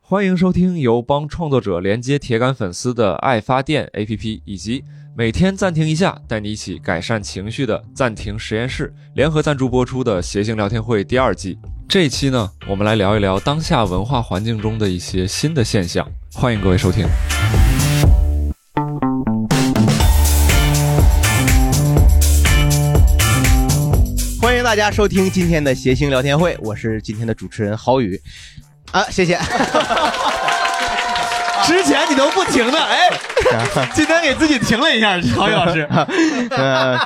欢迎收听由帮创作者连接铁杆粉丝的爱发电 APP 以及每天暂停一下，带你一起改善情绪的暂停实验室联合赞助播出的《谐星聊天会》第二季。这一期呢，我们来聊一聊当下文化环境中的一些新的现象。欢迎各位收听。欢迎大家收听今天的谐星聊天会，我是今天的主持人郝宇。啊，谢 谢。之前你都不停的，哎，今天给自己停了一下，郝宇老师。呃，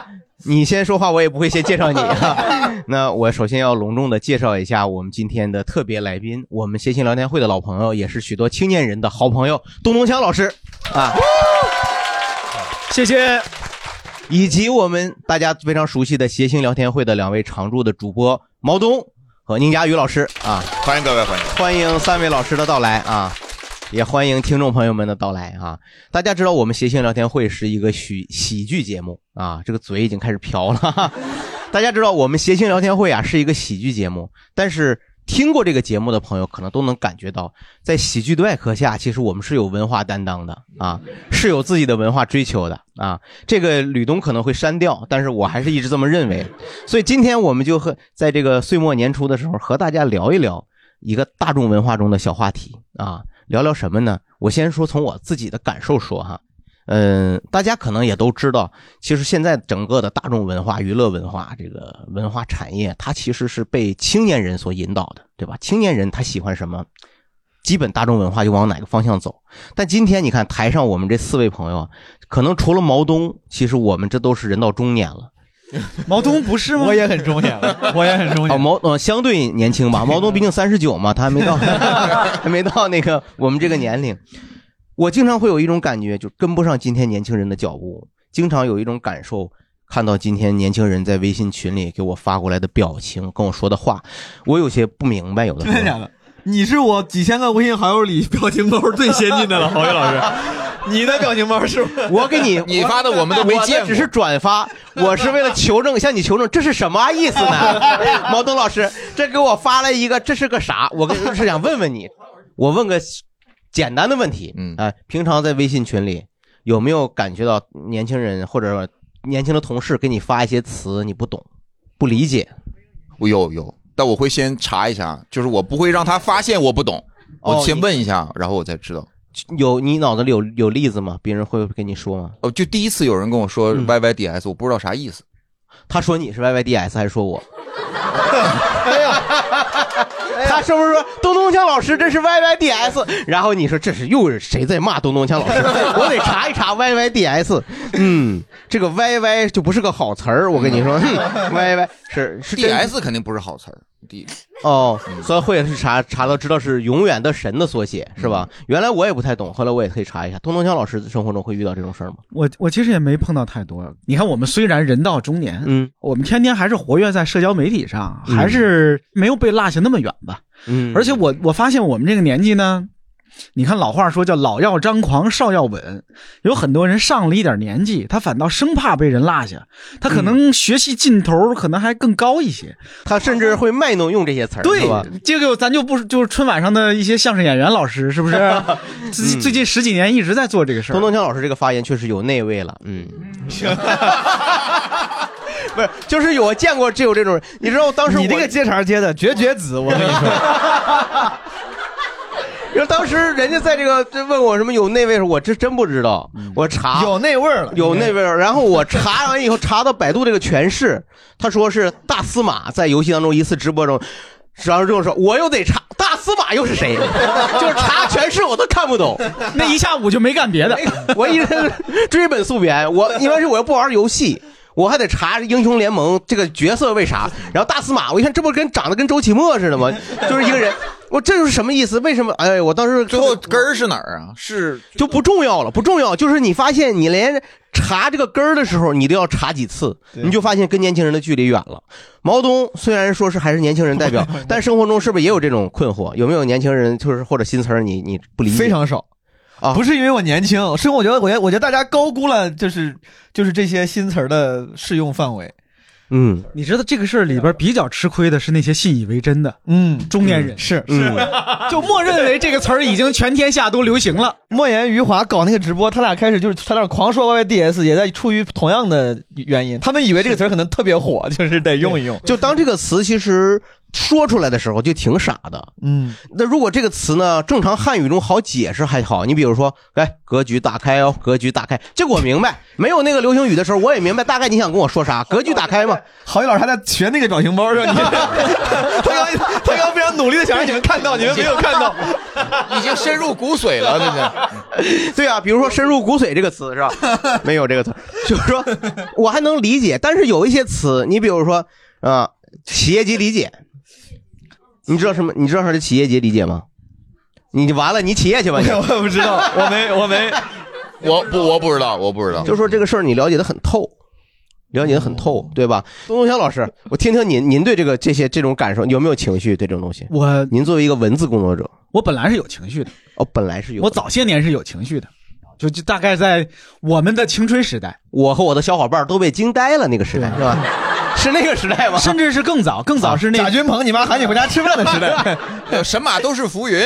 你先说话，我也不会先介绍你 哈。那我首先要隆重的介绍一下我们今天的特别来宾，我们谐星聊天会的老朋友，也是许多青年人的好朋友，东东强老师啊，谢谢。以及我们大家非常熟悉的谐星聊天会的两位常驻的主播毛东和宁佳宇老师啊，欢迎各位，欢迎。欢迎三位老师的到来啊，也欢迎听众朋友们的到来啊！大家知道我们谐星聊天会是一个喜喜剧节目啊，这个嘴已经开始瓢了。 哈哈大家知道我们谐星聊天会啊是一个喜剧节目，但是听过这个节目的朋友可能都能感觉到，在喜剧的外壳下，其实我们是有文化担当的啊，是有自己的文化追求的啊。这个吕东可能会删掉，但是我还是一直这么认为。所以今天我们就和在这个岁末年初的时候和大家聊一聊。一个大众文化中的小话题啊，聊聊什么呢？我先说从我自己的感受说哈，嗯，大家可能也都知道，其实现在整个的大众文化、娱乐文化这个文化产业，它其实是被青年人所引导的，对吧？青年人他喜欢什么，基本大众文化就往哪个方向走。但今天你看台上我们这四位朋友啊，可能除了毛东，其实我们这都是人到中年了。毛东不是吗？我也很中年了，我也很中哦，毛呃相对年轻吧，毛东毕竟三十九嘛，他还没到，还没到那个我们这个年龄。我经常会有一种感觉，就跟不上今天年轻人的脚步，经常有一种感受，看到今天年轻人在微信群里给我发过来的表情，跟我说的话，我有些不明白，有的时真的假候。的？你是我几千个微信好友里表情包最先进的了，郝宇老师。你的表情包是 我给 你你发的我们都没见过我只是转发， 我是为了求证向你求证这是什么意思呢？毛东老师，这给我发了一个，这是个啥？我跟是想问问你，我问个简单的问题，嗯啊、平常在微信群里有没有感觉到年轻人或者年轻的同事给你发一些词你不懂、不理解？我有有，但我会先查一下，就是我不会让他发现我不懂，哦我先你问一下，然后我再知道。有你脑子里有有例子吗？别人会跟你说吗？嗯哦，就第一次有人跟我说 YYDS，我不知道啥意思。他说你是 YYDS 还是说 我？哎 他是不是说东东强老师这是 YYDS？然后你说这是又是谁在骂东东强老 师？我得查一查 YYDS。嗯，这个 YY 就不是个好词儿，我跟你说、 嗯、，YY 是是 DS 肯定不是好词儿，D 哦，所以会是查查到知道是永远的神的缩写是吧？原来我也不太懂，后来我也可以查一下。东东强老师生活中会遇到这种事儿吗？我我其实也没碰到太多。你看，我们虽然人到中年，嗯，我们天天还是活跃在社交媒体上，嗯还是没有被落下那么远吧。嗯而且我我发现我们这个年纪呢，你看老话说叫老要张狂，少要稳，有很多人上了一点年纪，他反倒生怕被人落下，他可能学习劲头可能还更高一些。嗯他甚至会卖弄用这些词儿，对是吧？这个咱就不就是春晚上的一些相声演员老师，是不 是？最嗯近最近十几年一直在做这个事儿。东东强老师这个发言确实有内味了， 嗯，不是，就是有我见过只有这种人，你知道当时你这我个接茬接的绝绝子，我跟你说。 因为当时人家在这个这问我什么有内味的时候，我这真不知道，我查嗯有内味儿了嗯有内味儿。然后我查完以后，查到百度这个诠释，他说是大司马在游戏当中一次直播中，然后就说我又得查大司马又 是谁，就是查诠释我都看不懂。那一下午就没干别的， 我一直追本溯源，我一般是我又不玩游戏。 我还得查英雄联盟这个角色为啥，然后大司马，我一看这不跟长得跟周启墨似的吗？就是一个人，我这就是什么意思？为什么？哎，我当时最后根儿是哪儿啊？是就不重要了，不重要。就是你发现你连查这个根儿的时候，你都要查几次，你就发现跟年轻人的距离远了。毛东虽然说是还是年轻人 代表，但生活中是不是也有这种困惑？有没有年轻人就是或者新词儿你你不理解？非常少啊不是因为我年轻，是因为我觉得，我觉得，我觉得大家高估了，就是就是这些新词儿的适用范围。嗯你知道这个事儿里边比较吃亏的是那些信以为真的嗯，中年人，是啊嗯，就默认为这个词儿已经全天下都流行了。莫言、余华搞那个直播，他俩开始就是他俩狂说 YYDS，也在出于同样的原因，他们以为这个词儿可能特别火，就是得用一用。就当这个词其实说出来的时候就挺傻的。嗯，那如果这个词呢，正常汉语中好解释还好，你比如说，哎，格局打开哦，格局打开，这个我明白。没有那个流行语的时候，我也明白大概你想跟我说啥，格局打 开嘛。郝宇老师还在学那个表情包，让 你他刚他刚非常努力的想让你们看到，你们没有看到。 已经深入骨髓了，这 是。对啊，比如说“深入骨髓”这个词是吧？没有这个词，就是说我还能理解，但是有一些词，你比如说啊、呃企业级理解，你知道什么？你知道啥是企业级理解吗？你就完了，你企业去吧你。 我不知 道，我没我没。我不，我不知道，我不知道。就说这个事儿你了解的很透，了解的很透，对吧？东东强老师，我听听您您对这个这些这种感受，你有没有情绪对这种东西？我您作为一个文字工作者，我本来是有情绪的，哦，本来是有的我早些年是有情绪的，就就大概在我们的青春时代，我和我的小伙伴都被惊呆了，那个时代是吧？是那个时代吗？甚至是更早，更早是那贾君鹏，你妈喊你回家吃饭的时代，呃神马都是浮云，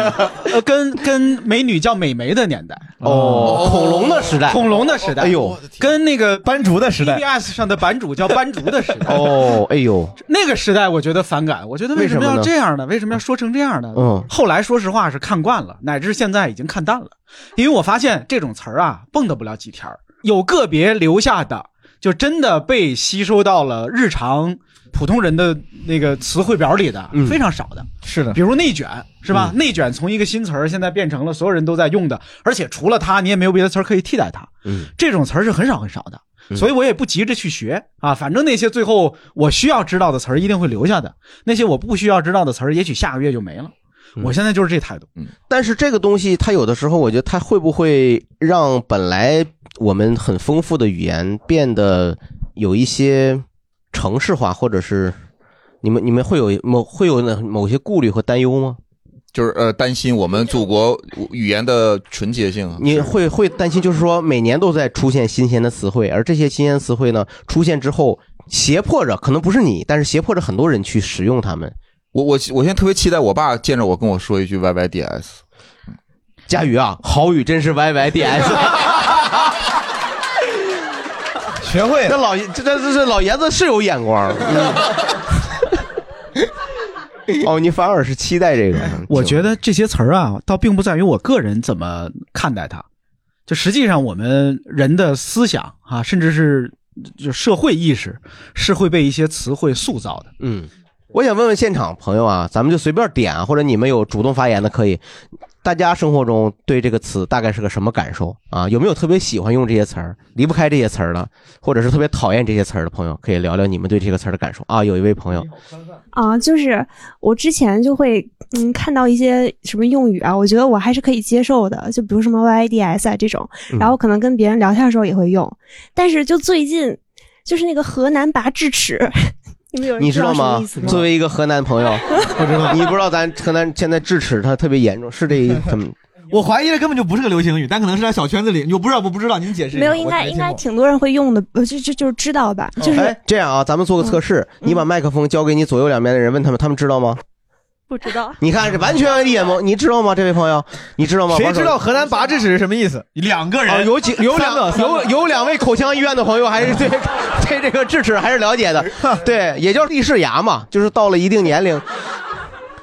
呃跟跟美女叫美眉的年代，哦，恐龙的时代，恐龙的时代，哎呦，跟那个班竹的时代。 BBS 上的版主叫版主的时代， 哦，哎呦，那个时代我觉得反感，我觉得为什么为什么要呢这样呢？为什么要说成这样呢？嗯后来说实话是看惯了，乃至现在已经看淡了，因为我发现这种词儿啊蹦跶不了几天儿，有个别留下的就真的被吸收到了日常普通人的那个词汇表里的，嗯非常少的。是的，比如内卷是吧？内卷从一个新词儿现在变成了所有人都在用的，而且除了它，你也没有别的词儿可以替代它。嗯，这种词儿是很少很少的。所以我也不急着去学啊，反正那些最后我需要知道的词儿一定会留下的，那些我不需要知道的词儿，也许下个月就没了。嗯我现在就是这态度，但是这个东西，它有的时候，我觉得它会不会让本来我们很丰富的语言变得有一些程式化，或者是你们你们会有某会有那某些顾虑和担忧吗？就是呃担心我们祖国语言的纯洁性啊。你会会担心，就是说每年都在出现新鲜的词汇，而这些新鲜词汇呢，出现之后，胁迫着可能不是你，但是胁迫着很多人去使用它们。我我我现在特别期待我爸见着我跟我说一句 Y Y D S。佳宇啊，好语真是 Y Y D S。学会了。这老爷这这这这老爷子是有眼光。嗯哦，你反而是期待这个？哎我觉得得这些词儿啊，倒并不在于我个人怎么看待它，就实际上我们人的思想啊，甚至是就社会意识，是会被一些词汇塑造的。嗯，我想问问现场朋友啊，咱们就随便点啊，或者你们有主动发言的可以。大家生活中对这个词大概是个什么感受啊？有没有特别喜欢用这些词儿、离不开这些词儿的，或者是特别讨厌这些词儿的朋友，可以聊聊你们对这个词儿的感受啊？有一位朋友，啊，就是我之前就会嗯看到一些什么用语啊，我觉得我还是可以接受的，就比如什么 YIDS 啊这种，嗯然后可能跟别人聊天的时候也会用，但是就最近就是那个河南拔智齿， 你们有人你知道什么吗意思？作为一个河南朋友，不知道你不知道咱河南现在智齿它特别严重，是这一怎么？嗯我怀疑这根本就不是个流行语，但可能是在小圈子里，我不知道，我不知道，您解释一下没有，应我该没应听过该挺多人会用的，呃，就就就是知道吧，就是、哎，这样啊，咱们做个测试，你把麦克风交给你左右两边的人，问他们，他们知道吗？不知道。你看，这完全理解吗？你知道吗，这位朋友，你知道吗？谁王手知道河南拔智齿是什么意思？两个哦啊？人，有几 有两有有两位口腔医院的朋友还是对对这个智齿还是了 解的，对，也叫立式牙嘛，就是到了一定年龄，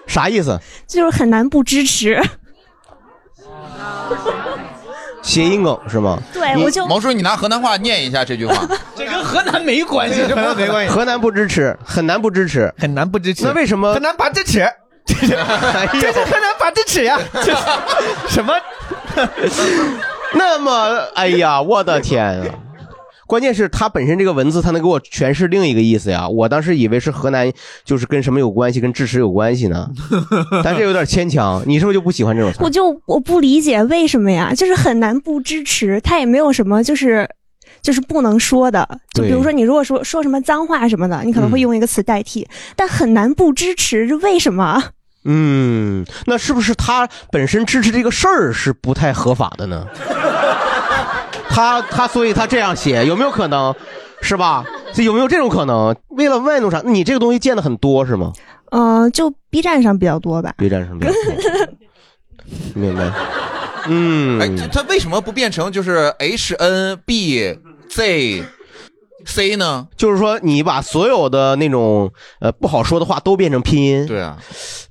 啥意思？就是很难不支持， 谐音梗是吗？对你我就毛叔，你拿河南话念一下这句话。 这跟河南没关系，河 南没 关系，河南不支持，很难不支持。很难不支持。那为什么河？南拔智齿， 哎呦这是河南拔智齿呀！这是 什么？ 那么，哎呀，我的天啊！关键是它本身这个文字，它能给我诠释另一个意思呀。我当时以为是河南，就是跟什么有关系，跟智齿有关系 呢，但这有点牵强。你是不是就不喜欢这种词我儿？就我不理解为什么呀，就是很难不支持，他也没有什么就是就是不能说的，就对比如说你如果说说什么脏话什么的，你可能会用一个词代替，但很难不支持，是为什么？嗯，那是不是它本身支持这个事儿是不 太合法的呢？他他所以他这样写有没有可能？是吧？这有没有这种可能？为了外弄啥？你这个东西见的很多是吗嗯、就 B 站上比较多吧。 ？B 站上面， 明白？嗯，哎，这它为什么不变成就是 H N B Z C 呢？就是说你把所有的那种呃不好说的话都变成拼音。对啊，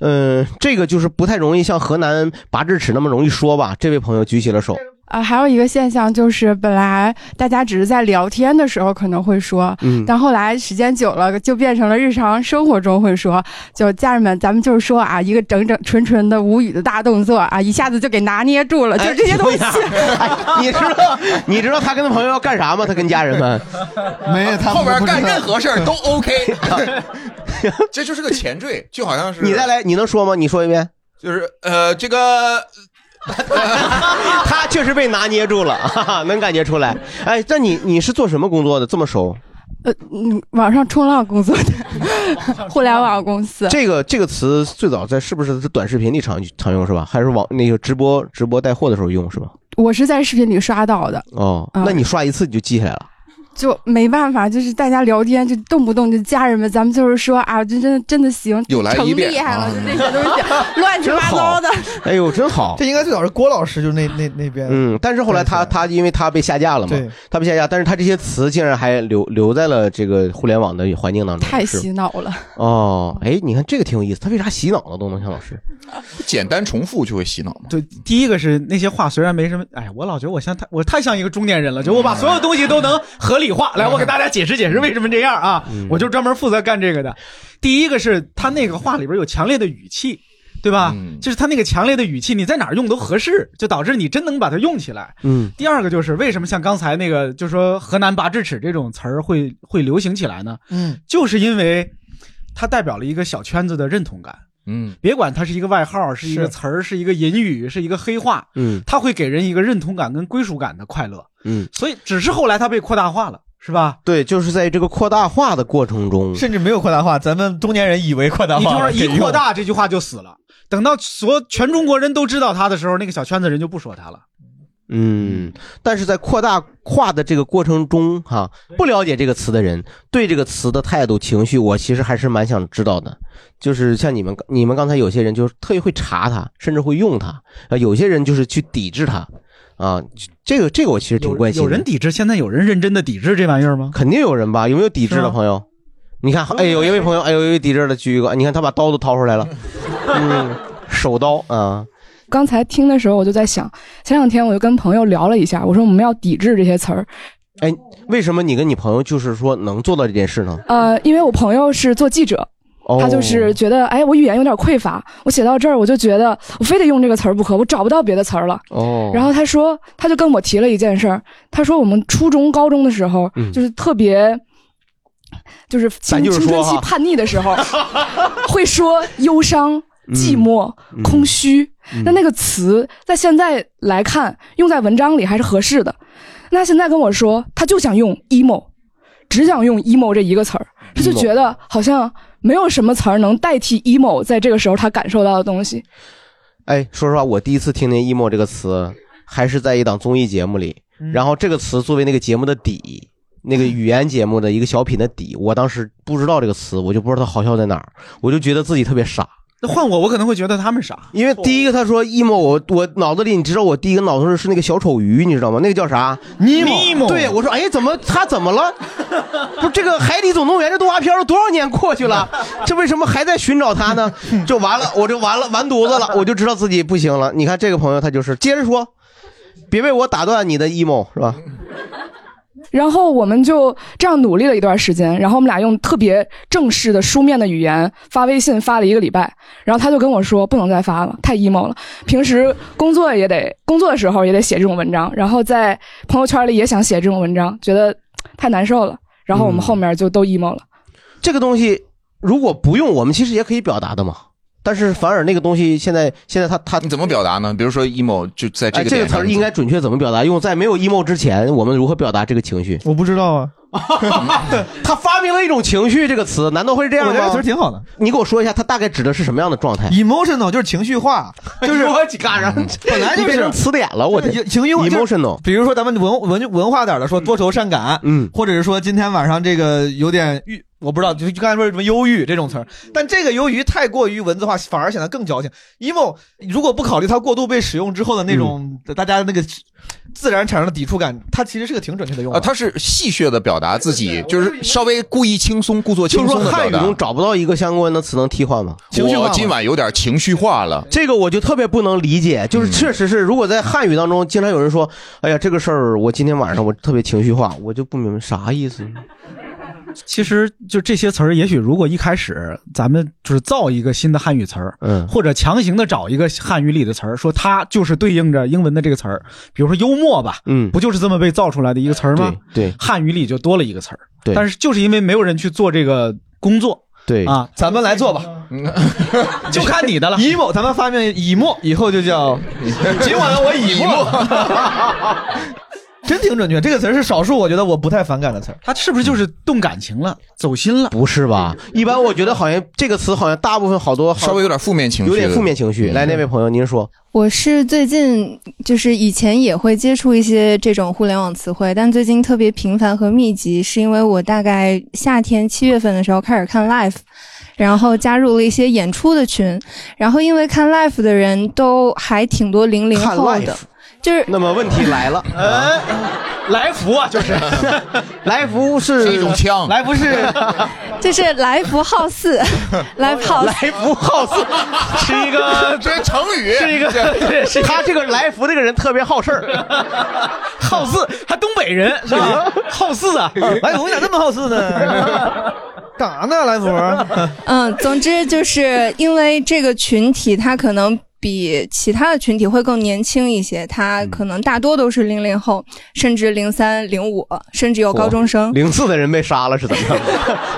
嗯、这个就是不太容易像河南拔智齿那么容易说吧？这位朋友举起了手。啊，还有一个现象就是，本来大家只是在聊天的时候可能会说，嗯但后来时间久了，就变成了日常生活中会说。就家人们，咱们就是说啊，一个整整纯纯的无语的大动作啊，一下子就给拿捏住哎了，就这些 东西。你知 道你知道他跟他朋友要干啥吗？他跟家人们，没有他后边干任何事儿都 OK，这就是个前缀，就好像是你再，来，你能说吗？你说一遍。就是呃，这个他确实被拿捏住了，哈哈，能感觉出来。哎，那你你是做什么工作的？这么熟？呃，嗯，网上冲浪工作 的互联网公司，这个这个词最早在是不是在短视频里常常用是吧？还是网那个直播直播带货的时候用是吧？我是在视频里刷到的，哦，嗯那你刷一次你就记下来了。就没办法，就是大家聊天就动不动就家人们，咱们就是说啊，这真的真的行，又来成一遍啊厉啊害了，就这些东西乱七真八糟好的。哎呦，真好这。应该最早是郭老师，就是那那那边。嗯，但是后来他他因为他被下架了嘛对，他被下架，但是他这些词竟然还留留在了这个互联网的环境当中，太是洗脑了，哦。哎，你看这个挺有意思，他为啥洗脑了都能像老师？简单重复就会洗脑嘛。对，第一个是那些话虽然没什么，哎，我老觉得我像太我太像一个中年人了，就我把所有东西都能合理化。来，我给大家解释解释为什么这样啊，我就专门负责干这个的。第一个是他那个话里边有强烈的语气。对吧？嗯就是他那个强烈的语气，你在哪儿用都合适，就导致你真能把它用起来。嗯第二个就是为什么像刚才那个，就说河南拔智齿这种词儿会会流行起来呢？嗯，就是因为它代表了一个小圈子的认同感。嗯，别管它是一个外号，是一个是词儿，是一个隐语，是一个黑话，嗯它会给人一个认同感跟归属感的快乐。嗯，所以只是后来它被扩大化了，是吧？对，就是在这个扩大化的过程中，甚至没有扩大化，咱们中年人以为扩大嗯你听化说了，一给用扩，大这句话就死了，等到所有全中国人都知道它的时候，那个小圈子人就不说它了。嗯，但是在扩大化的这个过程中，哈、不了解这个词的人对这个词的态度、情绪，我其实还是蛮想知道的。就是像你们，你们刚才有些人就是特意会查它，甚至会用它，啊，有些人就是去抵制它，啊，这个这个我其实挺有关心有的。人抵制，现在有人认真的抵制这玩意儿吗？肯定有人吧？啊有没有抵制是的吗朋友？你看，哎，有一位朋友，哎，有一位抵制的举一个，你看他把刀都掏出来 了，嗯，手刀啊，刚才听的时候，我就在想，前两天我就跟朋友聊了一下，我说我们要抵制这些词儿。哎为什么你跟你朋友就是说能做到这件事呢？呃，因为我朋友是做记者，哦，他就是觉得，哎，我语言有点匮乏，我写到这儿我就觉得我非得用这个词儿不可，我找不到别的词儿了。哦，然后他说，他就跟我提了一件事儿，他说我们初中、高中的时候，嗯就是特别。就是青咱就是青说春期哈叛逆的时 候，会说忧伤、寂寞、嗯空虚，嗯那那个词在现在来看，用在文章里还是合适的。那现在跟我说，他就想用 emo，只想用 emo 这一个词儿，他就 emo 觉得好像没有什么词儿能代替 emo 在这个时候他感受到的东西。哎，说实话，我第一次听见 “emo” 这个词，还是在一档综艺节目里。然后这个词作为那个节目的底，那个语言节目的一个小品的底，我当时不知道这个词，我就不知道它好笑在哪儿，我就觉得自己特别傻。那换我，我可能会觉得他们傻。因为第一个他说 “emo”，我我脑子里你知道，我第一个脑子是那个小丑鱼，你知道吗？那个叫啥？尼对，我说哎，怎么他怎么了？不是这个《海底总动员》这动画片都多少年过去了，这为什么还在寻找他呢？就完了，我就完了，完犊子了，我就知道自己不行了。你看这个朋友，他就是接着说，别被我打断你的 emo 是吧？然后我们就这样努力了一段时间，然后我们俩用特别正式的书面的语言发微信发了一个礼拜，然后他就跟我说不能再发了，太 emo 了。平时工作也得工作的时候也得写这种文章，然后在朋友圈里也想写这种文章，觉得嘖太难受了。然后我们后面就都 emo 了。这个东西如果不用，我们其实也可以表达的嘛。但是反而那个东西现在现在他他你怎么表达呢？比如说 emo 就在哎这这个个点词上儿应该准确怎么表达？用在没有 emo 之前，我们如何表达这个情绪？我不知道啊， 他发明了一种情绪这个词，难道会是这样吗？我觉得这词儿挺好的。你给我说一下，它大概指的是什么样的状态？ emotional 就是情绪化，就是 我嘎然， 本来就你变是成词典了，我对的情绪化就是 emotional 比如说咱们文文文化点儿的说多愁善感，嗯，或者是说今天晚上这个有点郁，我不知道，就就刚才说什么忧郁这种词儿，但这个由于太过于文字化，反而显得更矫情。emo 如果不考虑它过度被使用之后的那种、嗯大家那个自然产生的抵触感，它其实是个挺准确的用法。啊，他是戏谑的表达自己，就是稍微故意轻松，故作就轻是说松的汉表语中达。找不到一个相关的词能替换吗？我今晚有点情绪化了。这个我就特别不能理解，嗯就是确实是，如果在汉语当中，经常有人说：“哎呀，这个事儿我今天晚上我特别情绪化。”我就不明白啥意思。啊其实就这些词儿，也许如果一开始咱们就是造一个新的汉语词儿，嗯，或者强行的找一个汉语里的词儿，说它就是对应着英文的这个词儿，比如说幽默吧，嗯不就是这么被造出来的一个词儿吗？对对汉语里就多了一个词儿，对但是就是因为没有人去做这个工作，对啊，咱们来做吧，嗯就看你的了。 emo 咱们发明以沫以后就叫，今晚我以沫，真挺准确。这个词儿是少数我觉得我不太反感的词儿。他是不是就是动感情了，走心了？不是吧？一般我觉 得好像这个词好像大部分好多好稍微有点负面情绪，嗯有点负面情绪。来，那位朋友，您说，我是最近就是以前也会接触一些这种互联网词汇，但最近特别频繁和密集，是因为我大概夏天七月份的时候开始看 live，然后加入了一些演出的群，然后因为看 live 的人都还挺多零零看后 live 的，就是那么问题 来了，哎来福啊，就是 来福是一是种枪。来，不是就是来福好四 ，live house 来福好色，是一个这是成语，是一个对是一个他这个来福这个人特别好事儿， 好四，还东北人是吧？好四啊，来福，你哎咋这么好事呢？干啥呢，来福？ 嗯，总之就是因为这个群体，他可能比其他的群体会更年轻一些，嗯他可能大多都是零零后，甚至零三、零五，甚至有高中生。零四的人被杀了是 怎么样？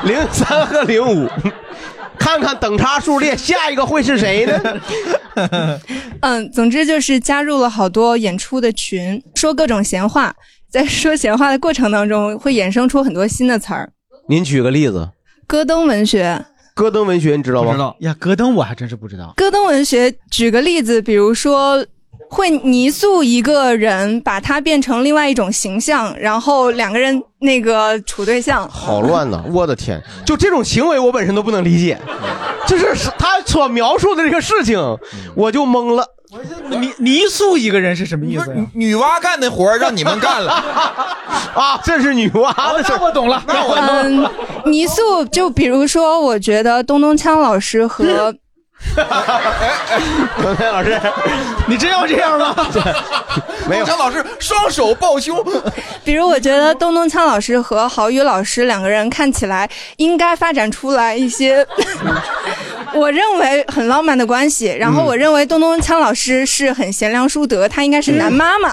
零三和零五。看看等差数列，下一个会是谁呢？ 嗯，总之就是加入了好多演出的群，说各种闲话，在说闲话的过程当中，会衍生出很多新的词儿，您举个例子，戈登文学。戈登文学你知道吗？道呀，戈登我还真是不知道。戈登文学，举个例子，比如说。会泥塑一个人，把他变成另外一种形象，然后两个人那个处对象。好乱呐！我的天，嗯就这种行为我本身都不能理解，就是是他所描述的这个事情，嗯我就懵了。泥泥塑一个人是什么意思呀？女娲干的活儿让你们干了， 啊，这是女娲的事儿。我懂了，那我嗯，泥塑就比如说，我觉得东东锵老师和 文天老师你真要这样吗？ 没有张老师双手抱胸，比如我觉得东东锵老师和郝宇老师两个人看起来应该发展出来一 些我认为很浪漫的关系。然后我认为东东锵老师是很贤良淑德，他应该是男妈妈，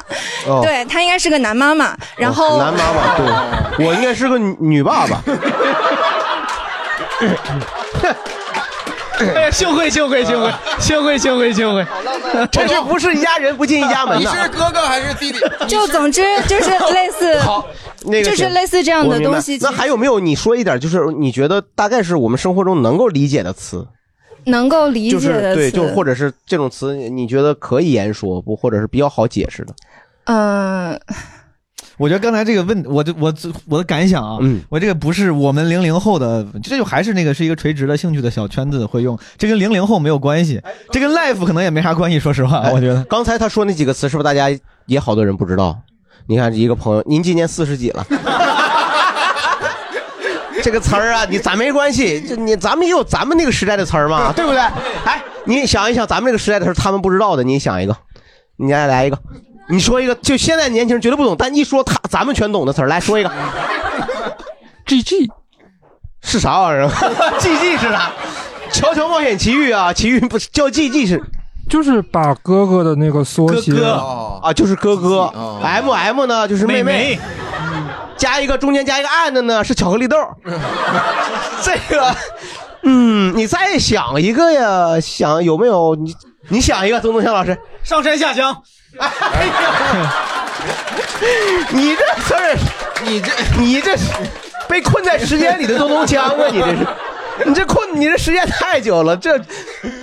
哦对他应该是个男妈妈。然后、男妈妈，对我应该是个女女爸爸。 哎呀，幸会幸会幸会幸会幸会幸会， 这就不是一家人不进一家门你呐。是哥哥还是弟弟？ 就总之就是类似， 那个就是行类似这样我的明白东西。那还有没有？你说一点，就是你觉得大概是我们生活中能够理解的词，能够理就解是的对，词，就是或者是这种词，你觉得可以言说不，或者是比较好解释的？嗯、 我觉得刚才这个问，我就我我的感想啊，嗯我这个不是我们零零后的，这就还是那个是一个垂直的兴趣的小圈子会用，这跟零零后没有关系，这跟 life 可能也没啥关系，说实话，我觉 得。刚才他说那几个词，是不是大家也好多人不知道？你看一个朋友，您今年四十几了，这个词儿啊，你咱没关系，就你咱们也有咱们那个时代的词儿嘛，对不对？哎，你想一想，咱们这个时代的词儿，他们不知道的，你想一个，你再来一个，你说一个，就现在年轻人绝对不懂，但一说他咱们全懂的词儿，来说 一个 G G 是啥玩意儿？GG 是啥？乔乔冒险奇遇啊，奇遇不是叫 GG 是就是把哥哥的那个缩写，哦，啊，就是哥哥，M M 呢就是妹妹妹，加一个中间加一个 and 呢是巧克力豆， 这个，嗯，你再想一个呀，想有没有你？你想一个，曾东强老师，上山下乡，你这词儿你这你这是被困在时间里的东东锵啊！你这是， 你这困你这时间太久了，这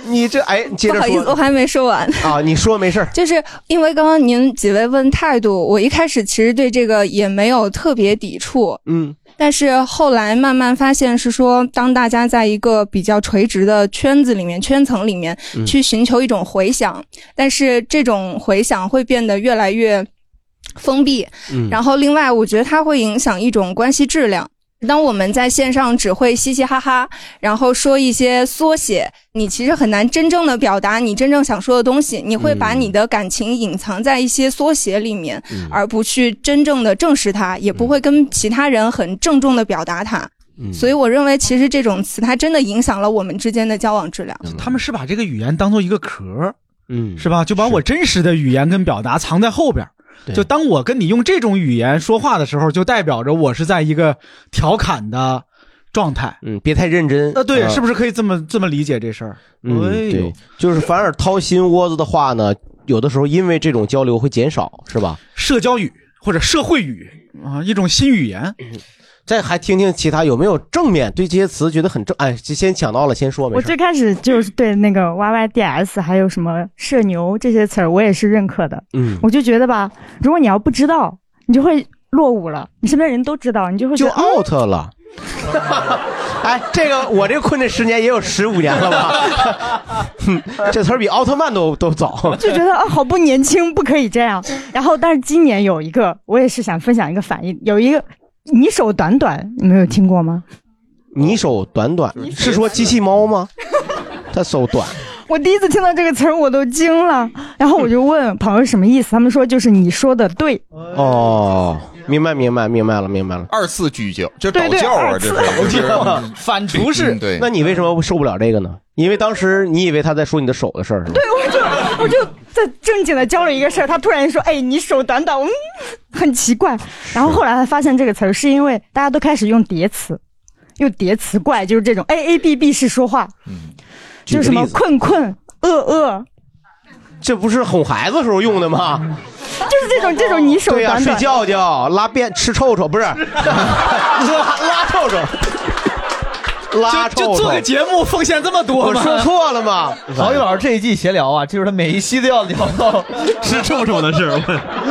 你这哎，接着不说好意思，我还没说完。啊，你说没事儿 就是因为刚刚您几位问态度，我一开始其实对这个也没有特别抵触，嗯，但是后来慢慢发现是说，当大家在一个比较垂直的圈子里面、圈层里面嗯去寻求一种回响，但是这种回响会变得越来越封闭。嗯然后另外，我觉得它会影响一种关系质量。当我们在线上只会嘻嘻哈哈，然后说一些缩写，你其实很难真正的表达你真正想说的东西。你会把你的感情隐藏在一些缩写里面，嗯而不去真正的正视它，也不会跟其他人很郑重的表达它。嗯所以我认为，其实这种词它真的影响了我们之间的交往质量。他们是把这个语言当做一个壳儿，嗯，是吧？就把我真实的语言跟表达藏在后边儿。对就当我跟你用这种语言说话的时候，就代表着我是在一个调侃的状态。嗯，别太认真。那对，啊是不是可以这么这么理解这事儿？嗯，哎呦对，就是反而掏心窝子的话呢，有的时候因为这种交流会减少，是吧？社交语或者社会语啊，一种新语言。嗯再还听听其他有没有正面对这些词觉得很正？哎，先抢到了先说，没我事最儿。开始就是对那个 YYDS 还有什么社牛这些词儿，我也是认可的。嗯我就觉得吧，如果你要不知道，你就会落伍了。你身边人都知道，你就会觉就啊得嗯 out 了。 哎，这个我这困这十年也有十五年了吧？ 哼这词儿比奥特曼都都早。就觉得啊，好不年轻，不可以这样。然后，但是今年有一个，我也是想分享一个反应，有一个你手短短，你们有听过吗？你手短短，是说机器猫吗？它手短，我第一次听到这个词儿，我都惊了。然后我就问朋友什么意思，他们说就是你说的对，哦，明白明白明白了明白了。二次拘教，这对倒对教啊，二次这是倒就是教啊嗯反刍式嗯对那你为什么受不了这个呢？因为当时你以为他在说你的手的事儿是吗？对我就 我就在正经的交流一个事儿，他突然说：“哎，你手短短，嗯，很奇怪。”然后后来才发现这个词儿是因为大家都开始用叠词，用叠词怪，就是这种 A A B B 式说话，就是什么嗯举个例子困困呃饿饿，这不是哄孩子时候用的吗？就是这种这种你手对呀、短睡短。觉觉、拉便、吃臭臭，不是 拉拉臭臭，拉臭臭。就做个节目奉献这么多我吗说错了吗？ 郝宇老师这一季闲聊啊，就是他每一期都要聊 到吃臭臭的事儿，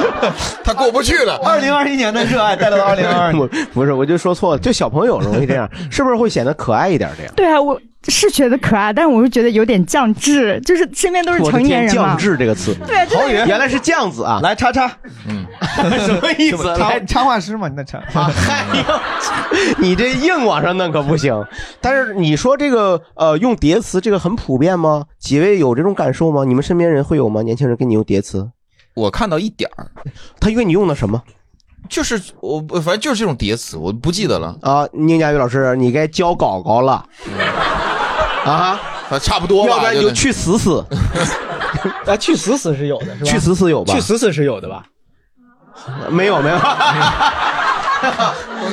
他过不去了。二零二一年的热爱带到了二零 二二年，我 不是，我就说错了，就小朋友容易这 样，是不是会显得可爱一点？这样，对啊，我是觉得可爱，但是我就觉得有点降智，就是身边都是我的成年天，人嘛降。智这个词，对啊真的郝宇原来是酱子啊，来叉叉，什么意思？插来插画师嘛，你那插， 你这硬往上弄可不行。但是你说这个呃，用叠词这个很普遍吗？几位有这种感受吗？你们身边人会有吗？年轻人跟你用叠词？我看到一点儿，他跟你用的什么就是我我反正就是这种叠词，我不记得了。啊？宁佳宇老师，你该教搞搞了 啊，差不多吧要不然你就就得去死 死，啊，去死死是有的，是吧？去死死有吧？去死死是有的吧？没有没 有，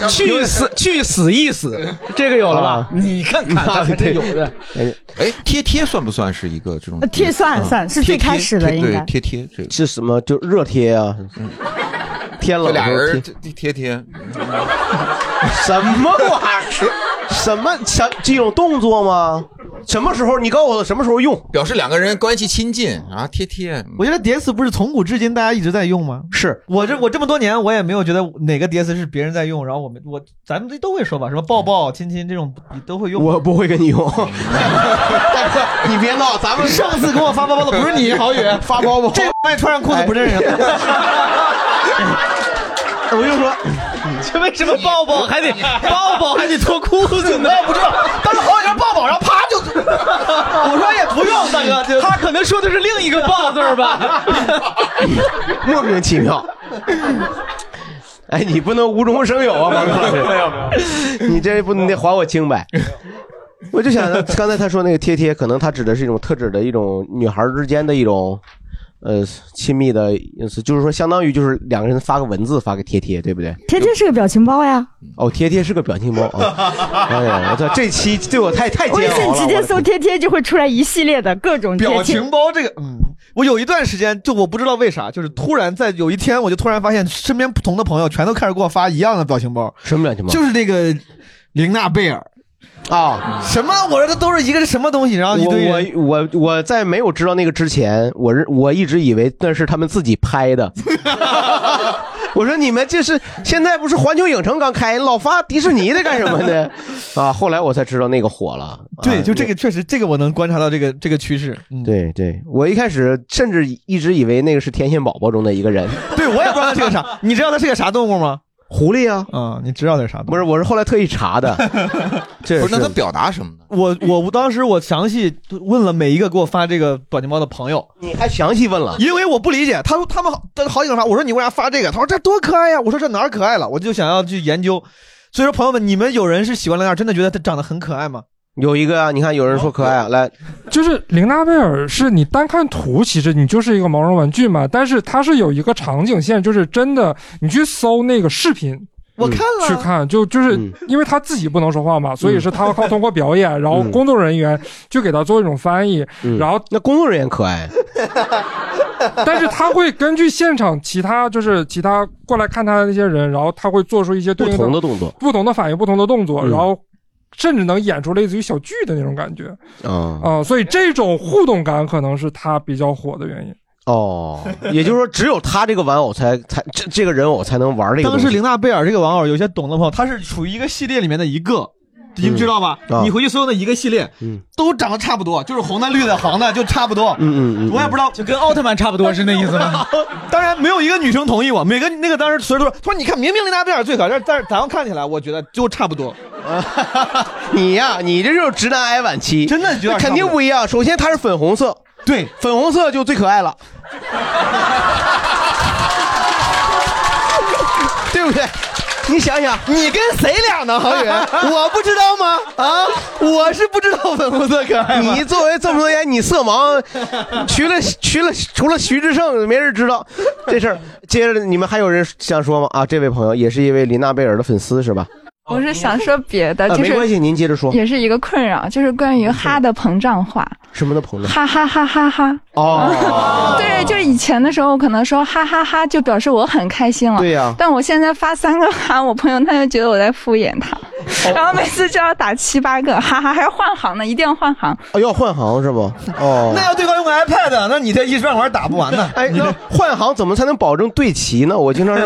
去死去死一死，这个有了啊吧？你看看，他还真有的。哎哎，贴贴算不算是一个这种呃？贴算算是最开始的贴应该对贴贴这个嗯是什么？就热贴啊，天冷的这俩时候人哦贴贴贴贴， 什么玩意儿？什么什这种动作吗？什么时候？你告诉我什么时候用？表示两个人关系亲近啊，贴贴。 我觉得叠词不是从古至今大家一直在用吗？是我这我这么多年我也没有觉得哪个叠词是别人在用，然后我们我咱们都会说吧，什么抱抱、亲亲这种都会用。我不会跟你用，大哥，你别闹，咱 们上次给我发包包的不 是你，郝宇，发包包，这外穿上裤子不 认人了。我就说， 这为什么抱抱还得抱抱还得脱裤子呢？ 我不知道，当时好几人抱抱，然后啪就，我说也不用，大哥，他可能说的是另一个抱字儿吧？莫名其妙。哎，你不能无中生有啊，王老师！ 没有没有，你这不你得还我 清白。 我就想，刚才他说那个贴贴，可能他指的是一种特指的一种女孩之间的一种呃亲密的，就是说相当于就是两个人发个文字，发个贴贴，对不对？贴贴是个表情包呀，哦，贴贴是个表情包啊！哎呀，我操，这期对我太太微煎熬了。信直接我搜贴贴就会出来一系列的各种贴贴表情包这个，嗯， 我有一段时间就我不知道为啥，就是突然在有一天，我就突然发现身边不同的朋友全都开始给我发一样的表情包，什么表情包？就是那个玲娜贝尔啊，什么？我说这都是一个是什么东西，然后一堆人我我我我在没有知道那个之前，我是我一直以为那是他们自己拍的。我说你们这是现在不是环球影城刚开，老发迪士尼的干什么呢？啊，后来我才知道那个火了。啊对，就这个确实，这个我能观察到这个这个趋势。嗯，对对，我一开始甚至一直以为那个是天线宝宝中的一个人，对我也不知道它是个啥，你知道它是个啥动物吗？狐狸啊，嗯，你知道点啥？不是，我是后来特意查的。这不是那它表达什么呢？我我当时我详细问了每一个给我发这个表情包的朋友，你还详细问了？因为我不理解，他说他们好好几个发，我说你为啥发这个？他说这多可爱呀、我说这哪儿可爱了？我就想要去研究。所以说，朋友们，你们有人是喜欢玲娜，真的觉得她长得很可爱吗？有一个啊，你看有人说可爱啊，来，就是玲娜贝尔是你单看图，其实你就是一个毛绒玩具嘛，但是它是有一个场景线，就是真的，你去搜那个视频。我看了，去看就就是嗯因为他自己不能说话嘛，所以是他靠通过表演，然后工作人员就给他做一种翻译，然后嗯那工作人员可爱， 但是他会根据现场其他就是其他过来看他的那些人，然后他会做出一些对应不同的动作不同的反应、不同的动作，然后甚至能演出类似于小剧的那种感觉嗯啊、所以这种互动感可能是他比较火的原因。哦，也就是说，只有他这个玩偶才才这这个人偶才能玩这个当东西。时玲娜贝尔这个玩偶，有些懂的朋友，它是属于一个系列里面的一个，你们知道吧？啊嗯你回去搜那一个系列，都长得差不多，就是红的、绿的、黄的，就差不多。嗯嗯我也不知道，就跟奥特曼差不多是那意思吗？ 当然没有一个女生同意我，每个那个当时所以说，他说你看明明玲娜贝尔最可爱，但是但是咱们看起来，我觉得就差不多。 你呀、你这就是直男癌晚期，真的有点肯定不一样。首先它是粉红色，对，粉红色就最可爱 了，对不对？你想想，你跟谁俩呢，航 远？我不知道吗？啊，我是不知道粉红色可爱吗？你作为这么多年你色盲，除 了除了除了徐志胜，没人知道这事儿。接着你们还有人想说吗？啊，这位朋友也是一位林娜贝尔的粉丝是吧？我是想说别的，啊，呃就是没关系，您接着说。也是一个困扰，就是关于哈的膨胀化，什么的朋友？哈哈哈哈哈。哦，对，就是以前的时候，我可能说哈哈哈就表示我很开心了。对呀但我现在发三个哈，我朋友他就觉得我在敷衍哦他， 然后每次就要打七八个哈哈，还要换行呢，一定要换行。哦，要换行是不？哦，那要对方用个 iPad，那你这一时半会儿打不完呢。哎，那换行怎么才能保证对齐呢？我经 常是，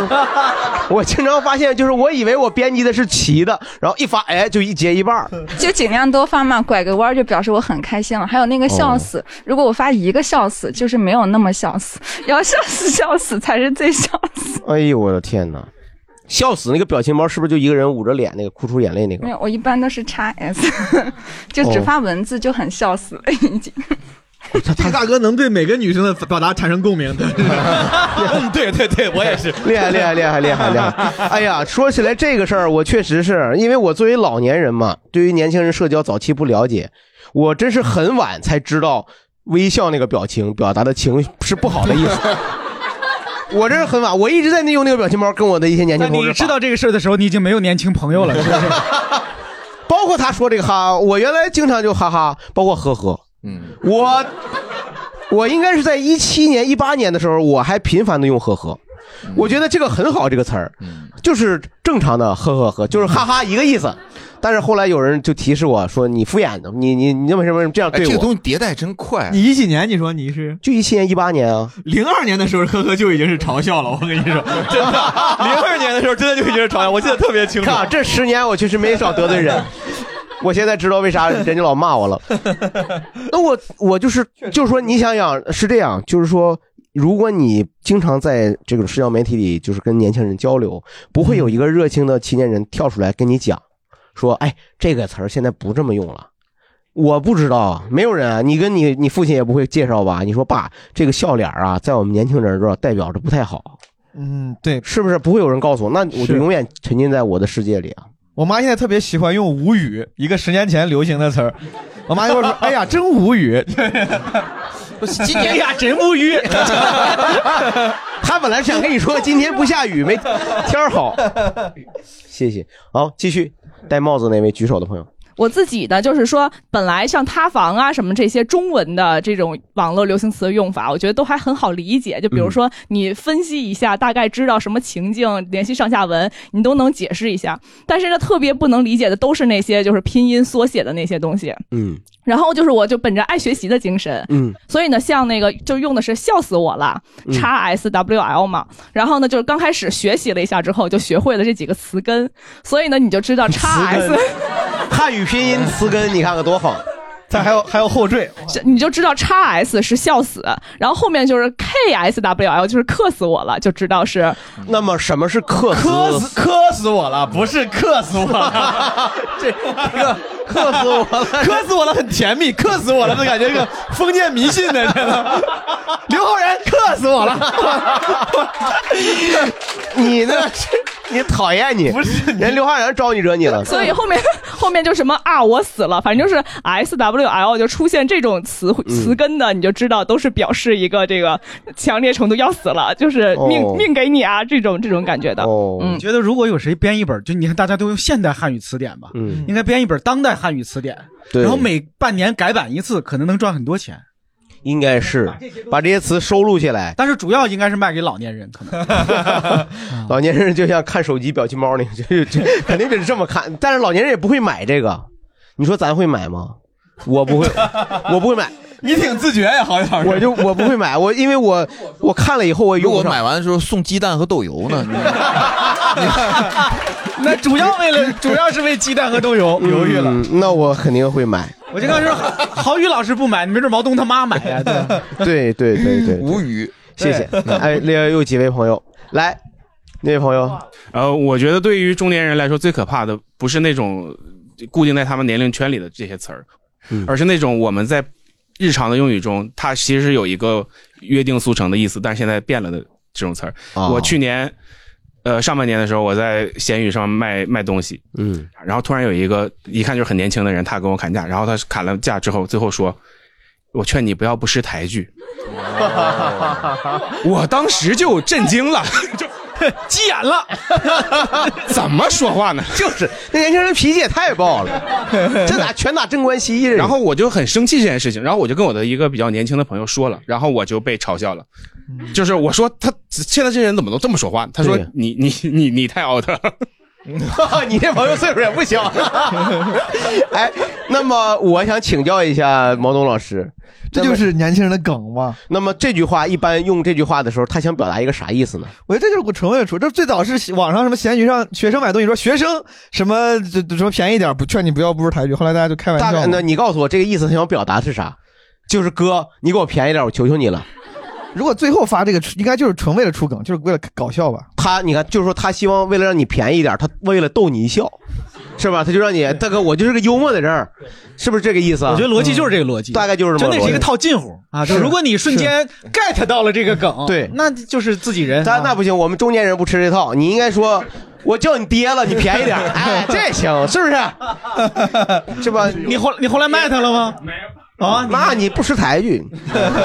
我经常发现就是我以为我编辑的是齐的，然后一发哎就一截一半儿。就尽量多发嘛，拐个弯儿就表示我很开心了。还有哦那个笑死，如果我发一个笑死，就是没有那么笑死，要笑死笑死才是最笑死。 哎呦我的天哪！笑死那个表情包是不是就一个人捂着脸那个哭出眼泪那个没？有，我一般都是叉 S，就 只发文字就很笑死了已经。这个大哥能对每个女生的表达产生共鸣， 嗯，对对对，我也是，厉害厉害厉害厉害 厉 害！哎呀，说起来这个事儿，我确实是因为我作为老年人嘛，对于年轻人社交早期不了解，我真是很晚才知道微笑那个表情表达的情绪是不好的意 思。我真是很晚，我一直在那用那个表情包跟我的一些年轻那同你事知发，道这个事儿的时候，你已经没有年轻朋友了，是不是？ 包括他说这个哈，我原来经常就哈哈，包括呵呵，嗯，我我应该是在一七年、一八年的时候，我还频繁的用呵呵。嗯我觉得这个很好，这个词儿，就是正常的呵呵呵，就是哈哈一个意思。但是后来有人就提示我说：“你敷衍的，你你你为什么这样对我？”哎这个东西迭代真快你一几年？你说你是就一七年、一八年啊？零二年的时候，呵呵就已经是嘲笑了。我跟你说， 真的，零二年的时候真的就已经是嘲笑，我记得特别清楚。看啊，这十年我确实没少得罪人。我现在知道为啥人家老骂我 了。那我我就是就是说，你想想是这样，就是说，如果你经常在这个社交媒体里，就是跟年轻人交流，不会有一个热情的青年人跳出来跟你讲，说，哎，这个词儿现在不这么用了。我不知道啊，没有人啊。你跟你你父亲也不会介绍吧？你说爸，这个笑脸啊，在我们年轻人这儿代表着不太好， 嗯，对，是不是？不会有人告诉我，那我就是永远沉浸在我的世界里啊。我妈现在特别喜欢用“无语”一个十年前流行的词儿，我妈就会说：“哎呀，真无语。”今年哎呀真无语。他本来想跟你说今天不下雨，没天儿好。谢谢。好，继续戴帽子那位举手的朋友。 我自己呢，就是说，本来像塌房啊什么这些中文的这种网络流行词的用法，我觉得都还很好理解。就比如说，你分析一下，大概知道什么情境，联系上下文，你都能解释一下。但是呢，特别不能理解的都是那些就是拼音缩写的那些东西。嗯然后就是，我就本着爱学习的精神，嗯所以呢，像那个就用的是笑死我了嗯，x S W L 嘛。然后呢，就是刚开始学习了一下之后，就学会了这几个词根。所以呢，你就知道 x 词 S 根。汉语拼音词根，你看看多好。 再还有还有后缀，你就知道 x S 是笑死，然后后面就是 K S W L 就是克死我了，就知道是。那么什么是克磕死磕死我了，不是克死我了， 这个克死我了， 克死我了，很甜蜜，克死我了，这感觉这个封建迷信的，真的。刘昊然克死我了，你呢？你讨厌你，不是人刘汉然招你惹你了？所以后面 后面就什么啊，我死了，反正就是 S W L 就出现这种词汇嗯词根的，你就知道都是表示一个这个强烈程度要死了，就是命、哦命给你啊这种这种感觉的。你哦嗯，觉得如果有谁编一本，就你看大家都用现代汉语词典吧，嗯，应该编一本当代汉语词典，对然后每半年改版一次，可能能赚很多钱。应该是把这些词收录起来。但是主要应该是卖给老年人，可能 老年人就像看手机表情包那个， 就就肯定得这么看。但是老年人也不会买这个，你说咱会买吗？我不会， 我不会买。你挺自觉呀，好像我就我不会买，我因为我我看了以后我如果买完的时候送鸡蛋和豆油呢？ 那主要为了主要是为鸡蛋和豆油犹豫了、嗯那我肯定会买。我就刚说郝郝宇老师不买，没准毛东他妈买呀，对吧？对对对对，无语。嗯谢谢。哎，另有几位朋友来，那位 朋友，呃，我觉得对于中年人来说，最可怕的不是那种固定在他们年龄圈里的这些词儿，而是那种我们在日常的用语中，它其实是有一个约定俗成的意思，但是现在变了的这种词儿。哦我去年呃上半年的时候，我在闲鱼上卖卖东西，嗯，然后突然有一个一看就是很年轻的人，他跟我砍价，然后他砍了价之后，最后说：“我劝你不要不识抬举。”我当时就震惊了，就 急眼了，怎么说话呢？ 就是那年轻人脾气也太 暴了，这咋拳打镇关西？然后我就很生气这件事情，然后我就跟我的一个比较年轻的朋友说了，然后我就被嘲笑了。就是我说他现在这些人怎么都这么说话？他说你你你你太 out 了。你这朋友岁数也不小。 哎，那么我想请教一下毛东老师，这就是年轻人的梗嘛。那么这句话一般用这句话的时候，他想表达一个啥意思呢？我觉得这就是我承认出，这最早是网上什么闲鱼上学生买东西说学生什么这这什么便宜点儿，不劝你不要不识抬举，后来大家就开玩大笑概嘛。呢，你告诉我这个意思，他想表达是啥？就是哥，你给我便宜点，我求求你了。如果最后发这个，应该就是纯为了出梗，就是为了搞笑吧。他，你看，就是说他希望为了让你便宜一点，他为了逗你一笑，是吧？他就让你大哥，我就是个幽默的人儿，是 不是这个意思啊？嗯我觉得逻辑就是这个逻辑，大概就是这真么的逻辑是一个套近乎啊！就是如果你瞬间 get 到了这个梗，对，那就是自己人。啊但那不行，我们中年人不吃这套，你应该说。我叫你爹了，你便 宜点儿，哎，这行是不是？是吧？你后你后来卖他了吗？没有啊，那你不识抬举，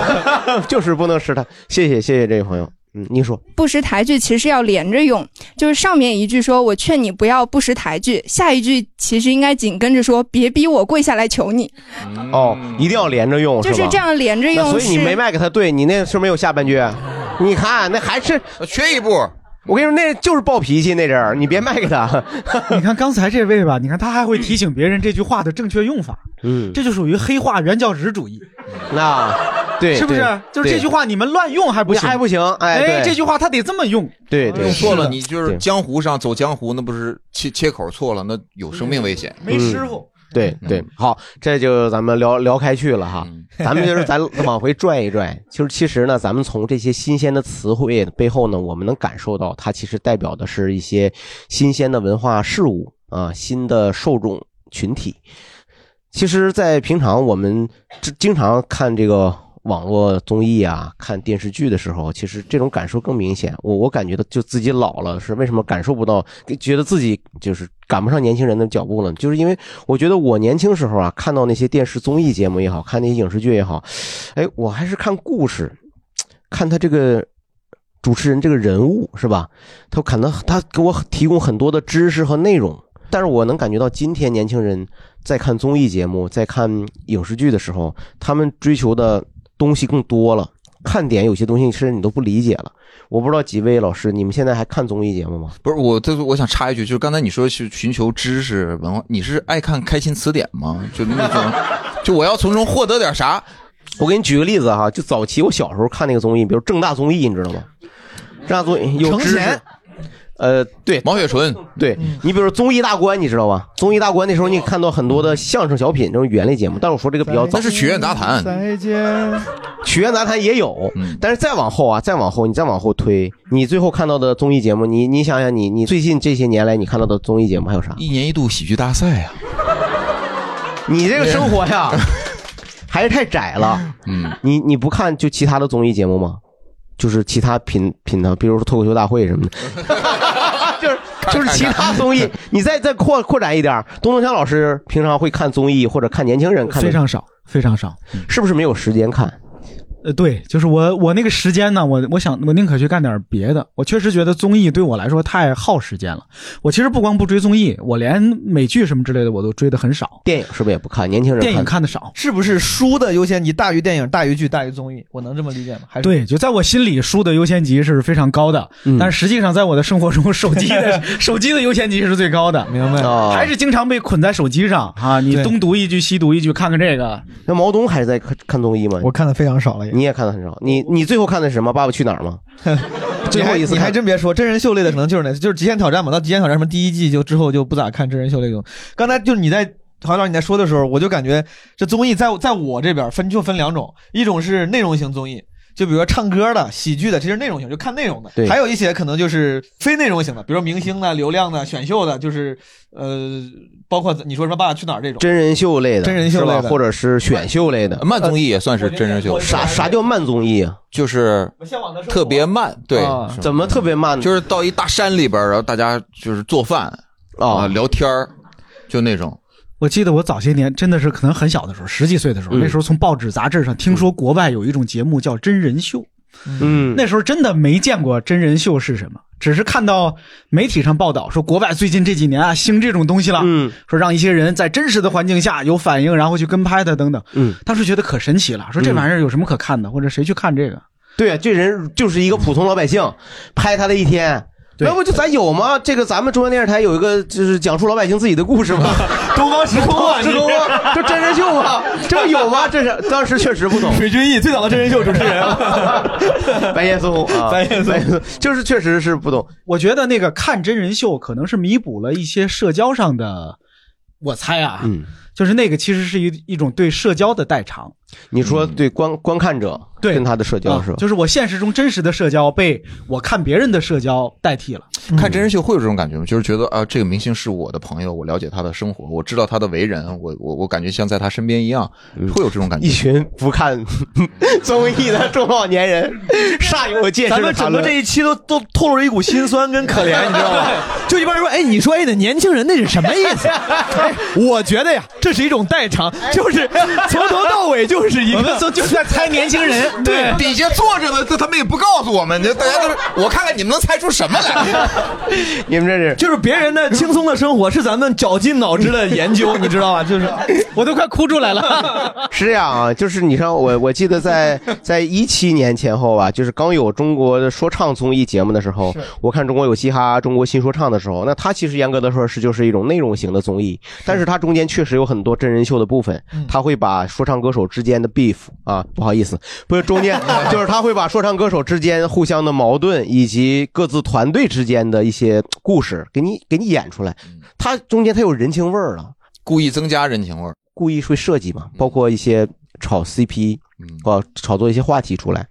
就是不能识抬。谢谢谢谢这位朋友，嗯，你说不识抬举其实要连着用，就是上面一句说我劝你不要不识抬举，下一句其实应该紧跟着说别逼我跪下来求你。嗯哦，一定要连着用，就是吧这样连着那用所以你是没卖给他，对你那是没有下半句。啊你看那还是呃缺一步。我跟你说，那就是暴脾气那人儿，你别卖给他。 你看刚才这位吧，你看他还会提醒别人这句话的正确用法，嗯，这就属于黑化原教旨主义， 那对，是不对是？就是这句，话你们乱用还不行，还不行哎对这句话他得这么用，对对对，用啊错了，你就是江湖上走江湖，那不是切切口错了，那有生命危险。没师傅。对对，好，这就咱们聊聊开去了哈。 咱们就是咱往回拽一拽，就是其实呢，咱们从这些新鲜的词汇背后呢，我们能感受到它其实代表的是一些新鲜的文化事物啊，新的受众群体。其实，在平常我们这经常看这个网络综艺啊、看电视剧的时候，其实这种感受更明显。我我感觉到就自己老了，是为什么感受不到？觉得自己就是赶不上年轻人的脚步了，就是因为我觉得我年轻时候啊，看到那些电视综艺节目也好看那些影视剧也好，哎，我还是看故事，看他这个主持人这个人物是吧？他可能他给我提供很多的知识和内容，但是我能感觉到今天年轻人在看综艺节目、在看影视剧的时候，他们追求的东西更多了，看点有些东西甚至你都不理解了。我不知道几位老师，你们现在还看综艺节目吗？不是我，这我想插一句，就是刚才你说去寻求知识文化，你是爱看开心词典吗？就那种，就我要从中获得点啥？我给你举个例子哈，就早期我小时候看那个综艺，比如正大综艺，你知道吗？正大综艺有知识。呃，对，毛雪纯，对你比如说综艺大观，你知道吧？综艺大观那时候你看到很多的相声小品这种语言类节目，但是我说这个比较早，那是曲苑杂嗯谈嗯再见，曲苑杂谈也有，但是再往后啊，再往后你再往后推，你最后看到的综艺节目，你你想想你你最近这些年来你看到的综艺节目还有啥？一年一度喜剧大赛啊呀、你这个生活 呀，还是太窄了。嗯，你你不看就其他的综艺节目吗？就是其他频频道，比如说脱口秀大会什么的。 就是就是其他综艺，你再再扩扩展一点儿，东东强老师平常会看综艺或者看年轻人看的 非常少，非常少，是不是没有时间看？呃，对，就是我我那个时间呢，我我想我宁可去干点别的。我确实觉得综艺对我来说太耗时间了。我其实不光不追综艺，我连美剧什么之类的我都追的很少。电影是不是也不看？年轻人电影看的少，是不是书的优先级大于电影、大于剧、大于综艺？我能这么理解吗？还是对，就在我心里，书的优先级是非常高的，嗯但实际上在我的生活中，手机的 手机的优先级是最高的，明白 哦还是经常被捆在手机上啊！你对东读一句西读一句，看看这个。那毛东还是在看看综艺吗？我看的非常少了，你也看的很少。你你最后看的是什么？《爸爸去哪儿》吗？最后一次你还你还看真别说，真人秀类的可能就是那，就是《极限挑战》嘛。到《极限挑战》什么第一季就之后就不咋看真人秀类的。刚才就是你在郝老师你在说的时候，我就感觉这综艺在在我这边分就分两种，一种是内容型综艺。就比如说唱歌的、喜剧的，这是内容型，就看内容对的；还有一些可能就是非内容型的，比如说明星的、流量的、选秀的，就是呃，包括你说什么《爸爸去哪儿》这种真人秀类的，真人秀是吧类的或者是选秀类的，慢综艺也算是真人秀。啥啥叫慢综艺啊？就是特别慢，对啊，怎么特别慢呢？就是到一大山里边儿，然后大家就是做饭啊、聊天儿，就那种。我记得我早些年真的是可能很小的时候，十几岁的时候，嗯那时候从报纸杂志上听说国外有一种节目叫真人秀，嗯，那时候真的没见过真人秀是什么，只是看到媒体上报道说国外最近这几年啊兴这种东西了，嗯，说让一些人在真实的环境下有反应，然后去跟拍它等等，嗯，当时觉得可神奇了，说这玩意儿有什么可看的，或者谁去看这个？对啊，这人就是一个普通老百姓，拍他的一天。要不就咱有吗？这个咱们中央电视台有一个就是讲述老百姓自己的故事 嘛，东方时空啊东方时空啊，你就真人秀嘛，这不有吗？这是当时确实不 懂。水均益最早的真人秀主持人， 白岩松啊，白岩松就是确实是不懂。我觉得那个看真人秀可能是弥补了一些社交上的，我猜啊，嗯，就是那个其实是一一种对社交的代偿。你说对观观看者对跟他的社交啊是吧？就是我现实中真实的社交被我看别人的社交代替了。嗯看真人秀会有这种感觉吗？就是觉得啊，这个明星是我的朋友，我了解他的生活，我知道他的为人，我我我感觉像在他身边一样，会有这种感嗯觉。一群不看 综艺的中老哎年人煞有介事。咱们整个这一期都都透露着一股心酸跟可 怜，你知道吗？就一般人说，哎，你说哎，那年轻人那是什么意 思？哎我觉得呀，这是一种代偿，就是从头到尾就是一个，哎 我们从就是在猜年 轻人 对底下坐着呢，这他们也不告诉我们，这大家都是，我看看你们能猜出什 么来。你们这是就是别人的轻松的生活是咱们绞尽脑汁的研究，你知道吗？就是我都快哭出来了。是这样啊，就是你像我，我记得在在一七年前后吧，就是刚有中国的说唱综艺节目的时候，我看《中国有嘻哈》《中国新说唱》的时候，那它其实严格的说是就是一种内容型的综艺，但是它中间确实有很多真人秀的部分，它会把说唱歌手之间的 beef 啊，不好意思，不是中间 就是他会把说唱歌手之间互相的矛盾以及各自团队之间的一些故事给你给你演出来，它中间它有人情味儿了。故意增加人情味儿，嗯故意会设计嘛，包括一些炒 CP，啊，炒作一些话题出来，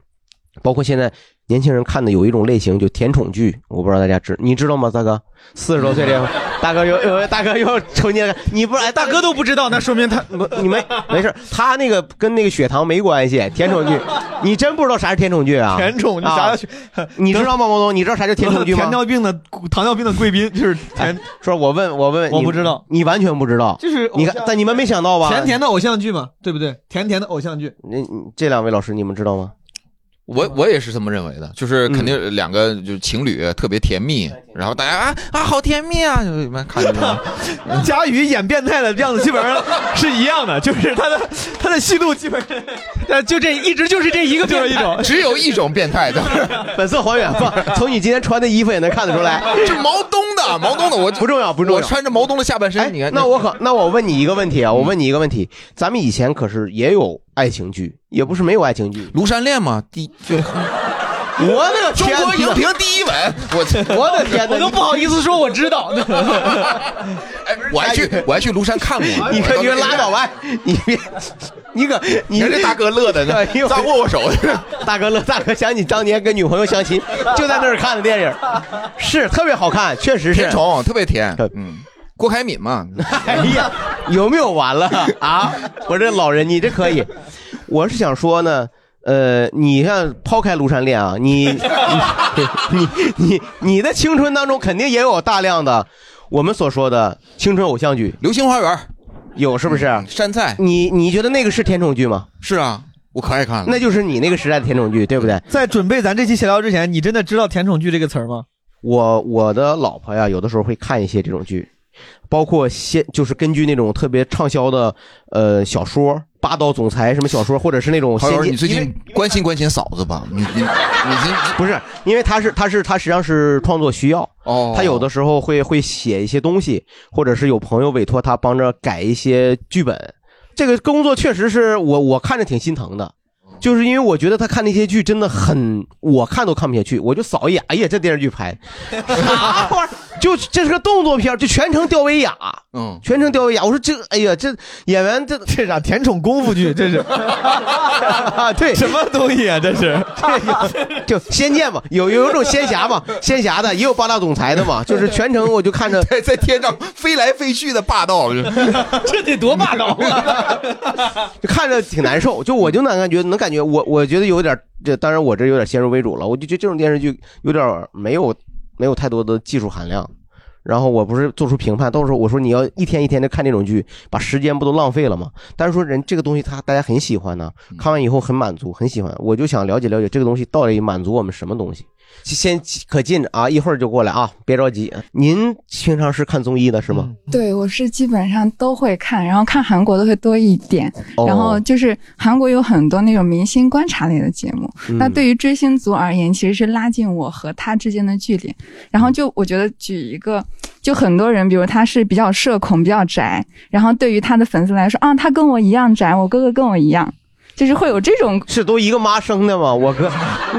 包括现在年轻人看的有一种类型，就甜宠剧，我不知道大家知你知道吗，大哥？四十多岁这 个大哥又又大哥又瞅你，你不是哎，大哥都不知道，那说明他不 你们没事，他那个跟那个血糖没关系，甜 宠剧，你真不知道啥是甜宠剧啊？甜宠剧啥叫啊血？ 你知道吗，毛东？你知道啥叫甜 宠剧吗？哎糖尿病的糖尿病的贵宾就是甜。说，我问我问，我你不知道，你完全不知道，就是偶你看像，但你们没想到吧？甜甜的偶像剧嘛，对不对？甜甜的偶像剧，那你这两位老师你们知道吗？我我也是这么认为的，就是嗯肯定两个就是情侣特别甜蜜，然后大家啊啊好甜哎蜜啊，就是你们看着吗？佳宇演变态的样子基本上是一样的，就是他的他的戏路基本上，呃，就这一直就是 这一个就是一种，只有一种变态的。本色还原 吧，从你今天穿的衣服也能看得出来，这毛东的，毛东的，我不重要，不重要哎我穿着毛东的下半身，你看嗯那我可那我问你一个问题啊，我问你一个问题，咱们以前可是也有爱情剧，也不是没有爱情剧，《庐山恋》嘛，第就。 我的个中天国荧哪屏第一吻，我我的天哪哎我知 道。哎我还去我还去庐山看过， 你可你可拉倒 吧，你别，你可你哎人家大哥乐的呢咱握握手去， 大哥乐，大哥想起当年跟女朋友相亲，就在那儿看的电影， 是特别好看，确实是呃甜宠，特别甜，嗯，郭凯敏嘛， 哎呀，有没有 完了啊？我这老人，你这可以。我是想说呢，呃，你看，抛开庐山恋啊，你 你你你你的青春当中肯定也有大量的我们所说的青春偶像剧，《流星花园》有是不是？山菜，你你觉得那个是甜宠剧吗？是啊，我可爱看了。那就是你那个时代的甜宠剧，对不对？在准备咱这期闲聊之前，你真的知道“甜宠剧”这个词儿吗？我我的老婆呀，有的时候会看一些这种剧，包括现就是根据那种特别畅销的呃小说，霸道总裁什么小说，或者是那种好友仙，你最近关心关心嫂子吧？你你你 不是，因为他是他是他实际上是创作需要哦他有的时候会会写一些东西，或者是有朋友委托他帮着改一些剧本，这个工作确实是我我看着挺心疼的。哦就是因为我觉得他看那些剧真的很，我看都看不下去，我就扫一眼，哎呀，这电视剧 拍的，啥玩意儿就这是个动作片，就全程吊威亚，嗯，全程吊威亚。我说这，哎呀，这演员这这啥甜宠功夫剧，这 是对什么东西啊？这是 就仙剑嘛，有有一种仙侠嘛，仙侠的也有霸道总裁的嘛，就是全程我就看着在在天上飞来飞去的霸道，这得多霸道啊！就看着挺难受，就我就能感觉能感觉我我觉得有点这，当然我这有点先入为主了，我就觉得这种电视剧有点没有没有太多的技术含量。然后我不是做出评判，到时候我说你要一天一天的看这种剧，把时间不都浪费了吗？但是说人这个东西他大家很喜欢呢，看完以后很满足，很喜欢。我就想了解了解这个东西到底满足我们什么东西。先可进啊，一会儿就过来啊，别着急。您平常是看综艺的是吗？对，我是基本上都会看，然后看韩国的会多一点。哦然后就是韩国有很多那种明星观察类的节目，嗯那对于追星族而言，其实是拉近我和他之间的距离。然后就我觉得举一个，就很多人，比如他是比较社恐、比较宅，然后对于他的粉丝来说，啊，他跟我一样宅，我哥哥跟我一样，就是会有这种是都一个妈生的 吗？我哥，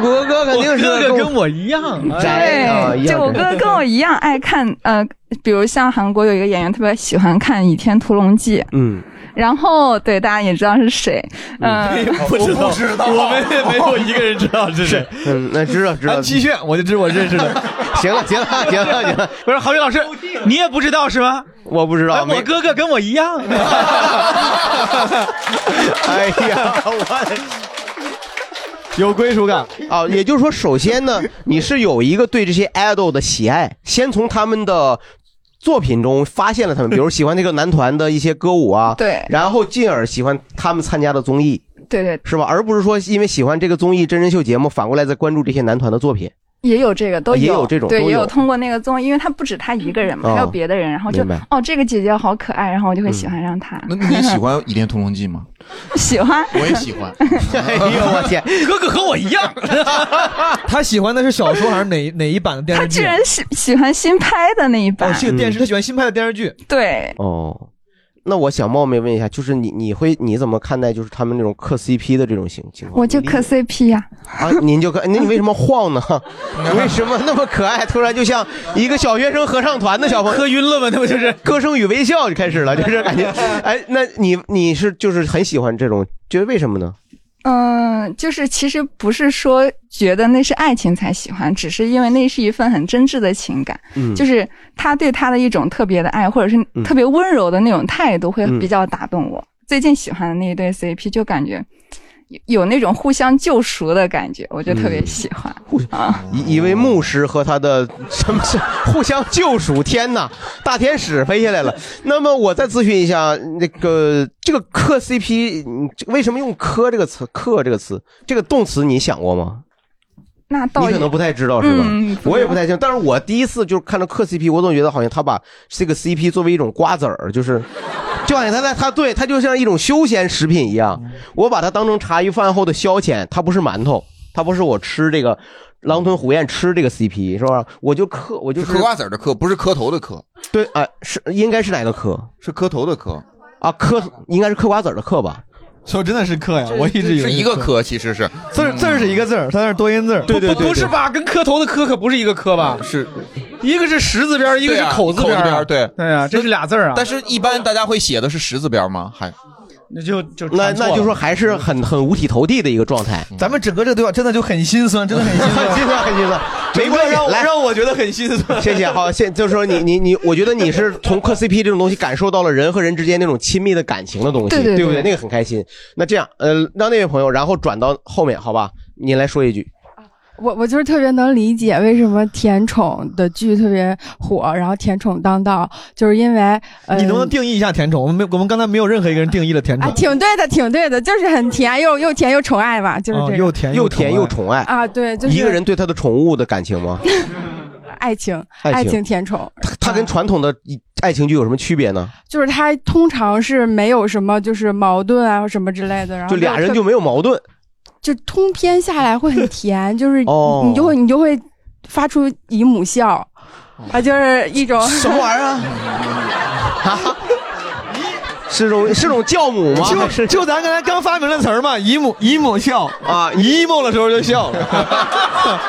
我哥肯定是我哥哥跟我一样宅啊，一对，样就我哥宅跟我一样爱看，呃，比如像韩国有一个演员特别喜欢看《倚天屠龙记》，嗯，然后对大家也知道是谁，嗯、 不知道，我们也没有一个人知道这是。嗯， 那知道知道。七炫，我就知我认识的。 行了，行了， 行了，行了。不是郝宇老师，你也不知道是吧？我不知哎道，我哥哥跟我一样。 哎呀，我有归属感啊！也就是说，首先 呢，你是有一个对这些 idol 的喜爱，先从他们的作品中发现了 他们，比如喜欢这个男团的一些歌舞啊，对然后进而喜欢他们参加的综艺，对对，是吧？而不是说因为喜欢这个综艺真人秀节目，反过来再关注这些男团的作品。也有这个，都啊也有这种对，都也有有通过那个综艺，因为他不止他一个人嘛，哦还有别的人，然后就明白哦，这个姐姐好可爱，然后我就会嗯喜欢上她。那你喜欢《倚天屠龙记》吗？ 喜欢，我也喜欢。哎呦我 天，哥哥和我一 样。他喜欢的是小说还是哪哪一版的电他视剧啊居？然喜喜欢新拍的那一版，哦，是个电视，他喜欢新拍的电视剧。对，哦，那我想冒昧问一下，就是你你会你怎么看待就是他们那种磕 CP 的这种情情况？我就磕 CP 呀、 啊，您就可，那你为什么晃呢？你 为什么那么可爱？突然就像一个小学生合唱团的小朋友，磕晕了吗？那不就是 歌声与微 笑就开始了，就是感觉，哎，那你你是就是很喜欢这种，觉得为什么呢？嗯、就是其实不是说觉得那是爱情才喜欢，只是因为那是一份很真挚的情感，嗯就是他对他的一种特别的爱，或者是嗯特别温柔的那种态度，会嗯比较打动我。最近喜欢的那一对 CP 就感觉有有那种互相救赎的感觉，我就特别喜欢。啊，一一位牧师和他的什么是互相救赎？天哪，大天使飞下来了。那么我再咨询一下，那个这个磕 CP，你这为什么用“磕”这个词？“磕”这个词，这个动词你想过吗？那你倒可也能不太知道是吧？嗯我也不太清，但是我第一次就是看到磕 CP，我总觉得好像他把这个 CP 作为一种瓜子儿， 就是。就好像他在他对他就像一种休闲食品一样，我把它当成茶余饭后的消遣，它不是馒头，它不是我吃这个狼吞虎咽吃这个 CP 是吧？我就磕我就是嗑瓜子儿的嗑，不是磕头的磕，对啊、是应该是哪个磕？是磕头的磕啊，磕应该是嗑瓜子儿的嗑吧？说真的是嗑呀，我一直以为是一个磕，其实是嗯字儿字儿是一个字儿，它那是多音字儿。不不不是吧？跟磕头的磕可不是一个磕吧？是，一个是十字边儿，一个对是啊口字口字边边儿儿。对对啊，这是俩字儿啊。但是一般大家会写的是十字边吗？还那就就那那就说还嗯是很很五体投地的一个状态。咱们整个这个对话真的就很心酸，真的很心酸， 很心 酸，很心酸。没关系，让来让我觉得很心酸。 谢谢，好，现就是说你你你，我觉得你是从磕 CP 这种东西感受到了人和人之间那种亲密的感情的东西，对对对不对？那个很开心。那这样，呃，让那位朋友，然后转到后面，好吧？您来说一句，我我就是特别能理解为什么甜宠的剧特别火，然后甜宠当道，就是因为哎呃，你能不能定义一下甜宠？我们没有，我们刚才没有任何一个人定义了甜啊宠，，挺对的，挺对的，就是很甜，又又甜又宠爱嘛，就是这哦个、又甜又甜又宠爱啊，对，就是一个人对他的宠物的感情 吗？爱情，爱情爱情甜宠，它跟传统的一爱情剧有什么区别呢？就是它通常是没有什么就是矛盾啊或什么之类的，然后就俩人就没有矛盾，就通篇下来会很甜，就是你哦你就会你就会发出姨母笑，啊，就是一种哦什么玩意儿啊？是种是种教母吗？就就咱刚才刚发明的词儿嘛，姨母姨母笑啊，emo 的时候就笑了。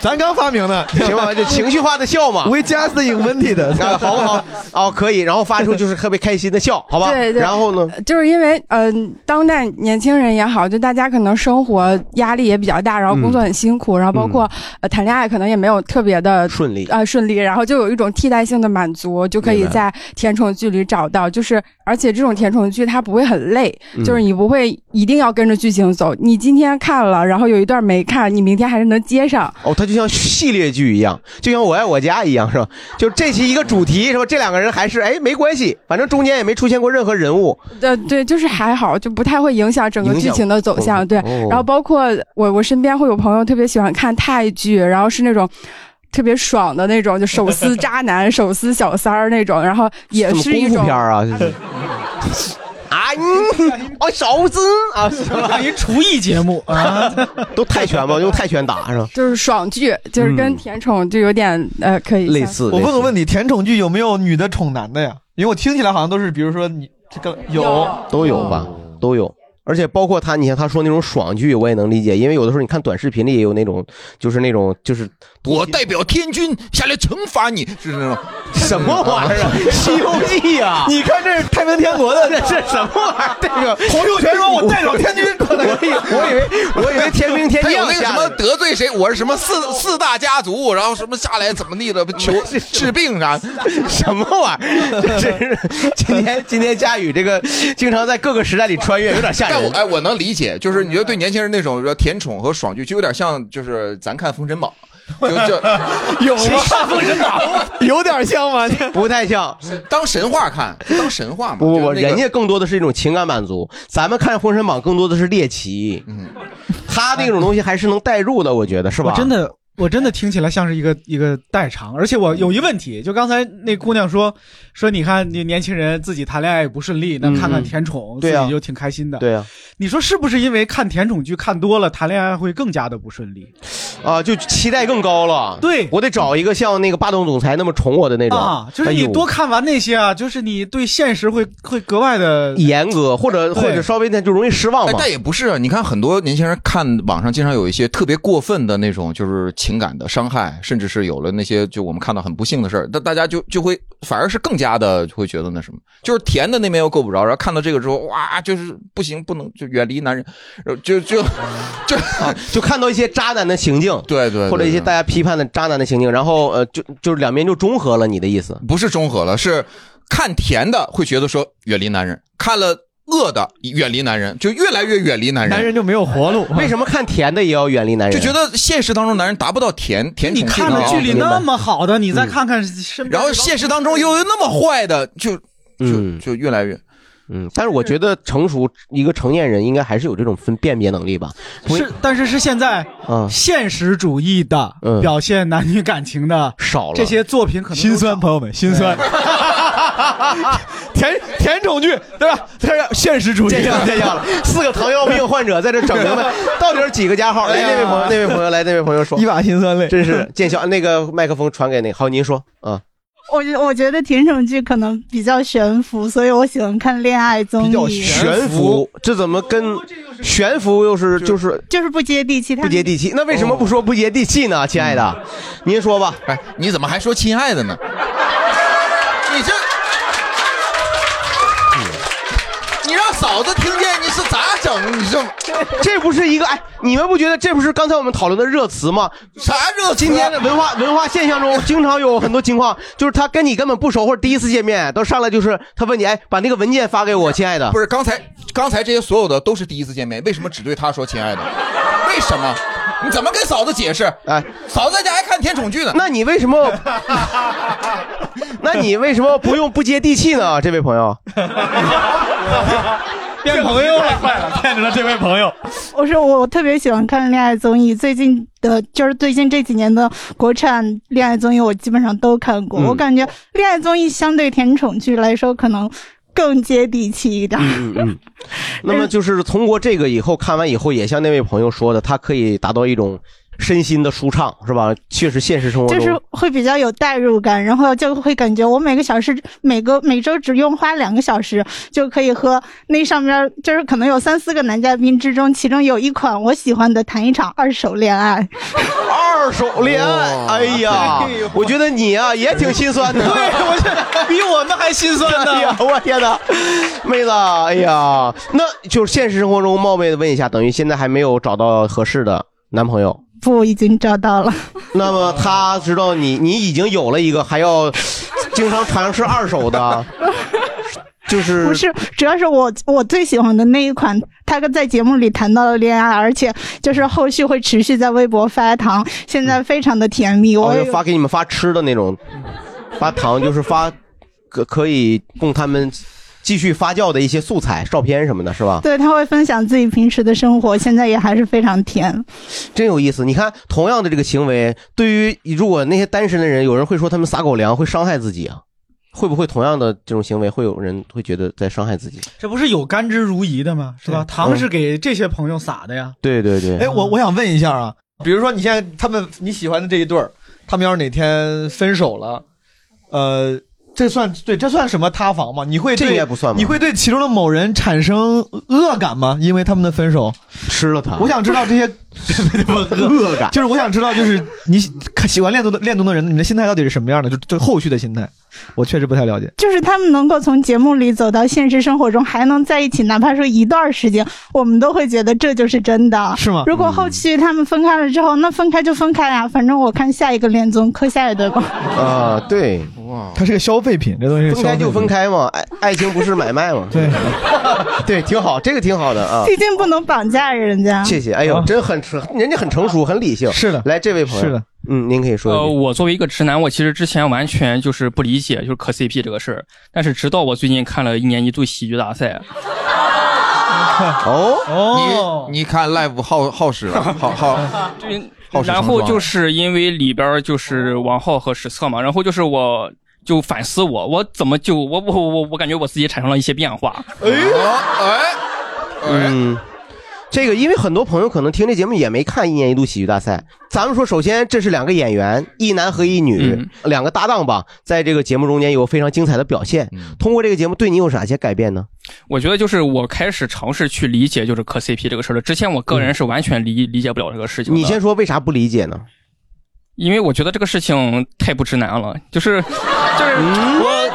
咱刚发明的，行 吧，就情绪化的笑嘛。 We just invented， 啊，好不好？哦，可以，然后发出就是特别开心的笑，好吧？对对。然后呢？？就是因为嗯、当代年轻人也好，就大家可能生活压力也比较大，然后工作很辛嗯苦，然后包括、呃谈恋爱可能也没有特别的顺利啊、顺利，然后就有一种替代性的满足，就可以明白在甜宠剧里找到。就是而且这种甜宠剧它不会很累，嗯就是你不会一定要跟着剧情走，你今天看了，然后有一段没看，你明天还是能接上。哦，它就像系列剧一样，就像《我爱我家》一样，是吧？就这期一个主题，是吧？这两个人还是哎没关系，反正中间也没出现过任何人物。对呃对，就是还好，就不太会影响整个影剧响情的走向。对，哦然后包括我，我身边会有朋友特别喜欢看泰剧，然后是那种。特别爽的那种，就手撕渣男、 手撕小三儿那种，然后也什么是一功夫种片儿啊，这是。啊，嗯， 哦，手指啊，是吧？一厨艺节目啊， 都泰拳嘛，用泰拳打是吧？ 就是爽剧，就是嗯跟甜宠就有点、呃可以相我问个问题，甜宠剧有没有女的宠男的呀？因为我听起来好像都是，比如说你这个有都有吧，都有。而且包括他，你像他说那种爽剧，我也能理解，因为有的时候你看短视频里也有那种，就是那种就是我代表天君下来惩罚你，是那种 什么玩意儿 啊西游记啊呀你看这是太平天 国的，这是什么玩意 儿？这个洪秀全说：“我代表天君。我以我以为我以为天兵天他有将那个什下么来哦得罪谁，我是什么四四大家族，然后什么下来怎么地的， 求治病啥，什么玩意儿？这 真是今天今天佳宇这个经常在各个时代里穿越，有点吓但我人。哎，我能理解，就是你觉得对年轻人那种说甜宠和爽剧，就有点像就是咱看《封神榜》，就就 有吗看封神榜有点像 吗？不太像，当神话看，当神话嘛。不不不，就是那个人家更多的是一种情感满足，咱们看《封神榜》更多的是猎奇。嗯，他那种东西还是能代入的，我觉得是哦吧？我真的，我真的听起来像是一个一个代偿，而且我有一问题，就刚才那姑娘说说，你看你年轻人自己谈恋爱也不顺利，那嗯看看嗯甜宠，对啊自己就挺开心的。对啊，你说是不是因为看甜宠剧看多了，谈恋爱会更加的不顺利？啊，就期待更高了。对，我得找一个像那个霸道总裁那么宠我的那种啊，就是哎你呦多看完那些啊，就是你对现实会会格外的严格，或者对或者稍微那就容易失望哎嘛。但也不是，你看很多年轻人看网上经常有一些特别过分的那种，就是情感的伤害，甚至是有了那些就我们看到很不幸的事儿，但大家就就会反而是更加的会觉得那什么，就是甜的那边又够不着，然后看到这个之后，哇，就是不行，不能就远离男人，然后就就就就看到一些渣男的行径，对对或者一些大家批判的渣男的行径，然后呃，就就是两边就中和了你的意思，不是中和了，是看甜的会觉得说远离男人，看了恶的远离男人，就越来越远离男人。男人就没有活路。为什么看甜的也要远离男人？就觉得现实当中男人达不到甜甜哎宠啊你这看个着地方剧里啊那么好的，嗯你再看看身边，然后现实当中又有那么坏的，就就就越来越。嗯，但是我觉得成熟一个成年人应该还是有这种分辨别能力吧。是，但是是现在嗯现实主义 的嗯表现男女感情的少了这些作品可能心酸，朋友们心酸。 甜甜宠剧对 吧？这是现实主义。见笑了，见笑了， 四个糖尿病患者在这整明白 到底是几个加哎号。哎来，那位朋友，那位朋友，来，那位朋友说，一把辛酸泪，真是见笑。那个麦克风传给那个，好，您说啊，我觉我觉得甜宠剧可能比较悬浮，所以我喜欢看恋爱综艺。悬浮，这怎么跟哦悬浮又是就是就是不接地气，他不接地气？那为什么不说不接地气呢，亲爱的？您说吧。哦嗯哎，你怎么还说亲爱 的呢？你这，你让嫂子听见你是咋整？你这这不是一个哎，你们不觉得这不是刚才我们讨论的热词吗？啥热词啊今天的文化文化现象中，经常有很多情况，就是他跟你根本不熟，或者第一次见面，都上来就是他问你，哎，把那个文件发给我，亲爱的。不是刚才刚才这些所有的都是第一次见面，为什么只对他说亲爱的？为什么？你怎么跟嫂子解释？哎，嫂子在家还看甜宠剧呢。那你为什 么？那你为什么不用不接地气呢？这位朋友， 变朋友了，快了，变成了这位朋友。我说我特别喜欢看恋爱综艺，最近的就是最近这几年的国产恋爱综艺，我基本上都看过。嗯我感觉恋爱综艺相对甜宠剧来说，可能更接地气一 点。嗯嗯嗯。那么就是通过这个以后看完以后，也像那位朋友说的，他可以达到一种身心的舒畅，是吧？确实，现实生活中就是会比较有代入感，然后就会感觉我每个小时、每个每周只用花两个小时就可以和那上面就是可能有三四个男嘉宾之中，其中有一款我喜欢的谈一场二手恋爱。二手恋爱，哎呀，我觉得你啊也挺心酸 的。对，我这比我们还心酸呢 哎呀，我天哪，妹子，哎呀，那就是现实生活中冒昧的问一下，等于现在还没有找到合适的男朋友。不，已经找到了。那么他知道你，你已经有了一个，还要经常尝试二手的，就 是不是，主要是我我最喜欢的那一款，他在节目里谈到了恋爱，而且就是后续会持续在微博发糖，现在非常的甜蜜。我嗯哎哦，也要发给你们发吃的那种，发糖就是 发可可以供他们继续发酵的一些素材、照片什么的，是吧？对，他会分享自己平时的生活，现在也还是非常甜。真有意思。你看，同样的这个行为，对于如果那些单身的人，有人会说他们撒狗粮会伤害自己啊，会不会同样的这种行为，会有人会觉得在伤害自己？这不是有甘之如饴的吗？是吧？糖嗯是给这些朋友撒的呀。对对对，哎，我我想问一下啊，比如说你现在他们你喜欢的这一对儿，他们要是哪天分手了，呃，这算对这算什么塌房吗？你会对这应该不算吧你会对其中的某人产生恶感吗？因为他们的分手吃了他我想知道这些恶 恶感就是我想知道，就是你喜喜欢恋综的恋综的人，你们的心态到底是什么样的？就就后续的心态，我确实不太了解。就是他们能够从节目里走到现实生活中，还能在一起，哪怕说一段时间，我们都会觉得这就是真的，是吗如果后期他们分开了之后，那分开就分开啊，反正我看下一个恋综磕下一对吧。啊，对，哇，它是个消费品，这东西是分开消费就品分开嘛，爱爱情不是买卖嘛，对， 对，挺好，这个挺好的啊。 毕竟不能绑架人家。谢谢，哎呦，真很成，人家很成熟，很理性。是的，来这位朋友，是的，嗯，您可以说一呃，句。我作为一个直男，我其实之前完全就是不理解，就是磕 CP 这个事儿。但是直到我最近看了一年一度喜剧大赛，哦 哦，你你看 live 耗耗时了，耗耗，嗯耗时然后就是是因为里边儿就是王浩和史策嘛，然后就是我就反思我，我怎么就我我我我感觉我自己产生了一些变化。哎嗯，这个因为很多朋友可能听这节目也没看一年一度喜剧大赛。咱们说，首先这是两个演员，一男和一女，嗯两个搭档吧，在这个节目中间有非常精彩的表现。嗯通过这个节目，对你有哪些改变呢？我觉得就是我开始尝试去理解就是磕 CP 这个事儿了。之前我个人是完全理理解不了这个事情的。你先说为啥不理解呢？因为我觉得这个事情太不直男了，就是就是嗯我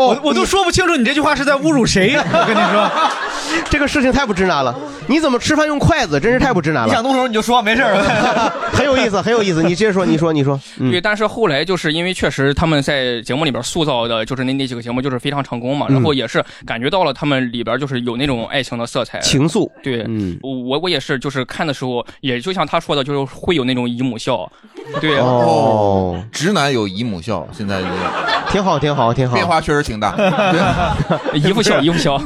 哦，我都说不清楚你这句话是在侮辱谁。 我跟你说，这个事情太不直男了。你怎么吃饭用筷子？真是太不直男了。你想动手你就哦说，没事儿。 很有意思，很有意思。你接着说，你说，你说。嗯嗯对，但是后来就是因为确实他们在节目里边塑造的，就是那那几个节目就是非常成功嘛，嗯然后也是感觉到了他们里边就是有那种爱情的色彩、情愫。对，嗯，我我也是，就是看的时候，也就像他说的，就是会有那种姨母笑，对，哦，直男有姨母笑，现在有挺好，挺好，挺好。变化确实 挺大。姨父 笑，姨父笑。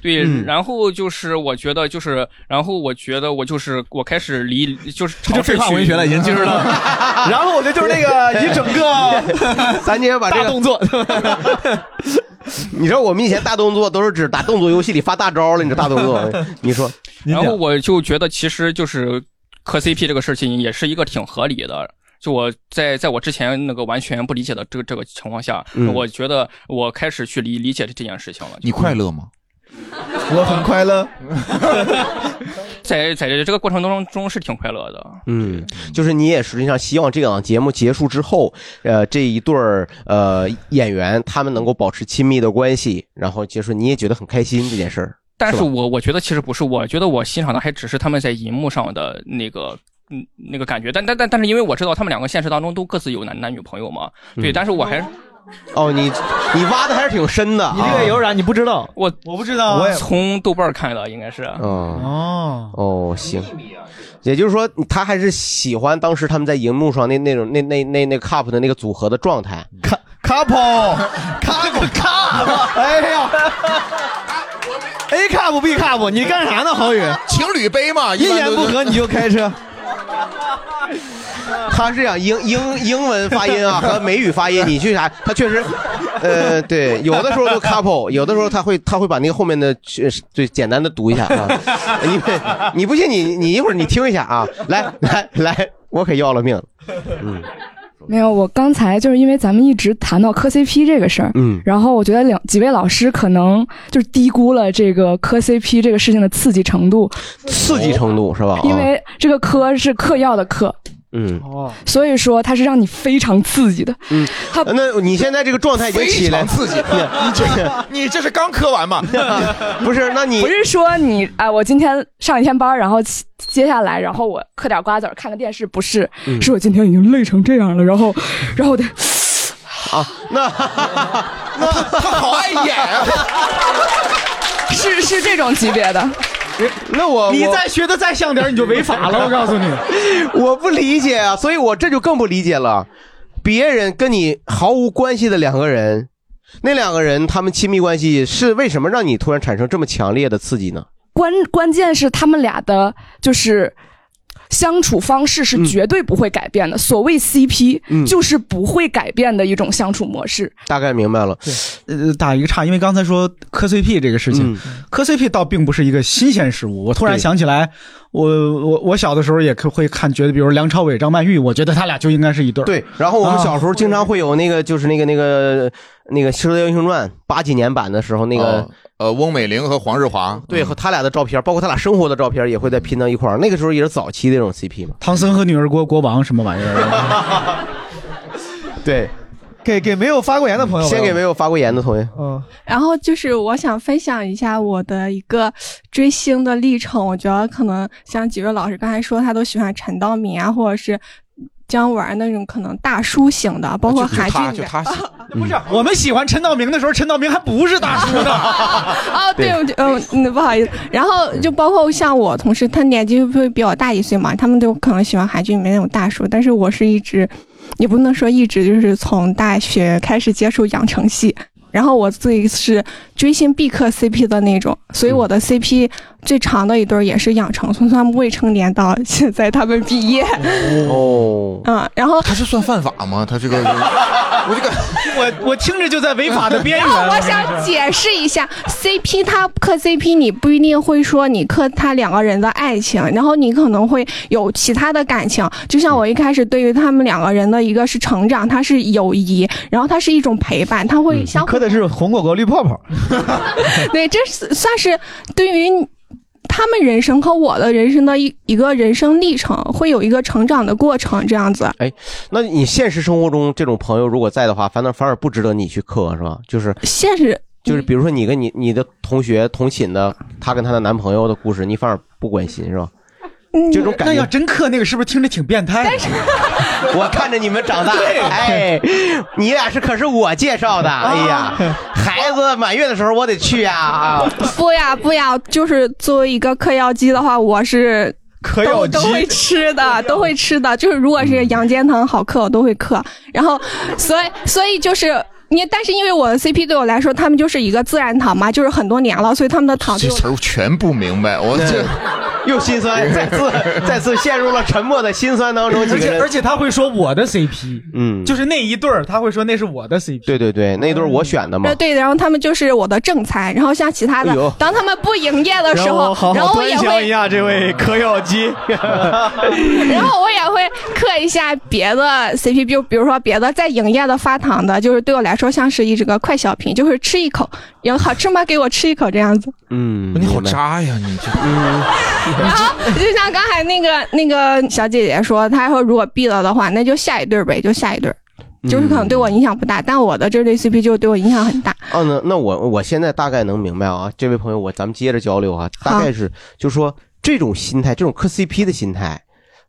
对，嗯然后就是我觉得就是，然后我觉得我就是我开始离就是这就废话文学了已经进入 到 然后我觉得就是那个一整 个咱今天把这个大动作， 你知道我们以前大动作都是指打动作游戏里发大招了，你这大动 作，你说，然后我就觉得，其实就是磕 CP 这个事情也是一个挺合理的。就我在在我之前那个完全不理解的这个这个情况下，嗯我觉得我开始去理理解这件事情了。你快乐吗？我很快乐。 在在这个过程当中是挺快乐的。嗯，就是你也实际上希望这档节目结束之后，呃，这一对儿呃演员他们能够保持亲密的关系，然后结束，你也觉得很开心这件事儿。但是吧我我觉得其实不是，我觉得我欣赏的还只是他们在荧幕上的那个。嗯，那个感觉，但但但但是，因为我知道他们两个现实当中都各自有男男女朋友嘛，对，嗯但是我还是，哦，你你挖的还是挺深的。你这个有点你不知道，我啊我不知道啊我也从豆瓣儿看的应该是，啊哦哦，行，也就是说，他还是喜欢当时他们在荧幕上那那种那那那那 cup 的那个组合的状态。 couple couple couple，哎呀，A cup B cup，你干啥呢，郝宇？情侣杯嘛，啊一啊般言都是不合你就开车。 他是想英英英文发音啊和美语发音，你去啥？ 他确实，呃，对，有的时候就 couple，有的时候他会他会把那个后面的去对简单的读一下啊。 你你不信你你一会儿你听一下啊，来来来，我可要了命了，嗯没有，我刚才就是因为咱们一直谈到磕 CP 这个事儿，嗯然后我觉得两几位老师可能就是低估了这个磕 CP 这个事情的刺激程度，刺激程度是吧？啊因为这个磕是嗑药的嗑，嗯所以说它是让你非常刺激的。嗯，那你现在这个状态已经起来，非常刺激你这你这是刚磕完吧？ 不是，那你不是说你啊，我今天上一天班，然后起接下来，然后我嗑点瓜子儿，看个电视，不是，嗯是我今天已经累成这样了，然后，然后我得。啊， 那那他好爱演啊！是是这种级别的。那我你再学的再像点儿，你就违法了。我告诉你，我不理解啊，所以我这就更不理解了。别人跟你毫无关系的两个人，那两个人他们亲密关系是为什么让你突然产生这么强烈的刺激呢？关关键是他们俩的，就是相处方式是绝对不会改变的。所谓 CP，、嗯就是不会改变的一种相处模式。大概明白了。呃，打一个岔，因为刚才说磕 CP 这个事情，磕 CP 倒并不是一个新鲜事物。我突然嗯对想起来，我我我小的时候也可会看，觉得比如梁朝伟、张曼玉，我觉得他俩就应该是一对儿啊对，然后我们小时候经常会有那个，就是那个那个那个《射雕英雄传》八几年版的时候，那个、哦呃，翁美玲和黄日华，对和他俩的照片，包括他俩生活的照片也会再拼到一块儿。那个时候也是早期的那种 CP 嘛。唐僧和女儿国国王什么玩意儿？啊对，给给没有发过言的朋友吧，先给没有发过言的同学，嗯，然后就是我想分享一下我的一个追星的历程。我觉得可能像几位老师刚才说，他都喜欢陈道明啊，或者是姜文儿那种可能大叔型的， 包啊括韩剧里面。嗯不是，我们喜欢陈道明的时候，陈道明还不是大叔呢。哦，对，我就嗯嗯，不好意思。然后就包括像我同事，他年纪会比我大一岁嘛，他们都可能喜欢韩剧里面那种大叔，但是我是一直，也不能说一直，就是从大学开始接触养成系。然后我自己是追星必磕 CP 的那种，所以我的 CP 最长的一对儿也是养成，从他们未成年到现在他们毕业。哦，嗯，然后他是算犯法吗？他这 个，我这个，我我听着就在违法的边缘。然后我想解释一下，CP 他磕 CP，你不一定会说你磕他两个人的爱情，然后你可能会有其他的感情。就像我一开始对于他们两个人的一个是成长，它是友谊，然后它是一种陪伴，它会相互 磕的是红果果绿泡泡。对，这是算是对于他们人生和我的人生的一一个人生历程，会有一个成长的过程，这样子。哎，那你现实生活中这种朋友如果在的话，反倒反而不值得你去克，是吧？就是现实，嗯就是比如说你跟你你的同学同寝的，她跟她的男朋友的故事，你反而不关心，是吧？ 嗯这种感那觉要真刻那个是不是听着挺变态？但是， 我看着你们长大，哎，你俩是可是我介绍的，哎呀，孩子满月的时候我得去呀啊！不呀不呀，就是作为一个嗑药鸡的话，我是嗑都药鸡都会吃的，都会吃的。就是如果是羊尖糖好嗑，我都会嗑。然后，所以所以就是。你但是因为我的 CP 对我来说，他们就是一个自然糖嘛，就是很多年了，所以他们的糖对 这我词儿我全不 明白，我这又心酸， 再 次再次陷入了沉默的心酸当中。而且而且他会说我的 CP，嗯，就是那一对儿，他会说那是我的 CP。对对对，那对儿我选的嘛呃，。对，然后他们就是我的正餐，然后像其他的哎呦，当他们不营业的时候，然后我也会，下这位嗯嗑药鸡。 然后我也会嗑一下别的 CP，就比如说别的在营业的发糖的，就是对我来说像是一这个快消品，就是吃一口，有好吃吗？给我吃一口这样子。嗯，你好渣呀，你这。然后就像刚才那个那个小姐姐说，她说如果毙了的话，那就下一对儿呗，就下一对儿。就是可能对我影响不大，但我的这对 CP 就对我影响很大。哦，那那我我现在大概能明白啊，这位朋友，我咱们接着交流啊，大概是就说这种心态，这种磕 CP 的心态，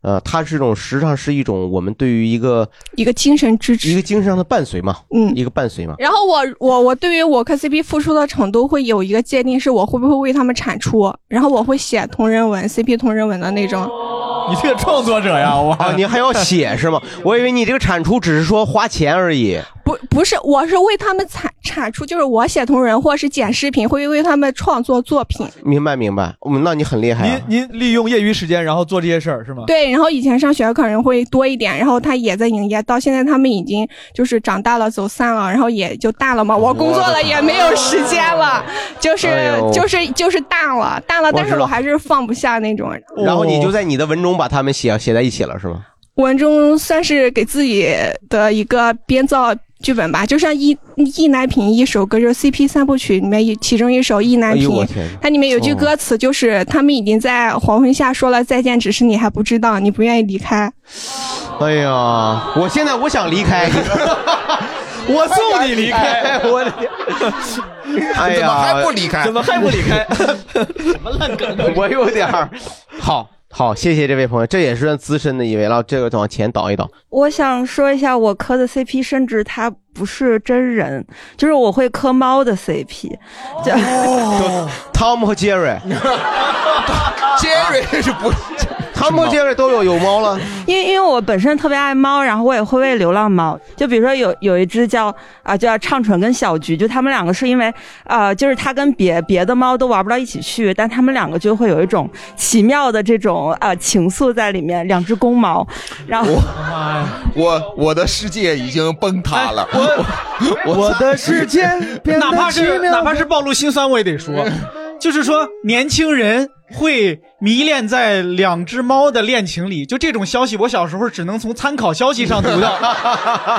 呃，它是一种实际上是一种我们对于一个一个精神支持，一个精神上的伴随嘛，嗯，一个伴随嘛。然后我我我对于我磕 CP 付出的程度会有一个界定，是我会不会为他们产出，然后我会写同人文 CP 同人文的那种。你这个创作者呀，我啊，你还要写是吗？我以为你这个产出只是说花钱而已。不不是，我是为他们产产出，就是我写同人或是剪视频，会为他们创作作品。明白明白，嗯，那你很厉害、啊。您您 利用业余时间，然后做这些事儿是吗？对，然后以前上学可能会多一点，然后他也在营业，到现在他们已经就是长大了，走散了，然后也就大了嘛。哦我工作了也没有时间 了，就是、哎呦就是就是淡了，淡了，我但知是道我还是放不下那种。哦然后哦你就在你的文中把他们写写在一起了是吗？文中算是给自己的一个编造剧本吧，就像易易南平一首歌，就是 CP 三部曲里面一其中一首《易南哎平呦我天》哦它里面有句歌词，就是他们已经在黄昏下说了再见，只是你还不知道，你不愿意离开。哎呀，我现在我想离 开，我送你离开，我的天， 哎呀，怎么还不离开？怎么还不离 开？ 我有点儿好好，谢谢这位朋友，这也是算资深的一位了，这个往前倒一 倒，我想说一下我磕的 CP，甚至它不是真人，就是我会磕猫的 CP。这、汤姆和杰瑞，杰瑞是不？汤姆和杰瑞都有有猫了。因为因为我本身特别爱猫，然后我也会喂流浪猫。就比如说有有一只叫啊、叫畅蠢跟小菊，就他们两个是因为呃就是它跟别别的猫都玩不到一起去，但他们两个就会有一种奇妙的这种呃情愫在里面。两只公猫，然后。我我的世界已经崩塌 了，我我的世 界变哪怕得奇是妙。嗯哪怕是暴露心酸，我也得说，就是说年轻人会迷恋在两只猫的恋情里，就这种消息，我小时候只能从参考消息上读到。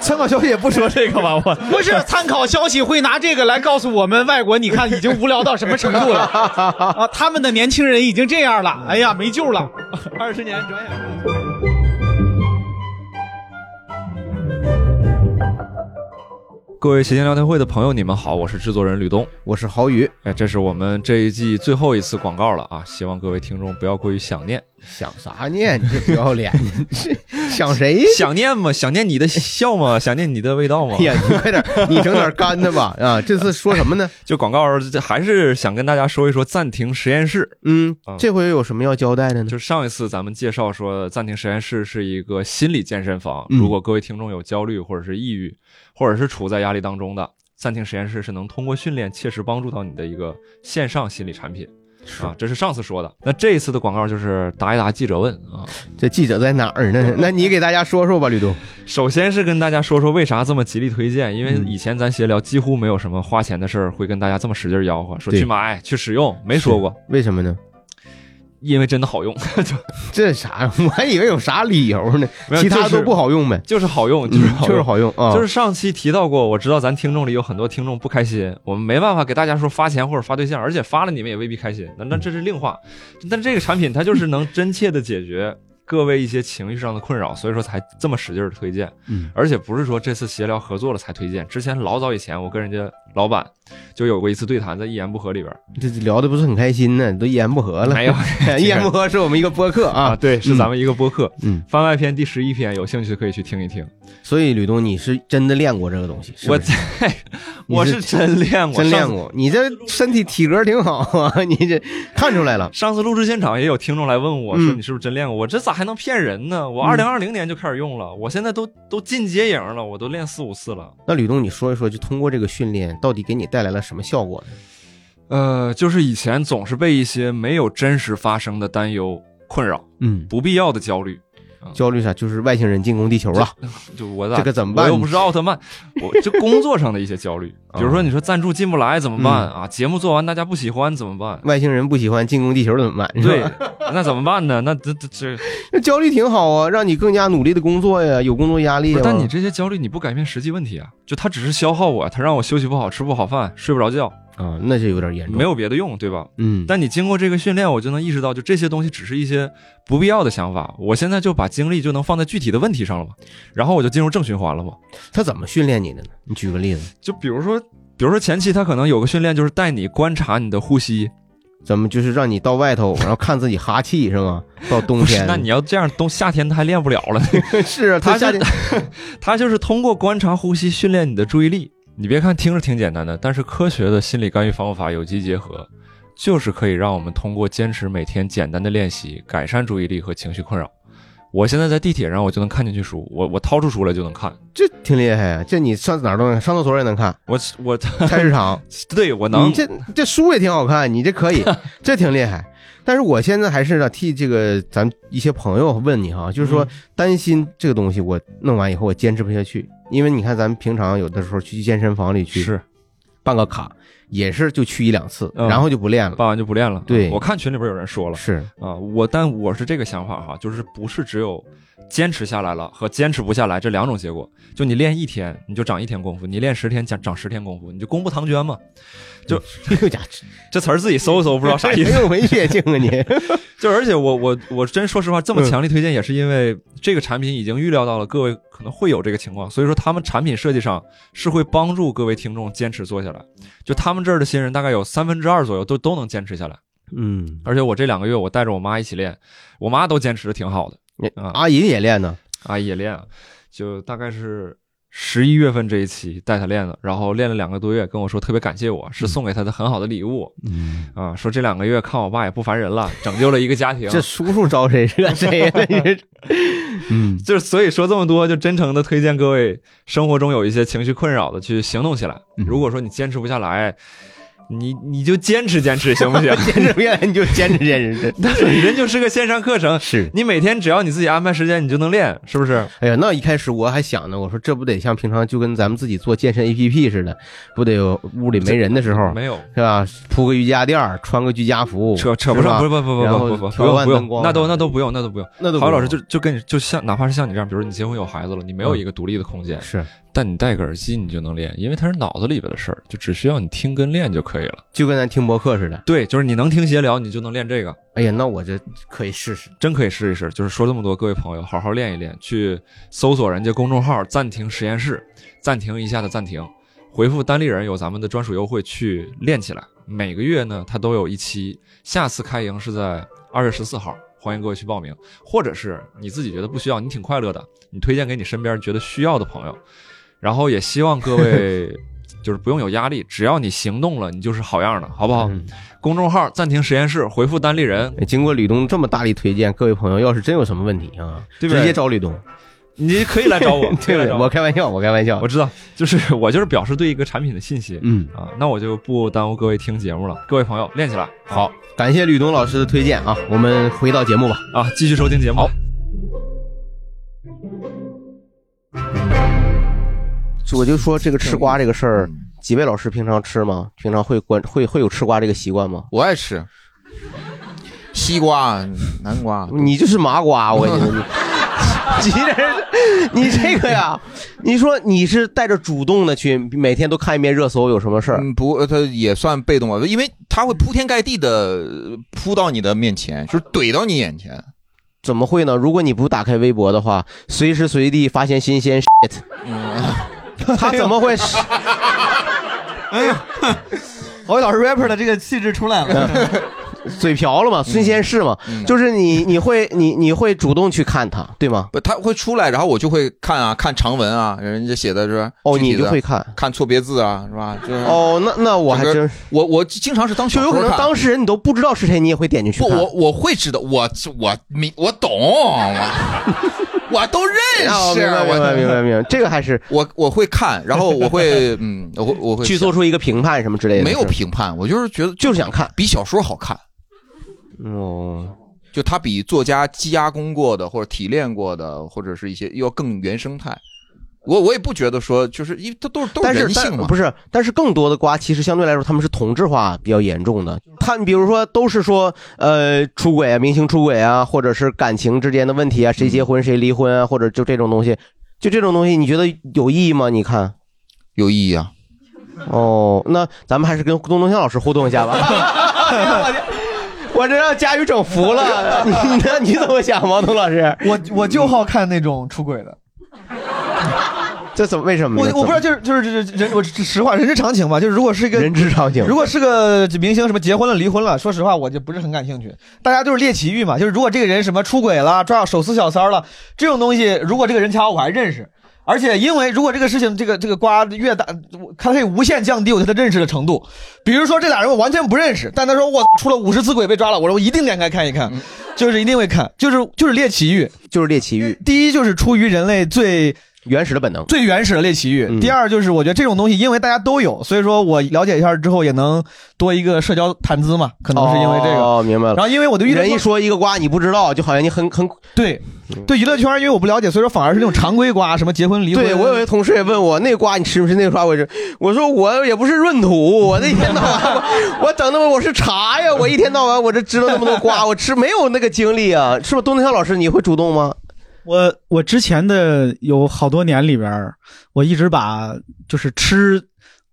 参考消息也不说这个吧，我不是参考消息会拿这个来告诉我们外国，你看已经无聊到什么程度 了啊！他们的年轻人已经这样了，哎呀，没救了。二十年转眼 过去。各位谐星聊天会的朋友，你们好，我是制作人吕东，我是郝宇。哎，这是我们这一季最后一次广告了啊！希望各位听众不要过于想念。想啥念？啊你这不要 脸！想谁？想念吗？想念你的笑 吗？想念你的味道吗？哎呀，你快点，你整点干的吧！啊，这次说什么呢？ 就广告，这还是想跟大家说一说暂停实验室。啊嗯，这回有什么要交代的呢？就是上一次咱们介绍说，暂停实验室是一个心理健身房。嗯如果各位听众有焦虑或者是抑郁，或者是处在压力当中的，暂停实验室是能通过训练切实帮助到你的一个线上心理产品。啊，这是上次说的。那这一次的广告就是答一答记者问啊。这记者在哪儿 呢？那你给大家说说吧，吕东。首先是跟大家说说为啥这么极力推荐，因为嗯以前咱闲聊几乎没有什么花钱的事儿会跟大家这么使劲吆喝，说对去买去使用，没说过。为什么呢？因为真的好用。 这啥呀？我还以为有啥理由呢没，有其他就都是不好用呗。就是好用，就是好用就是好用啊就是上期提到过，我知道咱听众里有很多听众不开心，我们没办法给大家说发钱或者发对象，而且发了你们也未必开心，那那这是另话。但这个产品它就是能真切的解决各位一些情绪上的困扰，所以说才这么使劲的推荐。嗯而且不是说这次协聊合作了才推荐，之前老早以前我跟人家老板就有过一次对谈，在一言不合里边儿，这这聊的不是很开心呢，都一言不合了。没有 一言不合是我们一个播客啊，对，是咱们一个播客。嗯，番外篇第十一篇，有兴趣可以去听一听。所以吕东，你是真的练过这个东西？是不我是我 你是真练过，上真练次过。你这身体体格挺好啊， 你这看出来了。上次录制现场也有听众来问我，嗯说你是不是真练过？我这咋还能骗人呢？我二嗯零二零年就开始用了，我现在都都进阶营了，我都练四五次了。那吕东，你说一说，就通过这个训练，到底给你带来了什么效果呢？呃，就是以前总是被一些没有真实发生的担忧困扰，嗯，不必要的焦虑。焦虑啥？就是外星人进攻地球 了。就我咋这个怎么办我又不是奥特 曼，我这工作上的一些焦虑，比如说你说赞助进不来怎么办嗯啊？节目做完大家不喜欢怎么办？外星人不喜欢进攻地球怎么办？是对吧，那怎么办呢？那这这这 那焦虑挺好啊，让你更加努力的工作呀，有工作压力不呀是，。但你这些焦虑你不改变实际问题啊，就它只是消耗啊我，它让我休息不好，吃不好饭，睡不着觉啊，那就有点严重，没有别的用，对吧？嗯但你经过这个训练，我就能意识到，就这些东西只是一些不必要的想法，我现在就把精力就能放在具体的问题上了嘛，然后我就进入正循环了嘛。他怎么训练你的呢？你举个例子，就比如说，比如说前期他可能有个训练，就是带你观察你的呼吸，怎么就是让你到外头，然后看自己哈气是 吗？到冬不是天，那你要这样，冬夏天他还练不了了。是啊，他夏是他就是通过观察呼吸训练你的注意力。你别看听着挺简单的，但是科学的心理干预方法有机结合，就是可以让我们通过坚持每天简单的练习，改善注意力和情绪困扰。我现在在地铁上，我就能看进去书，我我掏出书来就能看。这挺厉害啊！这你上哪儿都能，上厕所也能看。我我菜市场，对我能你这这书也挺好看，你这 可以，这挺厉害。但是我现在还是呢，替这个咱一些朋友问你哈，就是嗯说担心这个东西，我弄完以后我坚持不下去，因为你看咱们平常有的时候去健身房里去是办个卡，也是就去一两次，嗯然后就不练了，办完就不练了。嗯对，我看群里边有人说了，是啊，我但我是这个想法哈，就是不是只有坚持下来了和坚持不下来这两种结果。就你练一天你就长一天功夫，你练十天长长十天功夫，你就功不唐捐嘛。 就 这词儿自己搜一搜，不知道啥意思。很有文学性 啊你。就而且我我我真说实话，这么强力推荐也是因为这个产品已经预料到了各位可能会有这个情况，所以说他们产品设计上是会帮助各位听众坚持做下来。就他们这儿的新人大概有三分之二左右都都能坚持下来。嗯，而且我这两个月我带着我妈一起练，我妈都坚持的挺好的。啊、阿姨也练呢，阿姨也练，就大概是十一月份这一期带她练的，然后练了两个多月，跟我说特别感谢我，是送给她的很好的礼物。嗯啊，说这两个月看我爸也不烦人了，拯救了一个家庭。这叔叔招谁惹谁了？你这嗯，？就是所以说这么多，就真诚的推荐各位生活中有一些情绪困扰的去行动起来。如果说你坚持不下来，你你就坚持坚持，行不行 坚持不下来你就坚持坚 持。它本身就是个线上课程，是你每天只要你自己安排时间，你就能练，是不是？哎呀，那一开始我还想呢，我说这不得像平常就跟咱们自己做健身 APP 似的，不得有屋里没人的时候，没有是吧？铺个瑜伽垫儿，穿个居家服，扯扯不上，不不不不不不不，不调用暗不灯用，光，啊那都那都不用，那都不用。那都不郝宇老用师就就跟你就像，哪怕是像你这样，比如你结婚有孩子了，你没有嗯一个独立的空间，是，但你戴个耳机你就能练，因为它是脑子里边的事儿，就只需要你听跟练就可以了。就跟咱听播客似的。对，就是你能听闲聊，你就能练这个。哎呀，那我这可以试试，真可以试一试。就是说这么多，各位朋友，好好练一练，去搜索人家公众号“暂停实验室”，暂停一下的暂停，回复单立人有咱们的专属优惠去练起来。每个月呢，它都有一期，下次开营是在二月十四号，欢迎各位去报名。或者是你自己觉得不需要，你挺快乐的，你推荐给你身边觉得需要的朋友。然后也希望各位 就是不用有压力，只要你行动了，你就是好样的，好不好？公众号暂停实验室，回复单立人，嗯哎经过吕东这么大力推荐，各位朋友要是真有什么问题啊，对直不对接找吕东。你可以来找 我，可以对不来对？找我开玩笑，我开玩笑，我知道，就是 我就是表示对一个产品的信心。嗯啊，那我就不耽误各位听节目了，各位朋友练起来。好，感谢吕东老师的推荐啊，我们回到节目吧。啊，继续收听节目。好，我就说这个吃瓜这个事儿，几位老师平常吃吗？平常会关会会有吃瓜这个习惯吗？我爱吃，西瓜、南瓜，你就是麻瓜，我觉得 你。急人，你这个呀，你说你是带着主动的去，每天都看一遍热搜有什么事儿？嗯，不，呃它也算被动吧，因为它会铺天盖地的扑到你的面前，就是怼到你眼前。啊怎么会呢？如果你不打开微博的话，随时随地发现新鲜 shit，他嗯怎么会？ 哎呀，侯宇老师 rapper 的这个气质出来了。嘴瓢嗯了嘛，新鲜事嘛，就是你你会你你会主动去看它，对吗？不，他会出来，然后我就会看啊，看长文啊，人家写的是哦具体的你就会看看错别字啊，是吧？就是哦，那那我还整个真我我经常是当就有可能当事人你都不知道是谁，你也会点进去不，看。我我会知道，我我明我懂，我我都认哦识，啊明白明白明白明白，这个还是 我我会看，然后我会嗯，我会我会去做出一个评判什么之类的。没有是吧评判，我就是觉得就是想看，比小说好看。哦，就它比作家加工过的或者提炼过的，或者是一些要更原生态。我我也不觉得说，就是因为它都是都但是人性嘛，但不是，但是更多的瓜其实相对来说他们是同质化比较严重的。他你比如说都是说呃出轨啊，明星出轨啊，或者是感情之间的问题啊，谁结嗯婚谁离婚啊，或者就这种东西，就这种东西，你觉得有意义吗？你看有意义啊。哦，那咱们还是跟东东强老师互动一 下吧。我这让佳宇整服了， 你那你怎么想，王东老师？我我就好看那种出轨的。这怎么为什么我呢？我不知道，就是就是就是人，我实话人之常情吧。就是如果是一个人之常情如果是个明星什么结婚了离婚了，说实话我就不是很感兴趣。大家都是猎奇欲嘛，就是如果这个人什么出轨了、抓手撕小三儿了这种东西，如果这个人掐我还认识，而且因为如果这个事情这个这个瓜越大，我它可以无限降低我对他认识的程度。比如说这俩人我完全不认识，但他说我出了五十次轨被抓了，我说我一定点开看一看， 就是一定会看，就是就是猎奇欲，嗯就是猎奇欲。第一就是出于人类最。原始的本能，最原始的猎奇嗯欲。第二就是我觉得这种东西，因为大家都有，所以说我了解一下之后也能多一个社交谈资嘛，可能是因为这个。哦，明白了。然后因为我对娱乐人一圈说一个瓜你不知道，就好像你很很对对娱乐圈，因为我不了解，所以说反而是那种常规瓜，什么结婚离婚。对我有一个同事也问我那瓜你吃不吃那瓜我吃，我说我也不是闰土，我那一天到晚我我等那么我是茶呀，我一天到晚我这知道那么多 瓜，我吃没有那个精力啊，是不是？东东强老师你会主动吗？我我之前的有好多年里边儿，我一直把就是吃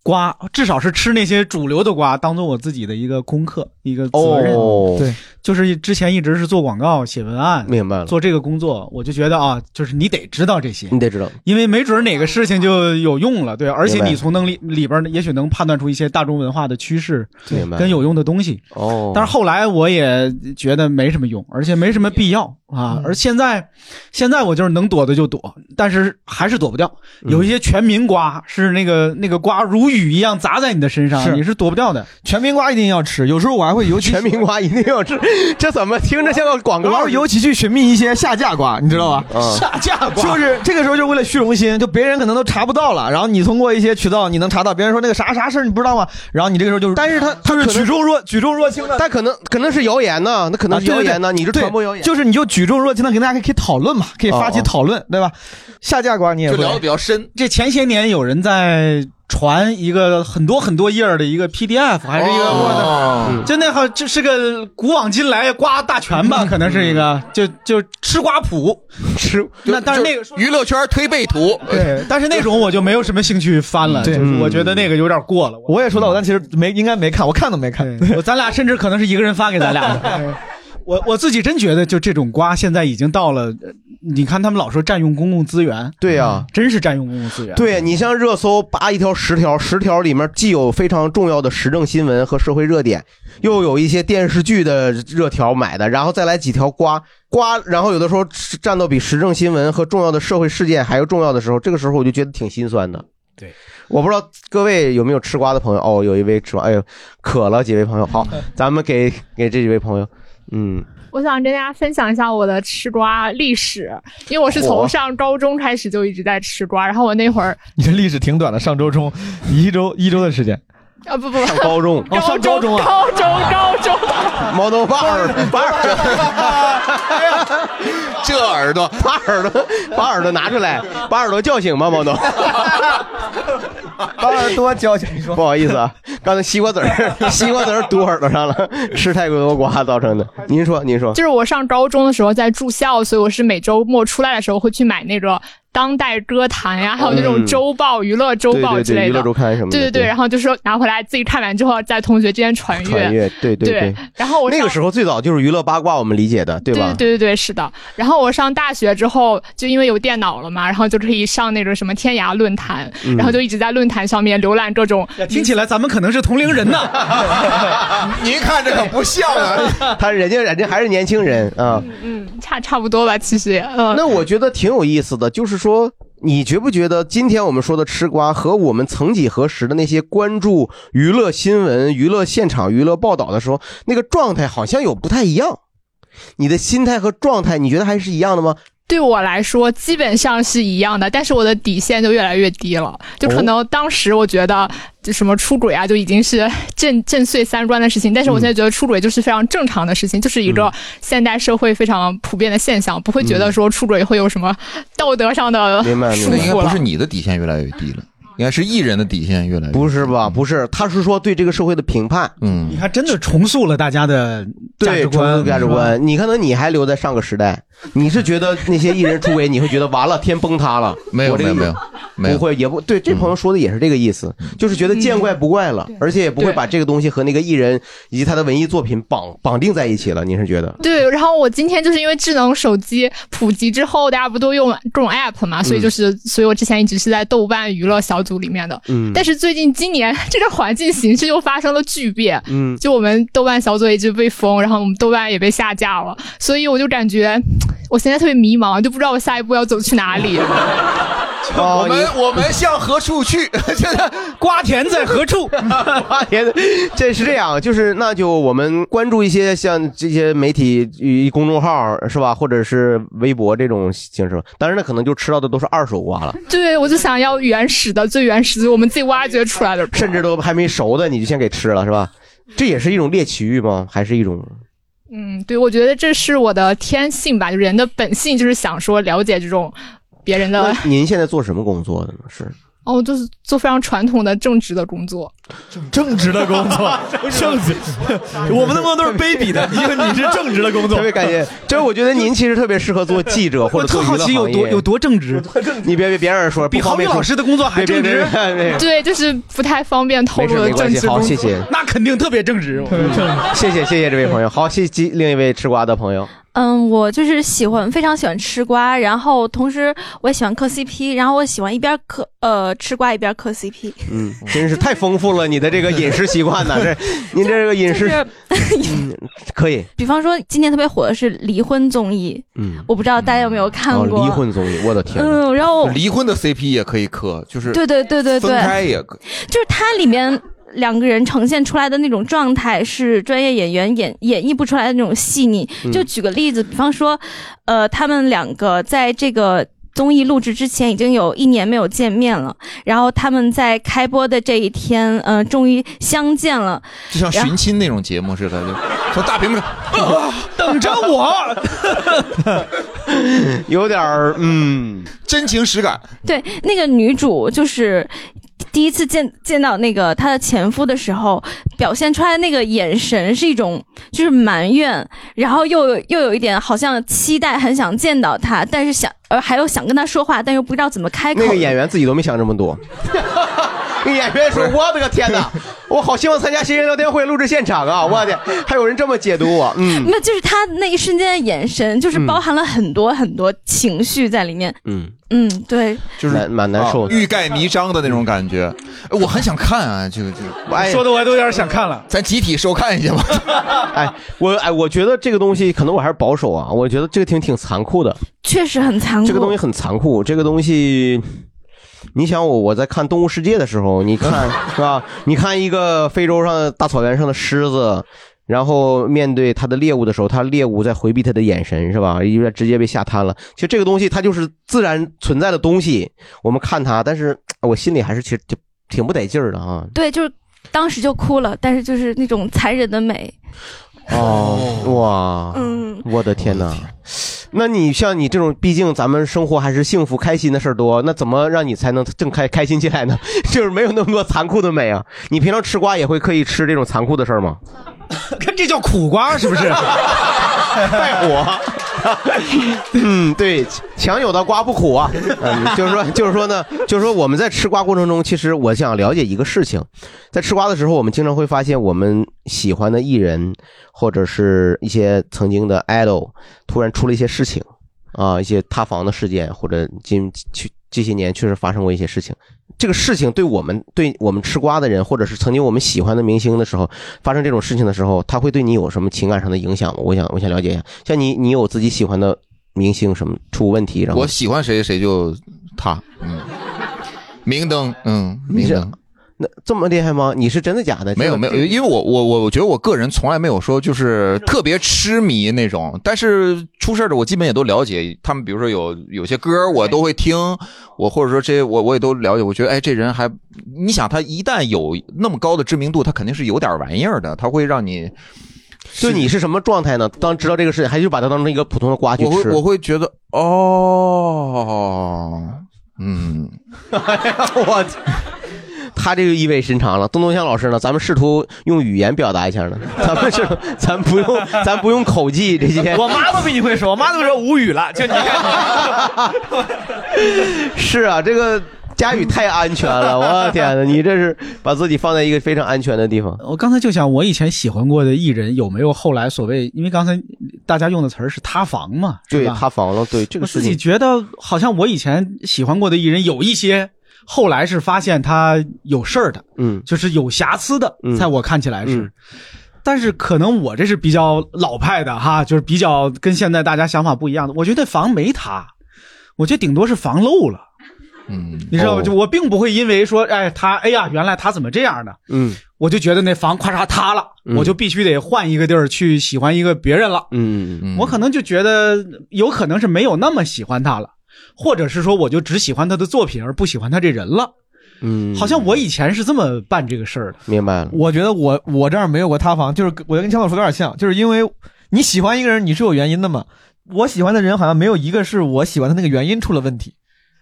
瓜，至少是吃那些主流的瓜，当做我自己的一个功课，一个责任。哦对，就是之前一直是做广告、写文案，明白了嗯做这个工作，我就觉得啊，就是你得知道这些，你得知道。因为没准儿哪个事情就有用了，对，而且明白你从能里里边儿也许能判断出一些大众文化的趋势，明白跟有用的东西。哦但是后来我也觉得没什么用，而且没什么必要啊。嗯而现在，现在我就是能躲的就躲，但是还是躲不掉。嗯有一些全民瓜是那个那个瓜如雨一样砸在你的身上，是你是躲不掉的。全民瓜一定要吃，有时候我还会尤其全民瓜一定要吃，这怎么听着像个广我告？要尤其去寻觅一些下架瓜，你知道吧？ 嗯下架瓜就是这个时候，就为了虚荣心，就别人可能都查不到了，然后你通过一些渠道你能查到，别人说那个啥啥事儿你不知道吗？然后你这个时候就是，但是他他是举重若举重若轻的，但可能可能是谣言呢，那可啊能是谣言呢，你是传播谣言，就是你就举重若轻的跟大家可以讨论嘛，可以发起哦哦讨论，对吧？下架瓜你也会 比较深。这前些年有人在传一个很多很多页儿的一个 PDF，还是一个 Word，、嗯哦就那号这是个古往今来瓜大全吧，可能是一嗯个就就吃瓜 谱，吃那但是那个娱乐圈推背图，对，但是那种我就没有什么兴趣翻了，对嗯就是我觉得那个有点过了。我也说到，但其实没应该没看，我看都没看。我咱俩甚至可能是一个人发给咱俩 的。我我自己真觉得，就这种瓜现在已经到了，呃你看他们老说占用公共资源，嗯对呀、真是占用公共资源。对你像热搜扒一条十条，十条里面既有非常重要的时政新闻和社会热点，又有一些电视剧的热条买的，然后再来几条瓜瓜，然后有的时候占到比时政新闻和重要的社会事件还要重要的时候，这个时候我就觉得挺心酸的。对，我不知道各位有没有吃瓜的朋友哦，有一位吃瓜，哎呦，渴了，几位朋友，好，咱们给给这几位朋友，嗯，我想跟大家分享一下我的吃瓜历史，因为我是嚯从上高中开始就一直在吃瓜，然后我那会儿你这历史挺短的，上周中一周一周的时间，啊不不不， 高中哦上高中啊 高中高中，毛豆瓣儿瓣儿， 这耳朵，把耳朵，把耳朵拿出来，把耳朵叫醒吧，毛总。 把耳朵叫醒，你说。不好意思啊，刚才西瓜籽儿，西瓜籽儿堵耳朵上了，吃太多瓜造成的。您说，您说， 就是我上高中的时候在住校，所以我是每周末出来的时候会去买那个当代歌坛呀，还有那种嗯周报、娱乐周报对对之对类的。娱乐周刊什么的对对对然后就是拿回来自己看完之后，在同学之间传阅。穿越，对对对。然后我那上个时候最早就是娱乐八卦，我们理解的，对对吧？对对对，是的。然后我上大学之后，就因为有电脑了嘛，然后就可以上那个什么天涯论坛，嗯然后就一直在论坛上面浏览各种。听起来咱们可能是同龄人呢。您看这可不像啊， 他人家人家还是年轻人啊。嗯，差差不多吧，其实。呃，那我觉得挺有意思的，就是说，你觉不觉得今天我们说的吃瓜和我们曾几何时的那些关注娱乐新闻、娱乐现场、娱乐报道的时候，那个状态好像有不太一样？你的心态和状态，你觉得还是一样的吗？对我来说基本上是一样的，但是我的底线就越来越低哦了。就可能当时我觉得就什么出轨啊，就已经是震震碎三观的事情，但是我现在觉得出轨就是非常正常的事嗯情，就是一个现代社会非常普遍的现象，不会觉得说出轨会有什么道德上的明白，束明白，缚了。你的底线越来越低了，应该是艺人的底线越来越不是吧？不是，他是说对这个社会的评判，嗯，你还真的重塑了大家的价对值重塑观，价值是吧。观。你可能你还留在上个时代，你是觉得那些艺人出轨，你会觉得完了天崩塌了。没有我这个 没有艺嗯不会也不对。这朋友说的也是这个意思，就是觉得见怪不怪了，而且也不会把这个东西和那个艺人以及他的文艺作品绑绑定在一起了。您是觉得？对，然后我今天就是因为智能手机普及之后，大家不都用各种 app 嘛，嗯所以就是，所以我之前一直是在豆瓣娱乐小组里面的。嗯但是最近今年 这个环境形势又发生了巨变，嗯就我们豆瓣小组也一直被封，然后我们豆瓣也被下架了，所以我就感觉我现在特别迷茫，就不知道我下一步要走去哪 里。 哦 我们我们向何处去？现在瓜田在何处？ 瓜田， 这是这样，就是那就我们关注一些像这些媒体与公众号是吧，或者是微博这种形式吧，当然那可能就吃到的都是二手瓜了。对，我就想要原始的、最原始的，我们自己挖掘出来的。甚至都还没熟的，你就先给吃了，是吧？这也是一种猎奇欲吗？还是一种嗯，对，我觉得这是我的天性吧，就人的本性就是想说了解这种别人的。您现在做什么工作的呢？是哦，就是做非常传统的正职的工作。正职的工作，正职，我们的工作都是卑鄙 的，因为你是正职的工作。特别感谢，就是我觉得您其实特别适合做记者或者做特好奇有多有多正 直，你别别别让人说，比不方便郝宇老说师的工作还别别正直别别别 对，就是不太方便透没露事的没政关系，治好，工作。谢谢。那肯定特别正直。谢谢谢谢这位朋友，好，谢谢另一位吃瓜的朋友。嗯，我就是喜欢，非常喜欢吃瓜，然后同时我也喜欢嗑 CP，然后我喜欢一边嗑呃吃瓜一边嗑 CP，嗯，真是太丰富了，你的这个饮食习惯呢？这您这个饮就食嗯是可以，比方说今年特别火的是离婚综艺，嗯，我不知道大家有没有看哦，过、离婚综艺，我的天哪，嗯，然后离婚的 CP 也可以磕，就是对对对对对，分开也可以。就是它里面两个人呈现出来的那种状态，是专业演员演演绎不出来的那种细腻嗯。就举个例子，比方说，呃，他们两个在这个。综艺录制之前已经有一年没有见面了，然后他们在开播的这一天，呃，终于相见了。就像然后寻亲那种节目似的，就从大屏幕上、等着我， 有点儿嗯， 真情实感。对，那个女主就是第一次见见到那个她的前夫的时候，表现出来那个眼神是一种就是埋怨，然后又有又有一点好像期待，很想见到他，但是想呃还有想跟他说话，但又不知道怎么开口。 那个演员自己都没想这么 多。那个演员说：“我的个天哪，我好希望参加《新人聊天会》录制现场啊！我的天，还有人这么解读我，嗯那就是他那一瞬间的眼神，就是包含了很多很多情绪在里面。嗯，嗯，对，就是蛮蛮难受的，啊嗯欲盖弥彰的那种感觉。哎我很想看啊，这个这个，哎说得我还都有点想看了，咱集体收看一下吧。哎，我哎，我觉得这个东西可能我还是保守啊，我觉得这个挺挺残酷的，确实很残酷。这个东西很残酷，这个东西。”你想我我在看《动物世界》的时候，你看是吧？你看一个非洲上的大草原上的狮子，然后面对它的猎物的时候，它猎物在回避它的眼神是吧？因为直接被吓瘫了。其实这个东西它就是自然存在的东西，我们看它，但是我心里还是其实挺挺不得劲儿的啊。对，就是当时就哭了，但是就是那种残忍的美。哦，哇，嗯我的天哪！那你像你这种，毕竟咱们生活还是幸福开心的事儿多，那怎么让你才能正开开心起来呢？ 就是没有那么多残酷的美啊！你平常吃瓜也会刻意吃这种残酷的事儿吗？ 看这叫苦瓜是不是？带火。嗯，对，强扭的瓜不苦啊。 嗯，就是说，就是说呢，就是说我们在吃瓜过程中，其实我想了解一个事情，在吃瓜的时候，我们经常会发现我们喜欢的艺人或者是一些曾经的 idol 突然出了一些事情啊，一些塌房的事件，或者今去这些年确实发生过一些事情。这个事情对我们对我们吃瓜的人，或者是曾经我们喜欢的明星的时候，发生这种事情的时候，他会对你有什么情感上的影响吗？我想我想了解一下，像你你有自己喜欢的明星什么出问题，然后我喜欢谁谁就他，嗯，明灯，嗯，明灯。那这么厉害吗？你是真的假的？没有没有，因为我我我我觉得我个人从来没有说就是特别痴迷那种，但是出事儿的我基本也都了解。他们比如说有有些歌我都会听，我或者说这些我我也都了解。我觉得哎，这人还，你想他一旦有那么高的知名度，他肯定是有点玩意儿的，他会让你。就你是什么状态呢？当知道这个事情，还是把它当成一个普通的瓜去我会吃？我会觉得哦，嗯，我他这个意味深长了。东东强老师呢？咱们试图用语言表达一下呢。 咱们是，咱不用， 咱不用口技这 些。我妈都比你会说，我妈都说无语了，就你看， 是啊，这个佳宇太安 全了，我的天哪！你这是把自己放在一个非常安全的地方。 我刚才就想，我以前喜欢过的艺人有没有后来所谓，因为刚才大家用的词儿是塌房嘛，对是吧塌房了，对这个我事自己情，觉得好像我以前喜欢过的艺人有一些，后来是发现他有事儿的，嗯，就是有瑕疵的，嗯在我看起来是。但是可能我这是比较老派的哈，就是比较跟现在大家想法不一样的。我觉得房没塌，我觉得顶多是房漏了，嗯，你知道吗？哦就我并不会因为说，哎，他，哎呀，原来他怎么这样呢？嗯我就觉得那房咔嚓塌了，嗯我就必须得换一个地儿去喜欢一个别人了。嗯嗯我可能就觉得有可能是没有那么喜欢他了，或者是说我就只喜欢他的作品而不喜欢他这人了。嗯，好像我以前是这么办这个事儿的。明白了。我觉得我我这儿没有过塌房，就是我跟强总说有点像，就是因为你喜欢一个人，你是有原因的嘛。我喜欢的人好像没有一个是我喜欢的那个原因出了问题。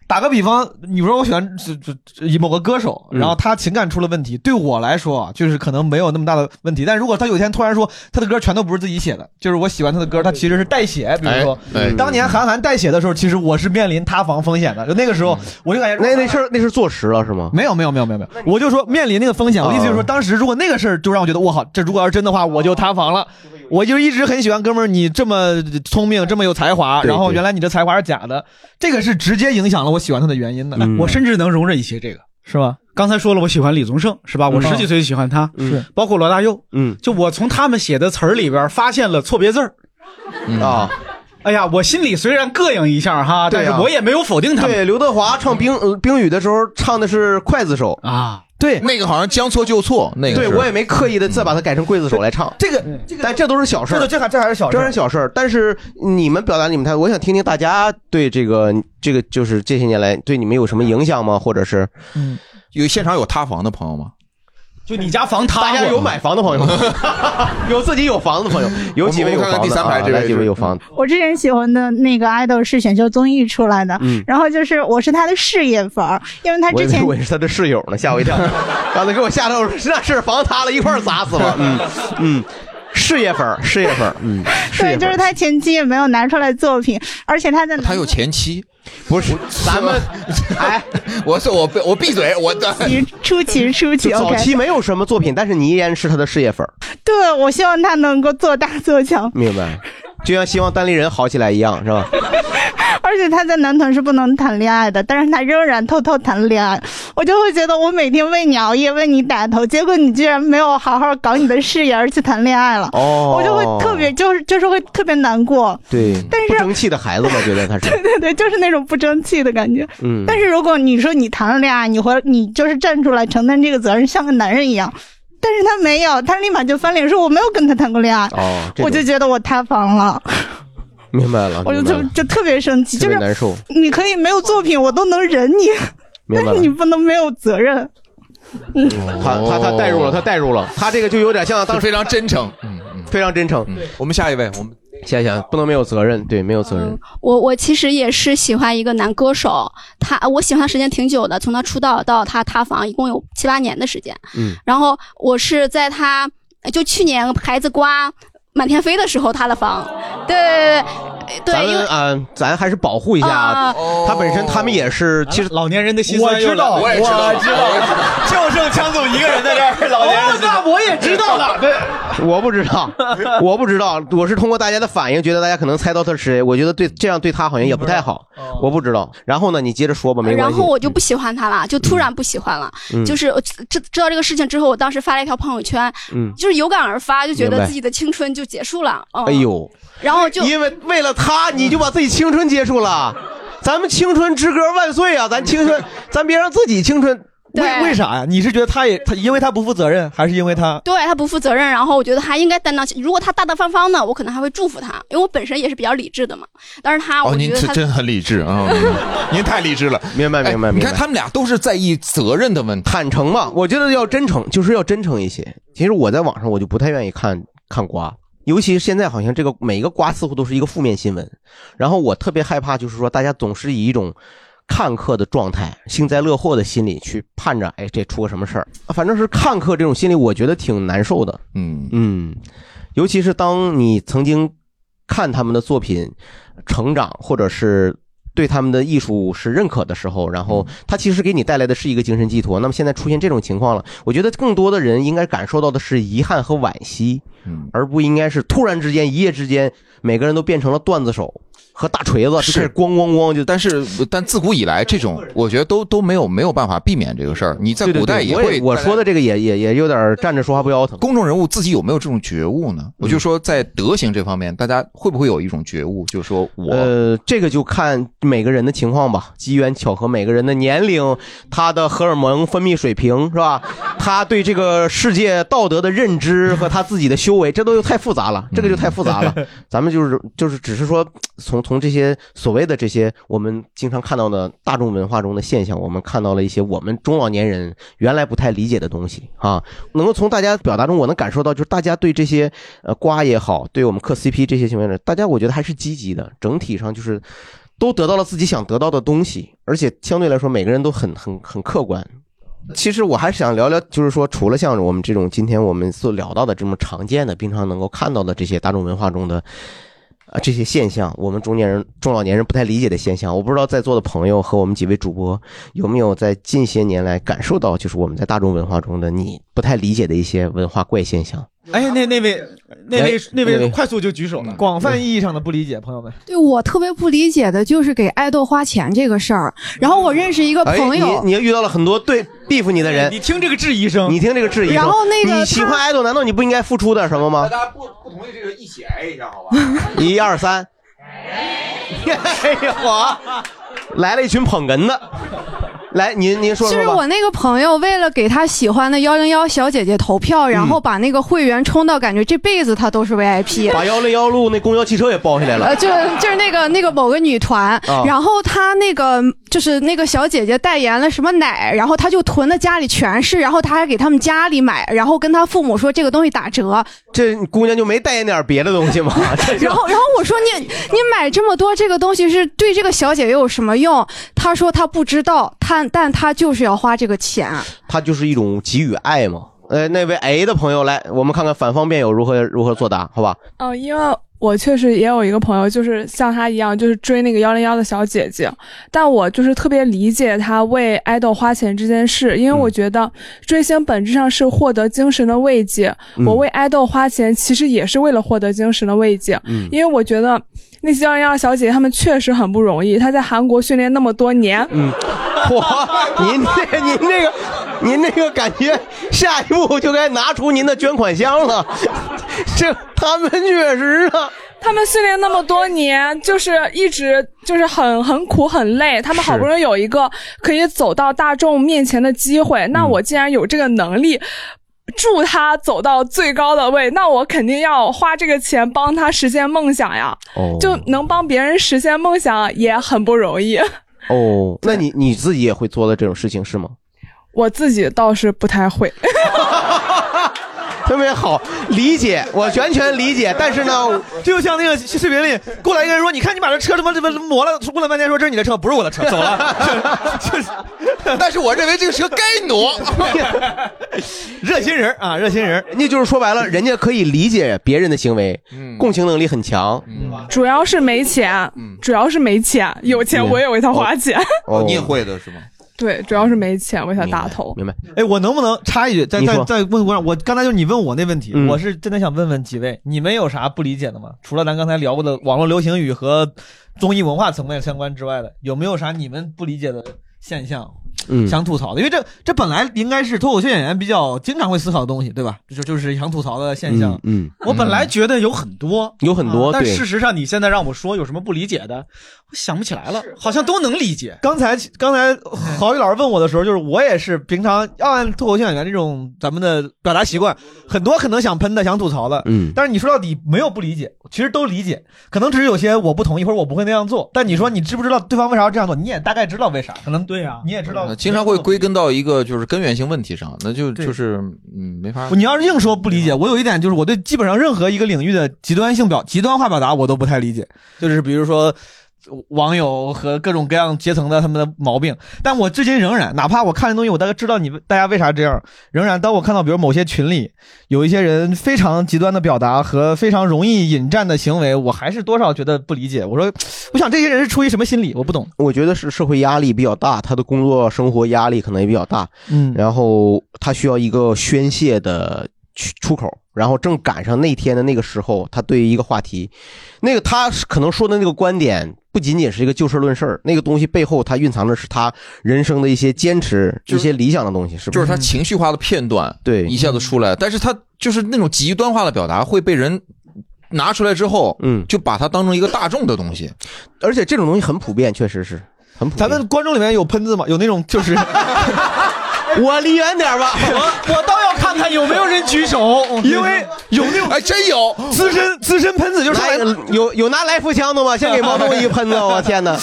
打个比方，你说我喜欢这这这某个歌手，然嗯后他情感出了问题，对我来说啊，就是可能没有那么大的问题。但如果他有一天突然说他的歌全都不是自己写的，就是我喜欢他的歌，他其实是代写，比如说、哎哎当年韩寒代写的时候，其实我是面临塌房风险的。就那个时嗯候，我就感觉那那是那是坐实了是吗？没有没有没有没有没有，我就说面临那个风险，我的意思就是说，当时如果那个事儿就让我觉得，我靠，这如果要是真的话，我就塌房 了。我就一直很喜欢哥们儿，你这么聪明，这么有才华，对然后对原来你的才华是假的，这个是直接影响了我喜欢他的原因的。我甚至能容忍一些这个，是吧？刚才说了，我喜欢李宗盛，是吧？我嗯十几岁就喜欢他，嗯是包括罗大佑，嗯，就我从他们写的词儿里边发现了错别字儿，啊。哎呀，我心里虽然膈应一下哈，但对是啊我也没有否定他们。对，刘德华唱冰呃冰雨的时候唱的是刽子手啊，对，那个好像将错就错，那个对是我也没刻意的再把它改成刽子手来唱。这嗯个，但这都是小事这儿，这还这还是小事这儿还是小事儿。但是你们表达你们态度，我想听听大家对这个这个就是这些年来对你们有什么影响吗？或者是嗯，有现场有塌房的朋 友吗？就你家房塌大过，家有买房的朋友吗，有自己有房子的朋友，有几位有我们房看看子？第三排啊这位来几位有房子？我之前喜欢的那个 idol 是选秀综艺出来的，嗯然后就是我是他的事业粉儿，因为他我之以为前我是他的室友呢，吓我一跳，刚才给我吓到，我说那是房塌了，一块儿砸死吧。嗯嗯，事业粉儿，事业粉儿，嗯，事对，业粉就儿是他前期也没有拿出来作品，而且他在他有前妻，不是咱 们，哎，我是我我闭嘴，我的 出勤出勤就早 OK 期没有什么作品，但是你依然是他的事业粉儿，对我希望他能够做大做强，明白？就像希望单立人好起来一样，是吧？而且他在男团是不能谈恋爱的，但是他仍然偷偷谈恋爱，我就会觉得我每天为你熬夜，为你打头，结果你居然没有好好搞你的事业，而去谈恋爱了，哦我就会特别就是就是会特别难过。对，但是不争气的孩子嘛，觉得他 对是，对对，就是那种不争气的感觉。嗯但是如果你说你谈了恋爱，你回你就是站出来承担这个责任，像个男人一样。但是他没有，他立马就翻脸说我没有跟他谈过恋爱，哦这种我就觉得我塌房了，明白了，我就明白就了就特别生气，特就别是难受，你可以没有作品，我都能忍你，明但白了是你。不能没有责任。嗯他他哦他代入了，他代入了，他这个就有点像当时非常真诚，嗯，非常真诚。我们下一位，我们想想不能没有责任，对，没有责任。我我其实也是喜欢一个男歌手，他我喜欢时间挺久的，从他出道到他塌房，一共有七八年的时间。嗯然后我是在他就去年孩子瓜满天飞的时候塌的房，对对对对咱对，因为们啊，咱还是保护一啊下他本身，他们也哦是，其实老年人的心酸又来了我也知道我知道哦我也知道就剩强总一个人 在这儿老年人那我也知道了，对。我不知道，我不知道，我是通过大家的反应，觉得大家可能猜到他是谁。我觉得对这样对他好像也不太好，哦我不知道。然后呢，你接着说吧，没关然系。后我就不喜欢他了，就突然不喜欢了。嗯就是呃知知道这个事情之后，我当时发了一条朋友圈，嗯就是有感而发，就觉明得白自己的青春就结束了。嗯、哎，呦，然后就因为为了他，你就把自己青春结束了。咱们青春之歌万岁啊！咱青春，咱别让自己青春。对为为啥呀？你是觉得他也他因为他不负责任，还是因为他？对他不负责任，然后我觉得他应该担当起。如果他大大方方的，我可能还会祝福他，因为我本身也是比较理智的嘛。但是他，哦，我觉您得这他真很理智啊，您太理智了。明白，明白，哎你明白看他们俩都是在意责任的问题，坦诚嘛，我觉得要真诚，就是要真诚一些。其实我在网上我就不太愿意看看瓜，尤其现在好像这个每一个瓜似乎都是一个负面新闻，然后我特别害怕，就是说大家总是以一种看客的状态、幸灾乐祸的心理去盼着，哎，这出个什么事儿？反正是看客这种心理，我觉得挺难受的。嗯嗯，尤其是当你曾经看他们的作品成长，或者是对他们的艺术是认可的时候，然嗯后他其实给你带来的是一个精神寄托。那么现在出现这种情况了，我觉得更多的人应该感受到的是遗憾和惋惜，嗯而不应该是突然之间一夜之间每个人都变成了段子手和大锤子，就开始咣咣咣就。但是但自古以来，这种我觉得都都没有没有办法避免这个事儿。你在对对古代对也我会，我说的这个也也也有点站着说话不腰疼。公众人物自己有没有这种觉悟呢？我就说在德行这方面，大家会不会有一种觉悟，就是说我呃，这个就看每个人的情况吧，机缘巧合，每个人的年龄、他的荷尔蒙分泌水平是吧？ 他对这个世界道德的认知和他自己的修为，这都太复杂了，这个就太复杂了。咱们就是就是只是说，从从这些所谓的这些我们经常看到的大众文化中的现象，我们看到了一些我们中老年人原来不太理解的东西啊。能够从大家表达中，我能感受到，就是大家对这些呃瓜也好，对我们磕 CP 这些行为呢，大家我觉得还是积极的，整体上就是都得到了自己想得到的东西，而且相对来说，每个人都很很很客观。其实我还是想聊聊，就是说，除了像我们这种今天我们所聊到的这么常见的、平常能够看到的这些大众文化中的啊这些现象，我们中年人、中老年人不太理解的现象，我不知道在座的朋友和我们几位主播有没有在近些年来感受到，就是我们在大众文化中的你不太理解的一些文化怪现象。哎，那那位那位哎那那位位嗯快速就举手了。广泛意义上的不理解，朋友们。对我特别不理解的就是给爱豆花钱这个事儿。然后我认识一个朋友，哎、你你遇到了很多对 beef 你的人，你听这个质疑声，你听这个质疑声，然后那个你喜他欢 idol，难道你不应该付出点什么吗？大家不不同 意这个一起挨一下，好吧？一二三，哎呀，我来了一群捧哏的，来，您您说就说是吧。我那个朋友，为了给他喜欢的幺零幺小姐姐投票，然后把那个会员充到，感觉这辈子他都是 VIP。嗯把幺零幺路那公交汽车也包下来了，呃，就就是那个那个某个女团，啊然后她那个就是那个小姐姐代言了什么奶，然后她就囤的家里全是，然后她还给他们家里买，然后跟她父母说这个东西打折，这姑娘就没代言点别的东 西吗？ 这就然后，然后我说你你买这么多这个东西是对这个小姐姐有什么用？她说她不知道，她但她就是要花这个钱。它就是一种给予爱嘛。呃，那位 A 的朋友来，我们看看反方辩友如何如何作答，好吧？嗯，因为我确实也有一个朋友，就是像他一样，就是追那个幺零幺的小姐姐，但我就是特别理解他为爱豆花钱这件事，因为嗯我觉得追星本质上是获得精神的慰藉，嗯我为爱豆花钱其实也是为了获得精神的慰藉，嗯因为我觉得那些幺零幺小姐姐她们确实很不容易，她在韩国训练那么多年，嗯，嚯，您这您这个您这个感觉，下一步就该拿出您的捐款箱了。 这他们确实啊，他们训练那么多年，就是一直就是很很苦很累，他们好不容易有一个可以走到大众面前的机会，嗯那我既然有这个能力。助他走到最高的位，那我肯定要花这个钱帮他实现梦想呀。哦就能帮别人实现梦想也很不容易。哦，那你你自己也会做的这种事情是吗？ 我自己倒是不太会。特别好，理解，我完全理解。但是呢， 就像那个视频里过来一个人说：“你看你把这车他妈他妈磨了，过了半天说这是你的车，不是我的 车，走了。 但是我认为这个车该 挪。热心人啊，热心人，人家就是说白了，人家可以理解别人的行为，共情能力很强。主要是没钱，主要是没钱，有钱我也为他花钱。哦，你也会的是吗？ 对，主要是没钱为他打头。明白？哎，我能不能插一句？再你再说再问姑娘，我刚才就是你问我那问题，嗯我是真的想问问几位，你们有啥不理解的吗？除了咱刚才聊过的网络流行语和综艺文化层面相关之外的，有没有啥你们不理解的现象？嗯想吐槽的，因为这这本来应该是脱口秀演员比较经常会思考的东西，对吧？就就是想吐槽的现象。嗯，我本来觉得有很多，有很多啊但对事实上你现在让我说有什么不理解的，我想不起来嗯了，好像都能理解。刚才刚才郝宇老师问我的时候，就是我也是平常按脱口秀演员这种咱们的表达习惯，很多可能想喷的、想吐槽的，嗯但是你说到底没有不理解，其实都理解，可能只是有些我不同意或者我不会那样做。但你说你知不知道对方为啥要这样做？你也大概知道为啥，可能对呀、你也知道。经常会归根到一个就是根源性问题上，那就对就是嗯没法。你要是硬说不啊理解，我有一点就是我对基本上任何一个领域的极端性表、极端化表达我都不太理解，就是比如说。网友和各种各样阶层的他们的毛病，但我至今仍然，哪怕我看这东西，我大概知道你们大家为啥这样，仍然当我看到比如某些群里有一些人非常极端的表达和非常容易引战的行为，我还是多少觉得不理解。我说，我想这些人是出于什么心理，我不懂。我觉得是社会压力比较大，他的工作生活压力可能也比较大，嗯然后他需要一个宣泄的去出口，然后正赶上那天的那个时候，他对于一个话题，那个他是可能说的那个观点。不仅仅是一个就事论事儿，那个东西背后它蕴藏的是他人生的一些坚持、一些理想的东西，是不就是他情绪化的片段，嗯对，一下子出来，但是他就是那种极端化的表达会被人拿出来之后，嗯，就把它当成一个大众的东西，而且这种东西很普遍，确实是很普遍。咱们观众里面有喷子吗？有那种就是， 我离远点吧， 我我倒要看看有没有人举手，因为有那种哎真有资深资深喷子就上来有有拿来福枪的吗？先给毛东一 个喷子，我天哪！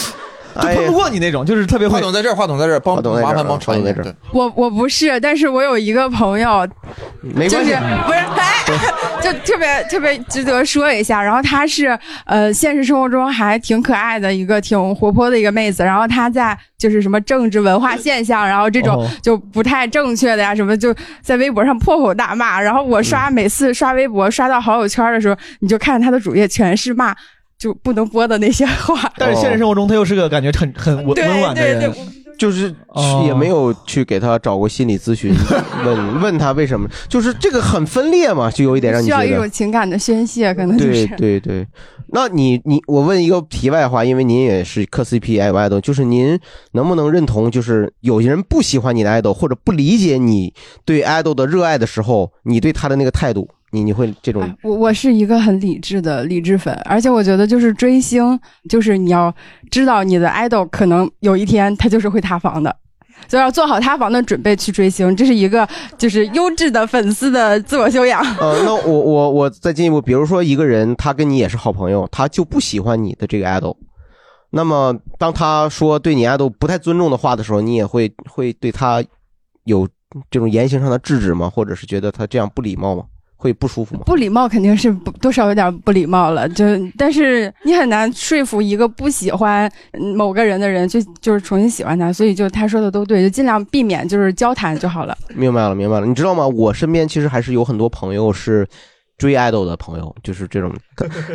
就喷不过你那种，就是特别话筒在这儿，话筒在这儿，帮懂在这麻儿烦帮啊传一下。对我我不是，但是我有一个朋友，没就关系是不是哎，就特别特别值得说一下。然后她是呃，现实生活中还挺可爱的一个，挺活泼的一个妹子。然后她在就是什么政治文化现象，然后这种哦就不太正确的呀，什么就在微博上破口大骂。然后我嗯刷每次刷微博刷到好友圈的时候，你就看她的主页全是骂就不能播的那些哦话。但是现实生活中他又是个感觉很很温对温婉的对人，就是哎哦也没有去给他找过心理咨询，问 问他为什么，就是这个很分裂嘛，就有一点让你需觉要一种得。情感的宣泄，可能就对是。对对，那你你我问一个题外话，因为您也是磕 CP 爱不爱豆，就是您能不能认同，就是有些人不喜欢你的爱豆，或者不理解你对爱豆的热爱的时候，你对他的那个态度，你你会这种我我是一个很理智的理智粉，而且我觉得就是追星，就是你要知道你的 idol 可能有一天他就是会塌房的，所以要做好塌房的准备去追星，这是一个就是优质的粉丝的自我修养。 呃，那我我我再进一步，比如说一个人他跟你也是好朋友，他就不喜欢你的这个 idol，那么当他说对你 idol 不太尊重的话的时候，你也会会对他有这种言行上的制止吗？或者是觉得他这样不礼貌吗？会不舒服吗？不礼貌肯定是不多少有点不礼貌了，就但是你很难说服一个不喜欢嗯某个人的人去就是重新喜欢他，所以就他说的都对，就尽量避免就是交谈就好了。明白了，明白了。你知道吗？我身边其实还是有很多朋友是追 idol 的朋友，就是这种。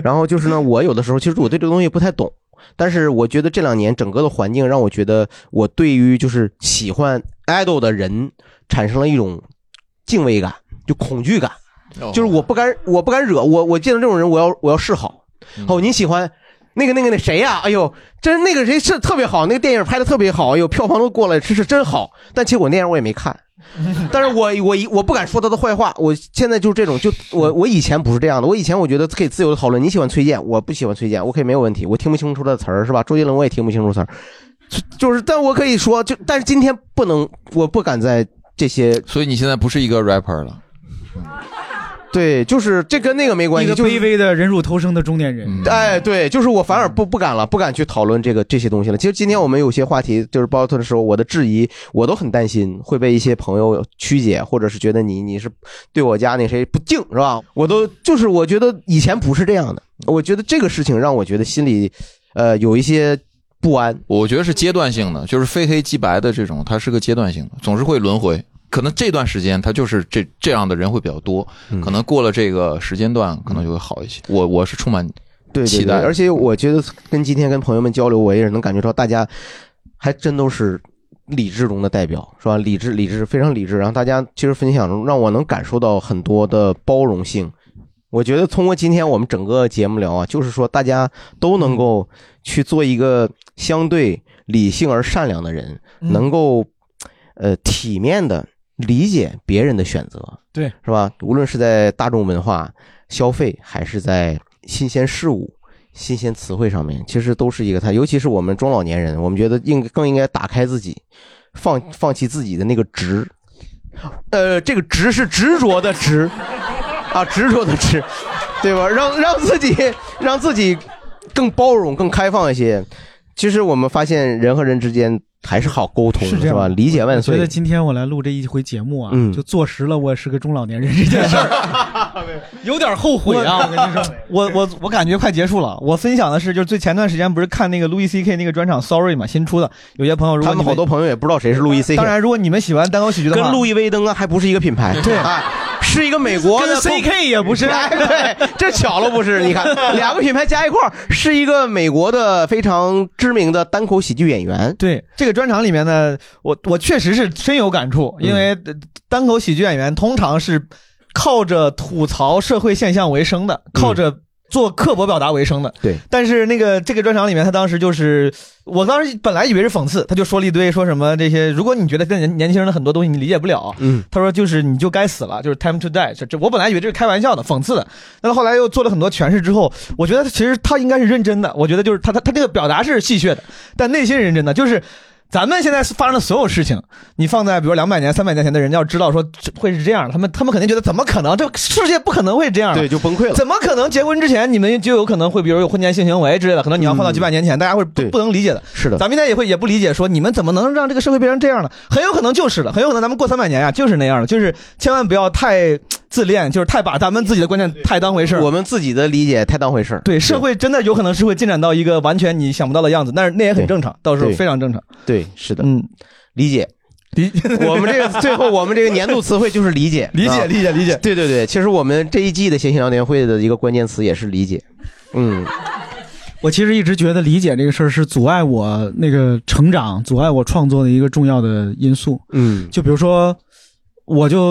然后就是呢，我有的时候其实我对这个东西不太懂，但是我觉得这两年整个的环境让我觉得我对于就是喜欢 idol 的人产生了一种敬畏感，就恐惧感，就是我不敢，我不敢惹我，我见到这种人，我要我要示好。嗯哦，你喜欢那个那个那谁呀、哎呦，真那个谁是特别好，那个电影拍的特别好，哎呦，票房都过了，这是真好。但其实我那样我也 没看，但是我我一我不敢说他的坏话。我现在就是这种，就我我以前不是这样的，我以前我觉得可以自由的讨论，你喜欢崔健，我不喜欢崔健，OK 没有问题，我听不清楚他的词儿是吧？周杰伦我也听不清楚词儿，就是但我可以说，就但是今天不能，我不敢在这些。所以你现在不是一个 rapper 了，对，就是这跟那个没关一系，个就是卑微的忍辱偷生的中年人。哎，对，就是我反而不不敢了，不敢去讨论这个这些东西了。其实今天我们有些话题，就是包括的时候，我的质疑，我都很担心会被一些朋友曲解，或者是觉得你你是对我家那谁不敬是吧？我都就是我觉得以前不是这样的，我觉得这个事情让我觉得心里，呃，有一些不安。我觉得是阶段性的，就是非黑即白的这种，它是个阶段性的，总是会轮回。可能这段时间它就是这这样的人会比较多，嗯可能过了这个时间段，可能就会好一些。我我是充满对对期对待的，而且我觉得跟今天跟朋友们交流，我也是能感觉到大家还真都是理智中的代表，是吧？理智，理智，非常理智。然后大家其实分享中，让我能感受到很多的包容性。我觉得通过今天我们整个节目聊啊，就是说大家都嗯能够去做一个相对理性而善良的人，嗯能够呃体面的理解别人的选择。对，是吧？无论是在大众文化消费，还是在新鲜事物、新鲜词汇上面，其实都是一个它。尤其是我们中老年人，我们觉得应更应该打开自己，放放弃自己的那个执。呃，这个执是执着的 执，啊，执着的执， 对吧？让让自己让自己更包容、更开放一些。其实我们发现，人和人之间还是好沟通，是是这样吧？理解万岁。我觉得今天我来录这一回节目啊，嗯就坐实了我是个中老 年人这件事儿，有点后悔啊！我跟你说， 我我我感觉快结束了。我分享的是，就是最前段时间不是看那个 Louis C K 那个专场 Sorry 嘛，新出的。有些朋友如果他们好多朋友也不知道谁是 Louis C.K. 当然，如果你们喜欢单口喜剧的话，跟路易威登啊还不是一个品牌，对啊，是一个美国的跟 CK 也不是 哎对，这巧了不是？你看，两个品牌加一块儿，是一个美国的非常知名的单口喜剧演员。对这个专场里面呢，我我确实是深有感触，因为呃单口喜剧演员通常是靠着吐槽社会现象为生的，靠着做刻薄表达为生的。对但是那个这个专场里面，他当时就是，我当时本来以为是讽刺，他就说了一堆说什么这些，如果你觉得跟年年轻人的很多东西你理解不了，嗯，他说就是你就该死了，就是 time to die，这这我本来以为这是开玩笑的、讽刺的，但他后来又做了很多诠释之后，我觉得其实他应该是认真的，我觉得就是他他他这个表达是戏谑的，但内心是认真的，就是。咱们现在发生的所有事情，你放在比如两百年、三百年前的人要知道说这会是这样的，他们他们肯定觉得怎么可能？这世界不可能会这样的，对就崩溃了怎么可能结婚之前你们就有可能会比如有婚前性行为之类的？可能你要放到几百年前，大家会不不能理解的。是的咱们现在也会也不理解说你们怎么能让这个社会变成这样呢？很有可能就是的，很有可能咱们过三百年呀、就是那样的，就是千万不要太自恋，就是太把咱们自己的观念太当回事儿。我们自己的理解太当回事儿。对社会真的有可能是会进展到一个完全你想不到的样子，但是那也很正常，到时候对非常正常。对，是的，嗯，理解。理，我们这个最后我们这个年度词汇就是理解，理解啊理解理解对对对，其实我们这一季的谐星聊天会的一个关键词也是理解。嗯，我其实一直觉得理解这个事儿是阻碍我那个成长、阻碍我创作的一个重要的因素。嗯，就比如说，我就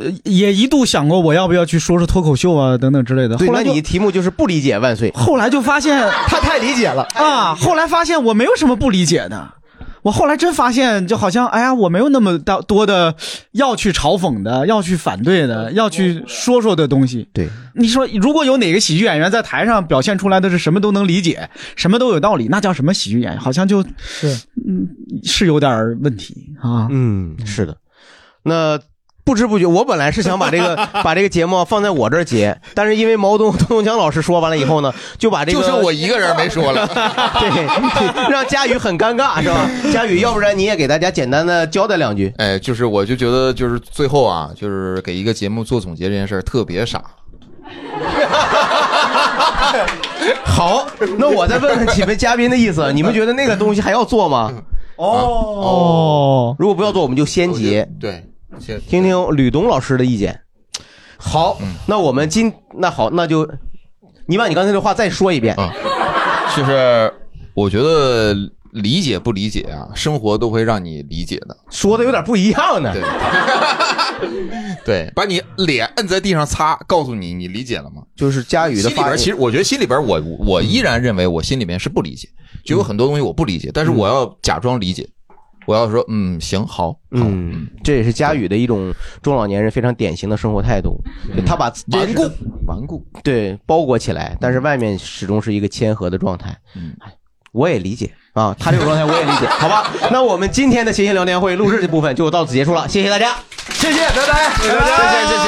呃也一度想过我要不要去说说脱口秀啊等等之类的。对，后那来就你题目就是不理解万岁。后来就发 现他太理解了啊！后来发现我没有什么不理解的，我后来真发现，就好像哎呀，我没有那么大多的要去嘲讽的，要去反对的，要去说说的东西。对，你说如果有哪个喜剧演员在台上表现出来的是什么都能理解，什么都有道理，那叫什么喜剧演员？好像就是嗯是有点儿问题啊。嗯，是的。那呃不知不觉，我本来是想把这个把这个节目放在我这儿结，但是因为毛东东强老师说完了以后呢，就把这个就剩我啊一个人没说 了对， 让佳宇很尴尬是吧？佳宇，要不然你也给大家简单的交代两句。哎，就是我就觉得就是最后啊，就是给一个节目做总结这件事儿特别傻。好，那我再问问几位嘉宾的意思，你们觉得那个东西还要做吗？哦，如果不要做，我们就先结。对，先听听吕东老师的意见。好，那我们今那好，那就你把你刚才的话再说一遍。就是我觉得理解不理解啊，生活都会让你理解的。说的有点不一样呢。 对，对，把你脸摁在地上擦，告诉你你理解了吗？就是佳宇的心里发边，言其实我觉得心里边我我依然认为我心里面是不理解，就嗯有很多东西我不理解，但是我要假装理解，我要说嗯行好，嗯，这也是佳宇的一种中老年人非常典型的生活态度，就他把嗯顽固顽固对包裹起来，但是外面始终是一个谦和的状态。哎嗯，我也理解啊，他这种状态我也理解，好吧？那我们今天的谐星聊天会录制的部分就到此结束了，谢谢大家。谢谢，拜拜，谢谢，谢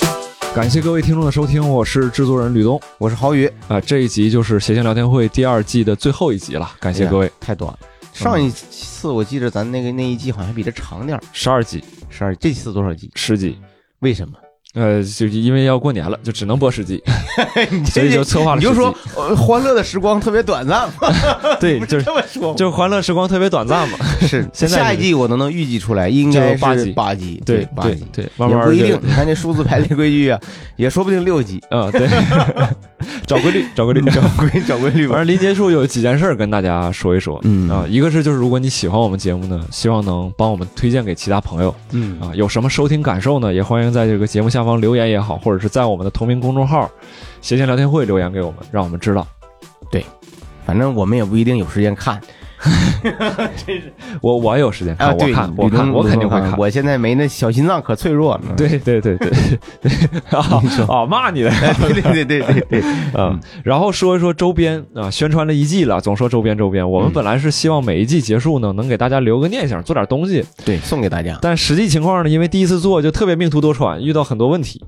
谢。感谢各位听众的收听，我是制作人吕东，我是郝宇。啊，这一集就是《谐星聊天会》第二季的最后一集了，感谢各位。哎嗯太短了，上一次我记着咱那个那一季好像比这长点儿，十二集，十二，这次多少集？十集。为什么？呃，就因为要过年了，就只能播十集，所以就策划了 你十集。就说呃欢乐的时光特别短暂嘛， 对，不就是是这么说吗？就是欢乐时光特别短暂嘛。是 现在下一季我都能预计出来，应就该八是集八集，对八对集，对慢慢也不一就定。你看这数字排列规矩啊，也说不定六集啊， 对，找规律，找规律，找规找规律吧反正临结束有几件事儿跟大家说一说，嗯啊，一个是就是如果你喜欢我们节目呢，希望能帮我们推荐给其他朋友，嗯啊，有什么收听感受呢，也欢迎在这个节目下方留言也好，或者是在我们的同名公众号“斜线聊天会”留言给我们，让我们知道。对，反正我们也不一定有时 间看，我我有时间看，啊，对我看，吕我看，东我吕肯东定会看。啊我现在没那小心脏可脆弱了。对对对对，啊 啊，骂你的， 对对对对对， 嗯，然后说一说周边啊，宣传了一季了，总说周边周边，我们本来是希望每一季结束呢，能给大家留个念想，做点东西，对，送给大家。但实际情况呢，因为第一次做就特别命途多舛，遇到很多问题，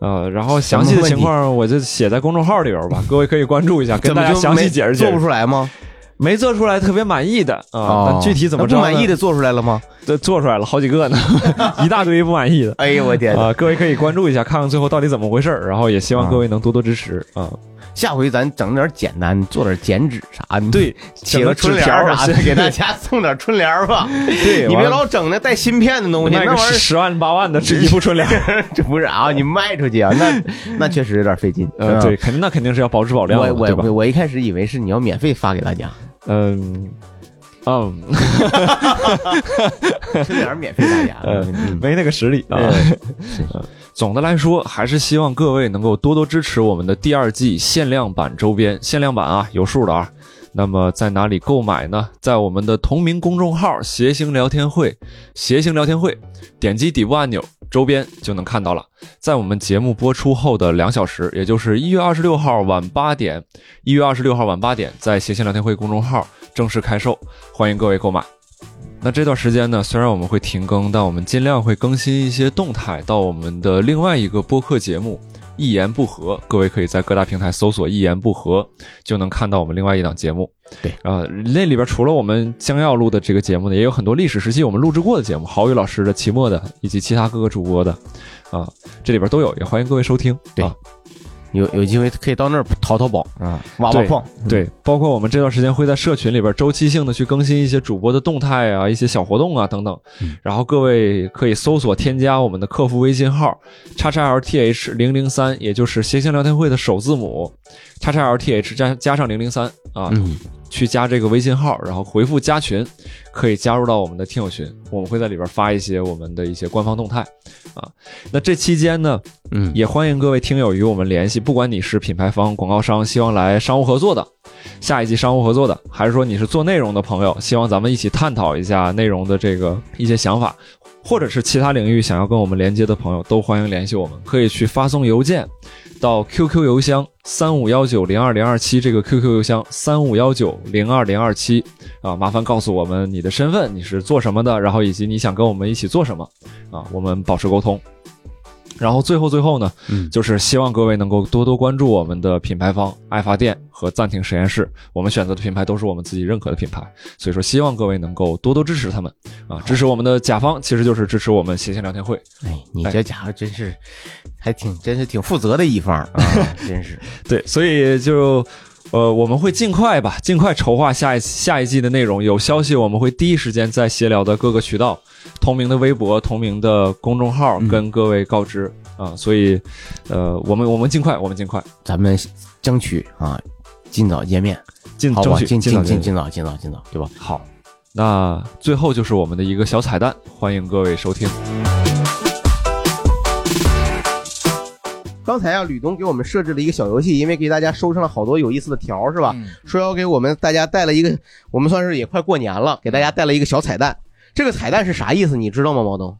呃，然后详细的情况我就写在公众号里边吧，各位可以关注一下，跟怎大么家就详细没解释解做释。不出来吗？没做出来特别满意的啊，但具体怎么着哦那呢不满意的做出来了吗？对， 做出来了好几个呢， 一大堆不满意的。 哎呦我天啊！各位可以关注一下，看看最后到底怎么回事儿然后也希望各位能多多支持啊。下回咱整点简单，做点剪纸啥的，对，写整个春纸联条儿啥的，是给大家送点春联儿吧。 对你完了别老整那带芯片的东西，卖那个玩意儿10万八万的这一副春联， 这不是啊？你卖出去啊？ 那那确实有点费劲。呃，嗯对，肯定那肯定是要保质保量我的，对我吧我？我一开始以为是你要免费发给大家，嗯嗯，春联儿免费大家。呃，没那个实力啊。呃总的来说，还是希望各位能够多多支持我们的第二季限量版周边，限量版啊，有数的啊。那么在哪里购买呢？在我们的同名公众号“谐星聊天会”，谐星聊天会，点击底部按钮周边就能看到了。在我们节目播出后的两小时，也就是一月二十六号晚八点，一月二十六号晚八点，在谐星聊天会公众号正式开售，欢迎各位购买。那这段时间呢，虽然我们会停更，但我们尽量会更新一些动态到我们的另外一个播客节目《一言不合》，各位可以在各大平台搜索“一言不合”，就能看到我们另外一档节目。对，啊，那里边除了我们将要录的这个节目呢，也有很多历史时期我们录制过的节目，郝宇老师的、齐墨的，以及其他各个主播的，啊，这里边都有，也欢迎各位收听。啊对，有有机会可以到那儿淘淘宝啊，挖挖对矿。对，包括我们这段时间会在社群里边周期性的去更新一些主播的动态啊，一些小活动啊等等。然后各位可以搜索添加我们的客服微信号叉叉 LTH 零零三，也就是谐星聊天会的首字母叉叉 LTH 加加上零零三啊。嗯去加这个微信号，然后回复加群，可以加入到我们的听友群，我们会在里边发一些我们的一些官方动态啊。那这期间呢，嗯，也欢迎各位听友与我们联系，不管你是品牌方、广告商，希望来商务合作的，下一季商务合作的，还是说你是做内容的朋友，希望咱们一起探讨一下内容的这个一些想法。或者是其他领域想要跟我们连接的朋友，都欢迎联系我们，可以去发送邮件到 QQ 邮箱三五幺九零二零二七这个 QQ 邮箱三五幺九零二零二七啊，麻烦告诉我们你的身份，你是做什么的，然后以及你想跟我们一起做什么啊，我们保持沟通。然后最后最后呢，嗯就是希望各位能够多多关注我们的品牌方爱发电和暂停实验室，我们选择的品牌都是我们自己认可的品牌，所以说希望各位能够多多支持他们啊，支持我们的甲方其实就是支持我们斜线聊天会。哎，你这家伙真是，还挺真是挺负责的一方啊， 真是。对，所以就呃，我们会尽快吧，尽快筹划下一下一季的内容。有消息我们会第一时间在闲聊的各个渠道、同名的微博、同名的公众号嗯跟各位告知啊、所以呃，我们我们尽快，我们尽快，咱们争取啊，尽早见面，尽好吧，争取尽尽尽早见尽面尽早尽早尽早，对吧？好，那最后就是我们的一个小彩蛋，欢迎各位收听。刚才啊，吕东给我们设置了一个小游戏，因为给大家收上了好多有意思的条儿，是吧？嗯说要给我们大家带了一个，我们算是也快过年嗯了，给大家带了一个小彩蛋。这个彩蛋是啥意思？你知道吗，毛东？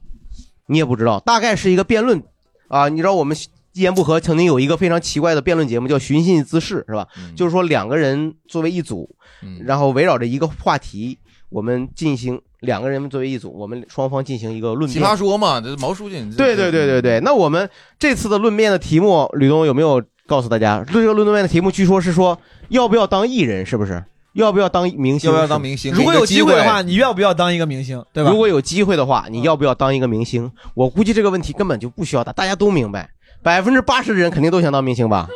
你也不知道，大概是一个辩论啊。你知道我们一言不合曾经有一个非常奇怪的辩论节目，叫《寻衅嗯滋事》，是吧？就是说两个人作为一组，然后围绕着一个话题。我们进行两个人作为一组，我们双方进行一个论奇辩。葩说嘛，这毛书记，你这对对对对对。那我们这次的论辩的题目，吕东有没有告诉大家？这个论辩的题目据说是说要不要当艺人，是不是？要不要当明星？要不要当明星是如不是果有机会的话，，你要不要当一个明星？对吧？如果有机会的嗯话，你要不要当一个明星？我估计这个问题根本就不需要答，大家都明白，百分之八十的人肯定都想当明星吧？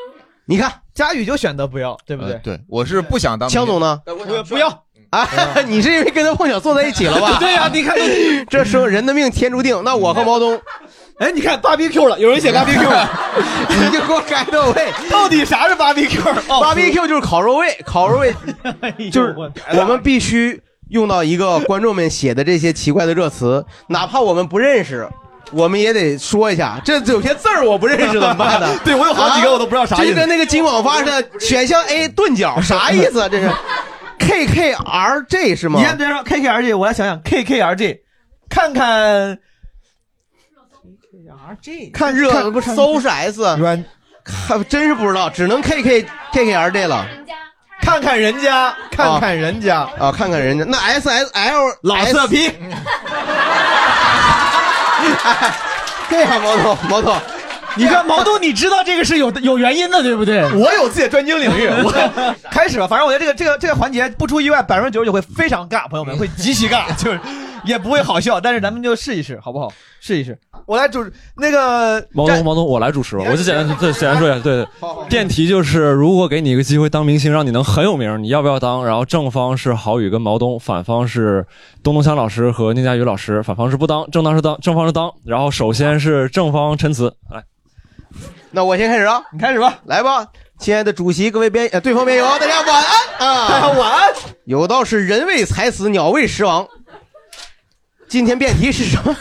你看，佳宇就选择不要，对不对？呃对，我是不想当。强总呢？我不要，啊， 你是因为跟他碰巧坐在一起了嗯 吧？对呀你看 这时候人的命天注定。那我和毛东， 哎，你看 BBQ 了，有人写 BBQ 了，你就给我改到位。到底啥是 BBQ？BBQ？BBQ 就是烤肉味，烤肉味就是哎我们必须用到一个观众们写的这些奇怪的热词，哪怕我们不认识。我们也得说一下，这有些字儿我不认识怎么办呢 对我有好几个啊我都不知道啥意思这就跟那个 金广发似的，选项 A 钝 角啥意思啊？这是 K K R J 是吗？你先别说 K K R J，我来想想 K K R J，看看看热不搜是 S，还真是不知道，只能 K K K K R J 了。看看人家，看看人家啊，看看人家那 S S L 老色批，对呀，毛总，毛总，你看毛豆，你知道这个是有有原因的，对不对？我有自己的专精领域，我开始吧。反正我觉得这个这个这个环节不出意外，百分之九十九会非常尬，朋友们会极其尬，就是也不会好笑，但是咱们就试一试，好不好？试一试。我来主那个毛站东，毛东，我来主持吧，我就简单再简单说一下， 对对，辩题就是如果给你一个机会当明星，让你能很有名，你要不要当？然后正方是郝宇跟毛东，反方是东东强老师和宁佳宇老师，反方是不当，正当是当，正方是当。然后首先是正方陈词，来， 那我先开始啊，你开始吧，来吧，亲爱的主席，各位编呃对方辩友，大家晚安啊，大家晚安。有道是人为财死，鸟为食亡。今天辩题是什 么？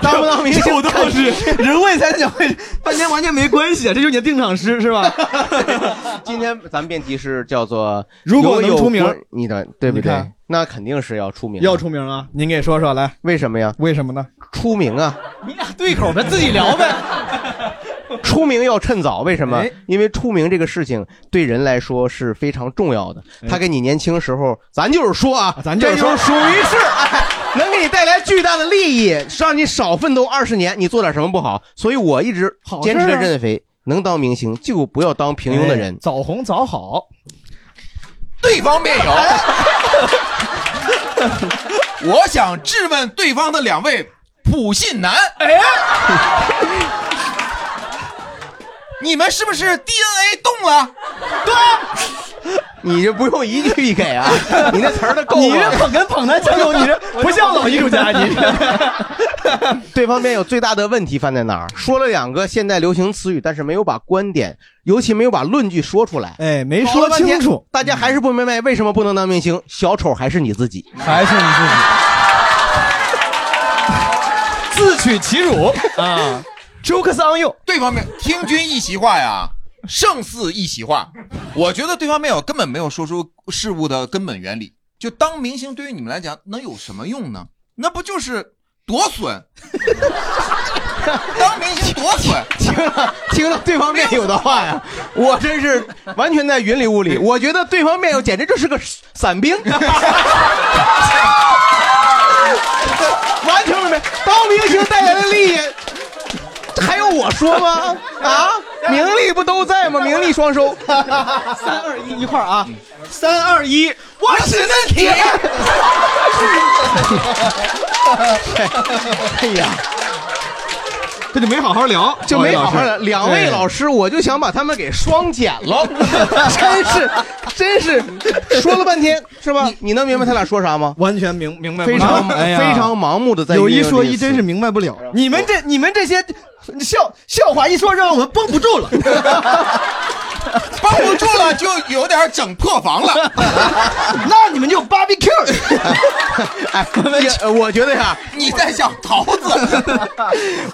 当不当明星？有道是人为财死，鸟为食半天完全没关系，这就是你的定场诗是吧？今天咱们辩题是叫做如果能有有出名关你的对不你对看？那肯定是要出名，要出名啊！您给说说来，为什么呀？为什么呢？出名啊！对口呗，自己聊呗。 出名要趁早，为什么哎？因为出名这个事情对人来说是非常重要的哎。他给你年轻时候，咱就是说啊，咱就是说属于是，哎，能给你带来巨大的利益，让你少奋斗二十年，你做点什么不好？所以我一直坚持事的儿啊认为，能当明星就不要当平庸的人哎。早红早好，对方辩友， 我想质问对方的两位普信男，哎，你们是不是 DNA 动了？啊你这不用一句一给 啊，你那词儿的够吗？你这捧哏捧的江总你这不像老艺术家你这对方辩友最大的问题犯在哪儿？说了两个现代流行词语，但是没有把观点，尤其没有把论据说出来。哎，没说说清楚，大家还是不明白为什么不能当明星。小丑还是你自己，还是你自己，自取其辱啊！Jokes on you，对方面听君一席话呀，胜似一席话。我觉得对方辩友根本没有说出事物的根本原理。就当明星对于你们来讲能有什么用呢？那不就是多 损？当明星多损，听了听了对方辩友的话呀，我真是完全在云里雾里。我觉得对方辩友简直就是个散兵，完全明白当明星带来的利益，还用我说吗？啊，名利不都在吗？名利双 收。三二一，一块儿啊！三二一，我指的你。 哎呀，这就没好好聊，哎就没好好聊。两位老师师，我就想把他们给双减 了，真是，真是，说了半天是吧？你能明白他俩说啥吗？完全明明白不非了常哎呀非常盲目的在有一运用说这个一，真词是明白不了。你们这你们这些笑笑话一说，让我们绷不住了。绷不住了就有点整破防了。 那你们就 barbecue。哎， 也呃我觉得呀，你在想桃子？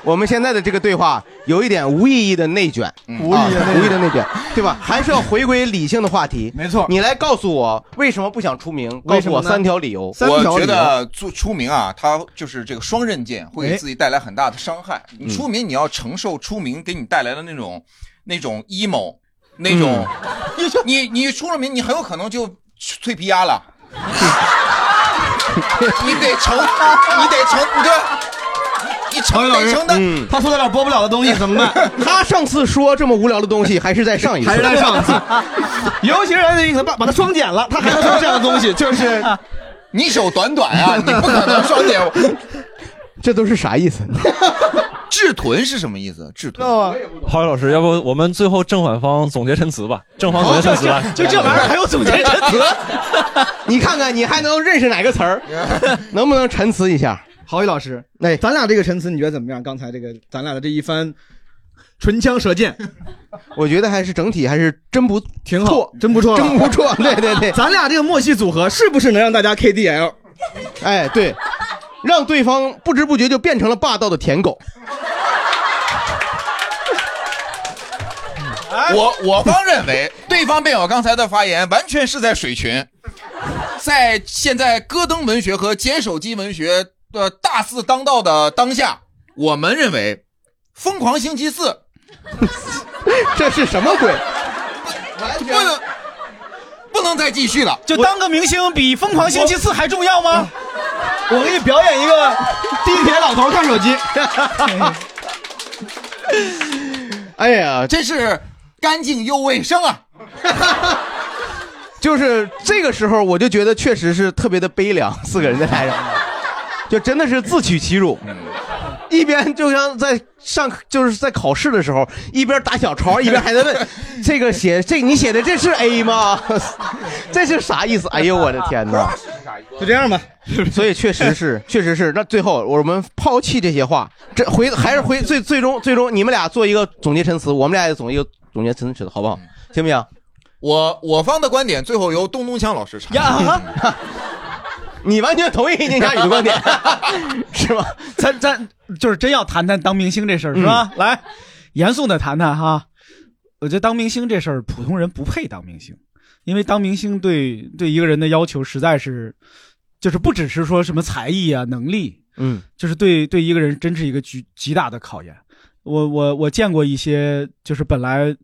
我们现在的这个对话有一点无意义的内卷，无意义的内啊卷无意义的内卷，对吧？还是要回归理性的话题。嗯没错，你来告诉我为什么不想出名，告为诉我三条理由。我觉得做出名啊，它就是这个双刃剑，会哎给自己带来很大的伤害。嗯你出名，你要承受出名给你带来的那种、那种 emo，那嗯 种，你你出了名，你很有可能就蜕皮鸭了。你得承，你得承，你这你承老师，嗯，他说了点播不了的东西怎么办？他上次说这么无聊的东西，还是在上一次，还是在 上一次。尤其是那个把把他双减了，他还能说这样的东西，就是 你手短短啊，你不可能双 减我。 这都是啥意 思？治臀是什么意思？治臀。郝宇老师，要不我们最后正反方总结陈词吧？正方总结陈词 吧。就这玩意儿还有总结陈词？ 你看看你还能认识哪个词儿？ 能不能陈词一下？郝宇老师，哎，咱俩这个陈词你觉得怎么样？刚才这个咱俩的这一番唇枪舌剑， 我觉得还是整体还是真不挺好，真不错，真 不错。对对对，咱俩这个默契组合是不是能让大家 KDL？哎，对，让对方不知不觉就变成了霸道的舔狗。我我方认为，对方辩友刚才的发言完全是在水群，在现在戈登文学和捡手机文学的大肆当道的当下，我们认为《疯狂星期四》这是什么鬼？不能不能再继续了，就当个明星比疯狂星期四还重要吗？我给你表演一个地铁老头看手机。 哎呀，这是干净又卫生啊！ 就是这个时候，我就觉得确实是特别的悲凉，四个人在台上， 就真的是自取其辱。一边就像在上就是在考试的时候，一边打小抄，一边还在问这个写这你写的这是 A 吗？ 这是啥意思？哎呦我的天哪！就这样吧。 所以确实 是，确实是。那最后我们抛弃这些话，这回还是回最最终最终你们俩做一个总结陈词，我们俩也总一个总结陈词，好不好？嗯行不行？ 我我方的观点最后由东东锵老师阐述。你完全同意宁佳宇的 观点，是吧？咱咱就是真要谈谈当明星这事儿，是吧？嗯来，严肃的谈谈哈。我觉得当明星这事儿，普通人不配当明星，因为当明星对对一个人的要求实在是，就是不只是说什么才艺啊、能力，嗯，就是对对一个人真是一个极极大的考验。我我我见过一些就是本来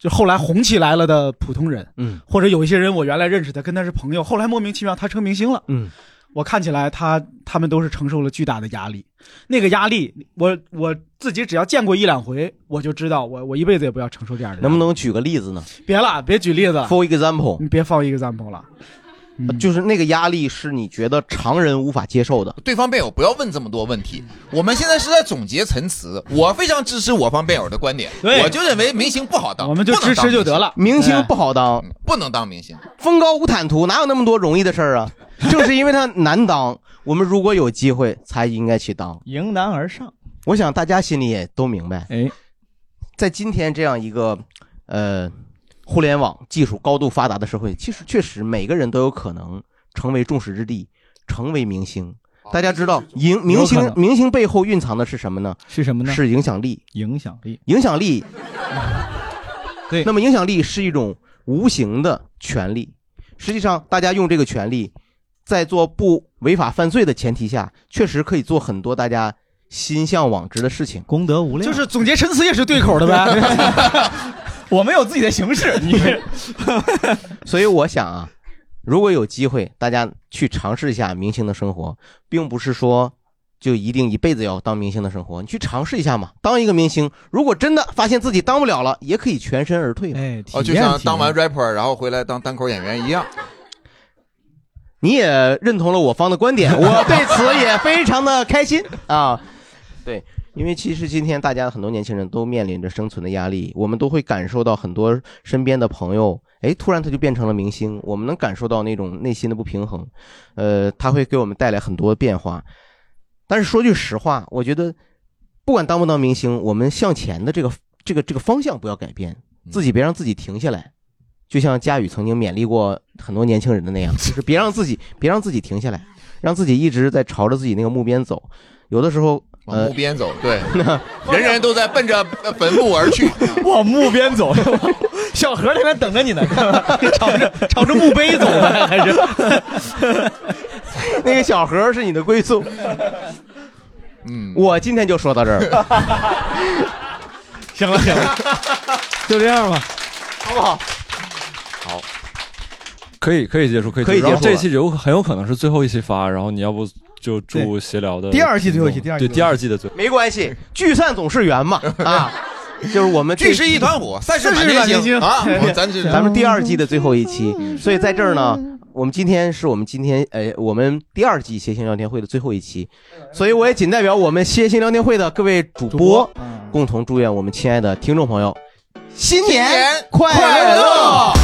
就后来红起来了的普通人，嗯或者有一些人我原来认识的，跟他是朋友，后来莫名其妙他成明星了，嗯，我看起来他他们都是承受了巨大的压力，那个压力我我自己只要见过一两回，我就知道我我一辈子也不要承受这样的压力。能不能举个例子呢别了，别举例子了， ？For example，你别 for example 了，嗯就是那个压力是你觉得常人无法接受的。对方辩友不要问这么多问题，我们现在是在总结陈词。我非常支持我方辩友的观点，对我就认为明星不好当，我们明哎星不好当，嗯不能当明星。风高无坦途，哪有那么多容易的事 儿啊？正是因为它难当，我们如果有机会，才应该去当。迎难而上，我想大家心里也都明白。哎，在今天这样一个呃互联网技术高度发达的社会，其实确实每个人都有可能成为众矢之的，成为明星。大家知道，明哦明有星可能明星背后蕴藏的是什么呢？是什么呢是影响力。影响力，影 响力。对，那么影响力是一种无形的权利，实际上大家用这个权利，在做不违法犯罪的前提下，确实可以做很多大家心向往之的事情，功德无量。就是总结陈词也是对口的呗。我们有自己的形 式，你 所以我想啊，如果有机会，大家去尝试一下明星的生活，并不是说就一定一辈子要当明星的生活，你去尝试一下嘛。当一个明星，如果真的发现自己当不了了，也可以全身而退嘛。哎哦，就像当完 rapper 然后回来当单口演员一样。你也认同了我方的观点，我对此也非常的开 心啊。对，因为其实今天大家很多年轻人都面临着生存的压力，我们都会感受到很多身边的朋友，哎，突然他就变成了明星，我们能感受到那种内心的不平衡，呃，他会给我们带来很多变化。但是说句实话，我觉得不管当不当明星，我们向前的这个这个这个方向不要改变，自己别让自己停下来。就像佳宇曾经勉励过很多年轻人的那样，就是别让自己别让自己停下来，让自己一直在朝着自己那个目标走。有的时候，往呃墓，边走， 对，人人都在奔着呃坟墓而去。 往墓边走， 小何那边等着你 呢，朝着朝着墓碑走呢，还是那个小何是你的归宿。嗯，我今天就说到这 儿， 行了 行了，就这样吧，好不好？好，可以可以结束，可以可以然后结束这了期有很有可能是最后一期发，然后你要不就祝闲聊的第二季最后一期第二季对第二季的最没关系，聚散总是缘 嘛啊，就是我们聚是一团火散是满天星啊 我咱这咱们第二季的最后一期，所以在这儿呢，我们今天是我们今天呃我们第二季谐星聊天会的最后一期，所以我也仅代表我们谐星聊天会的各位主嗯播，共同祝愿我们亲爱的听众朋友新年快乐。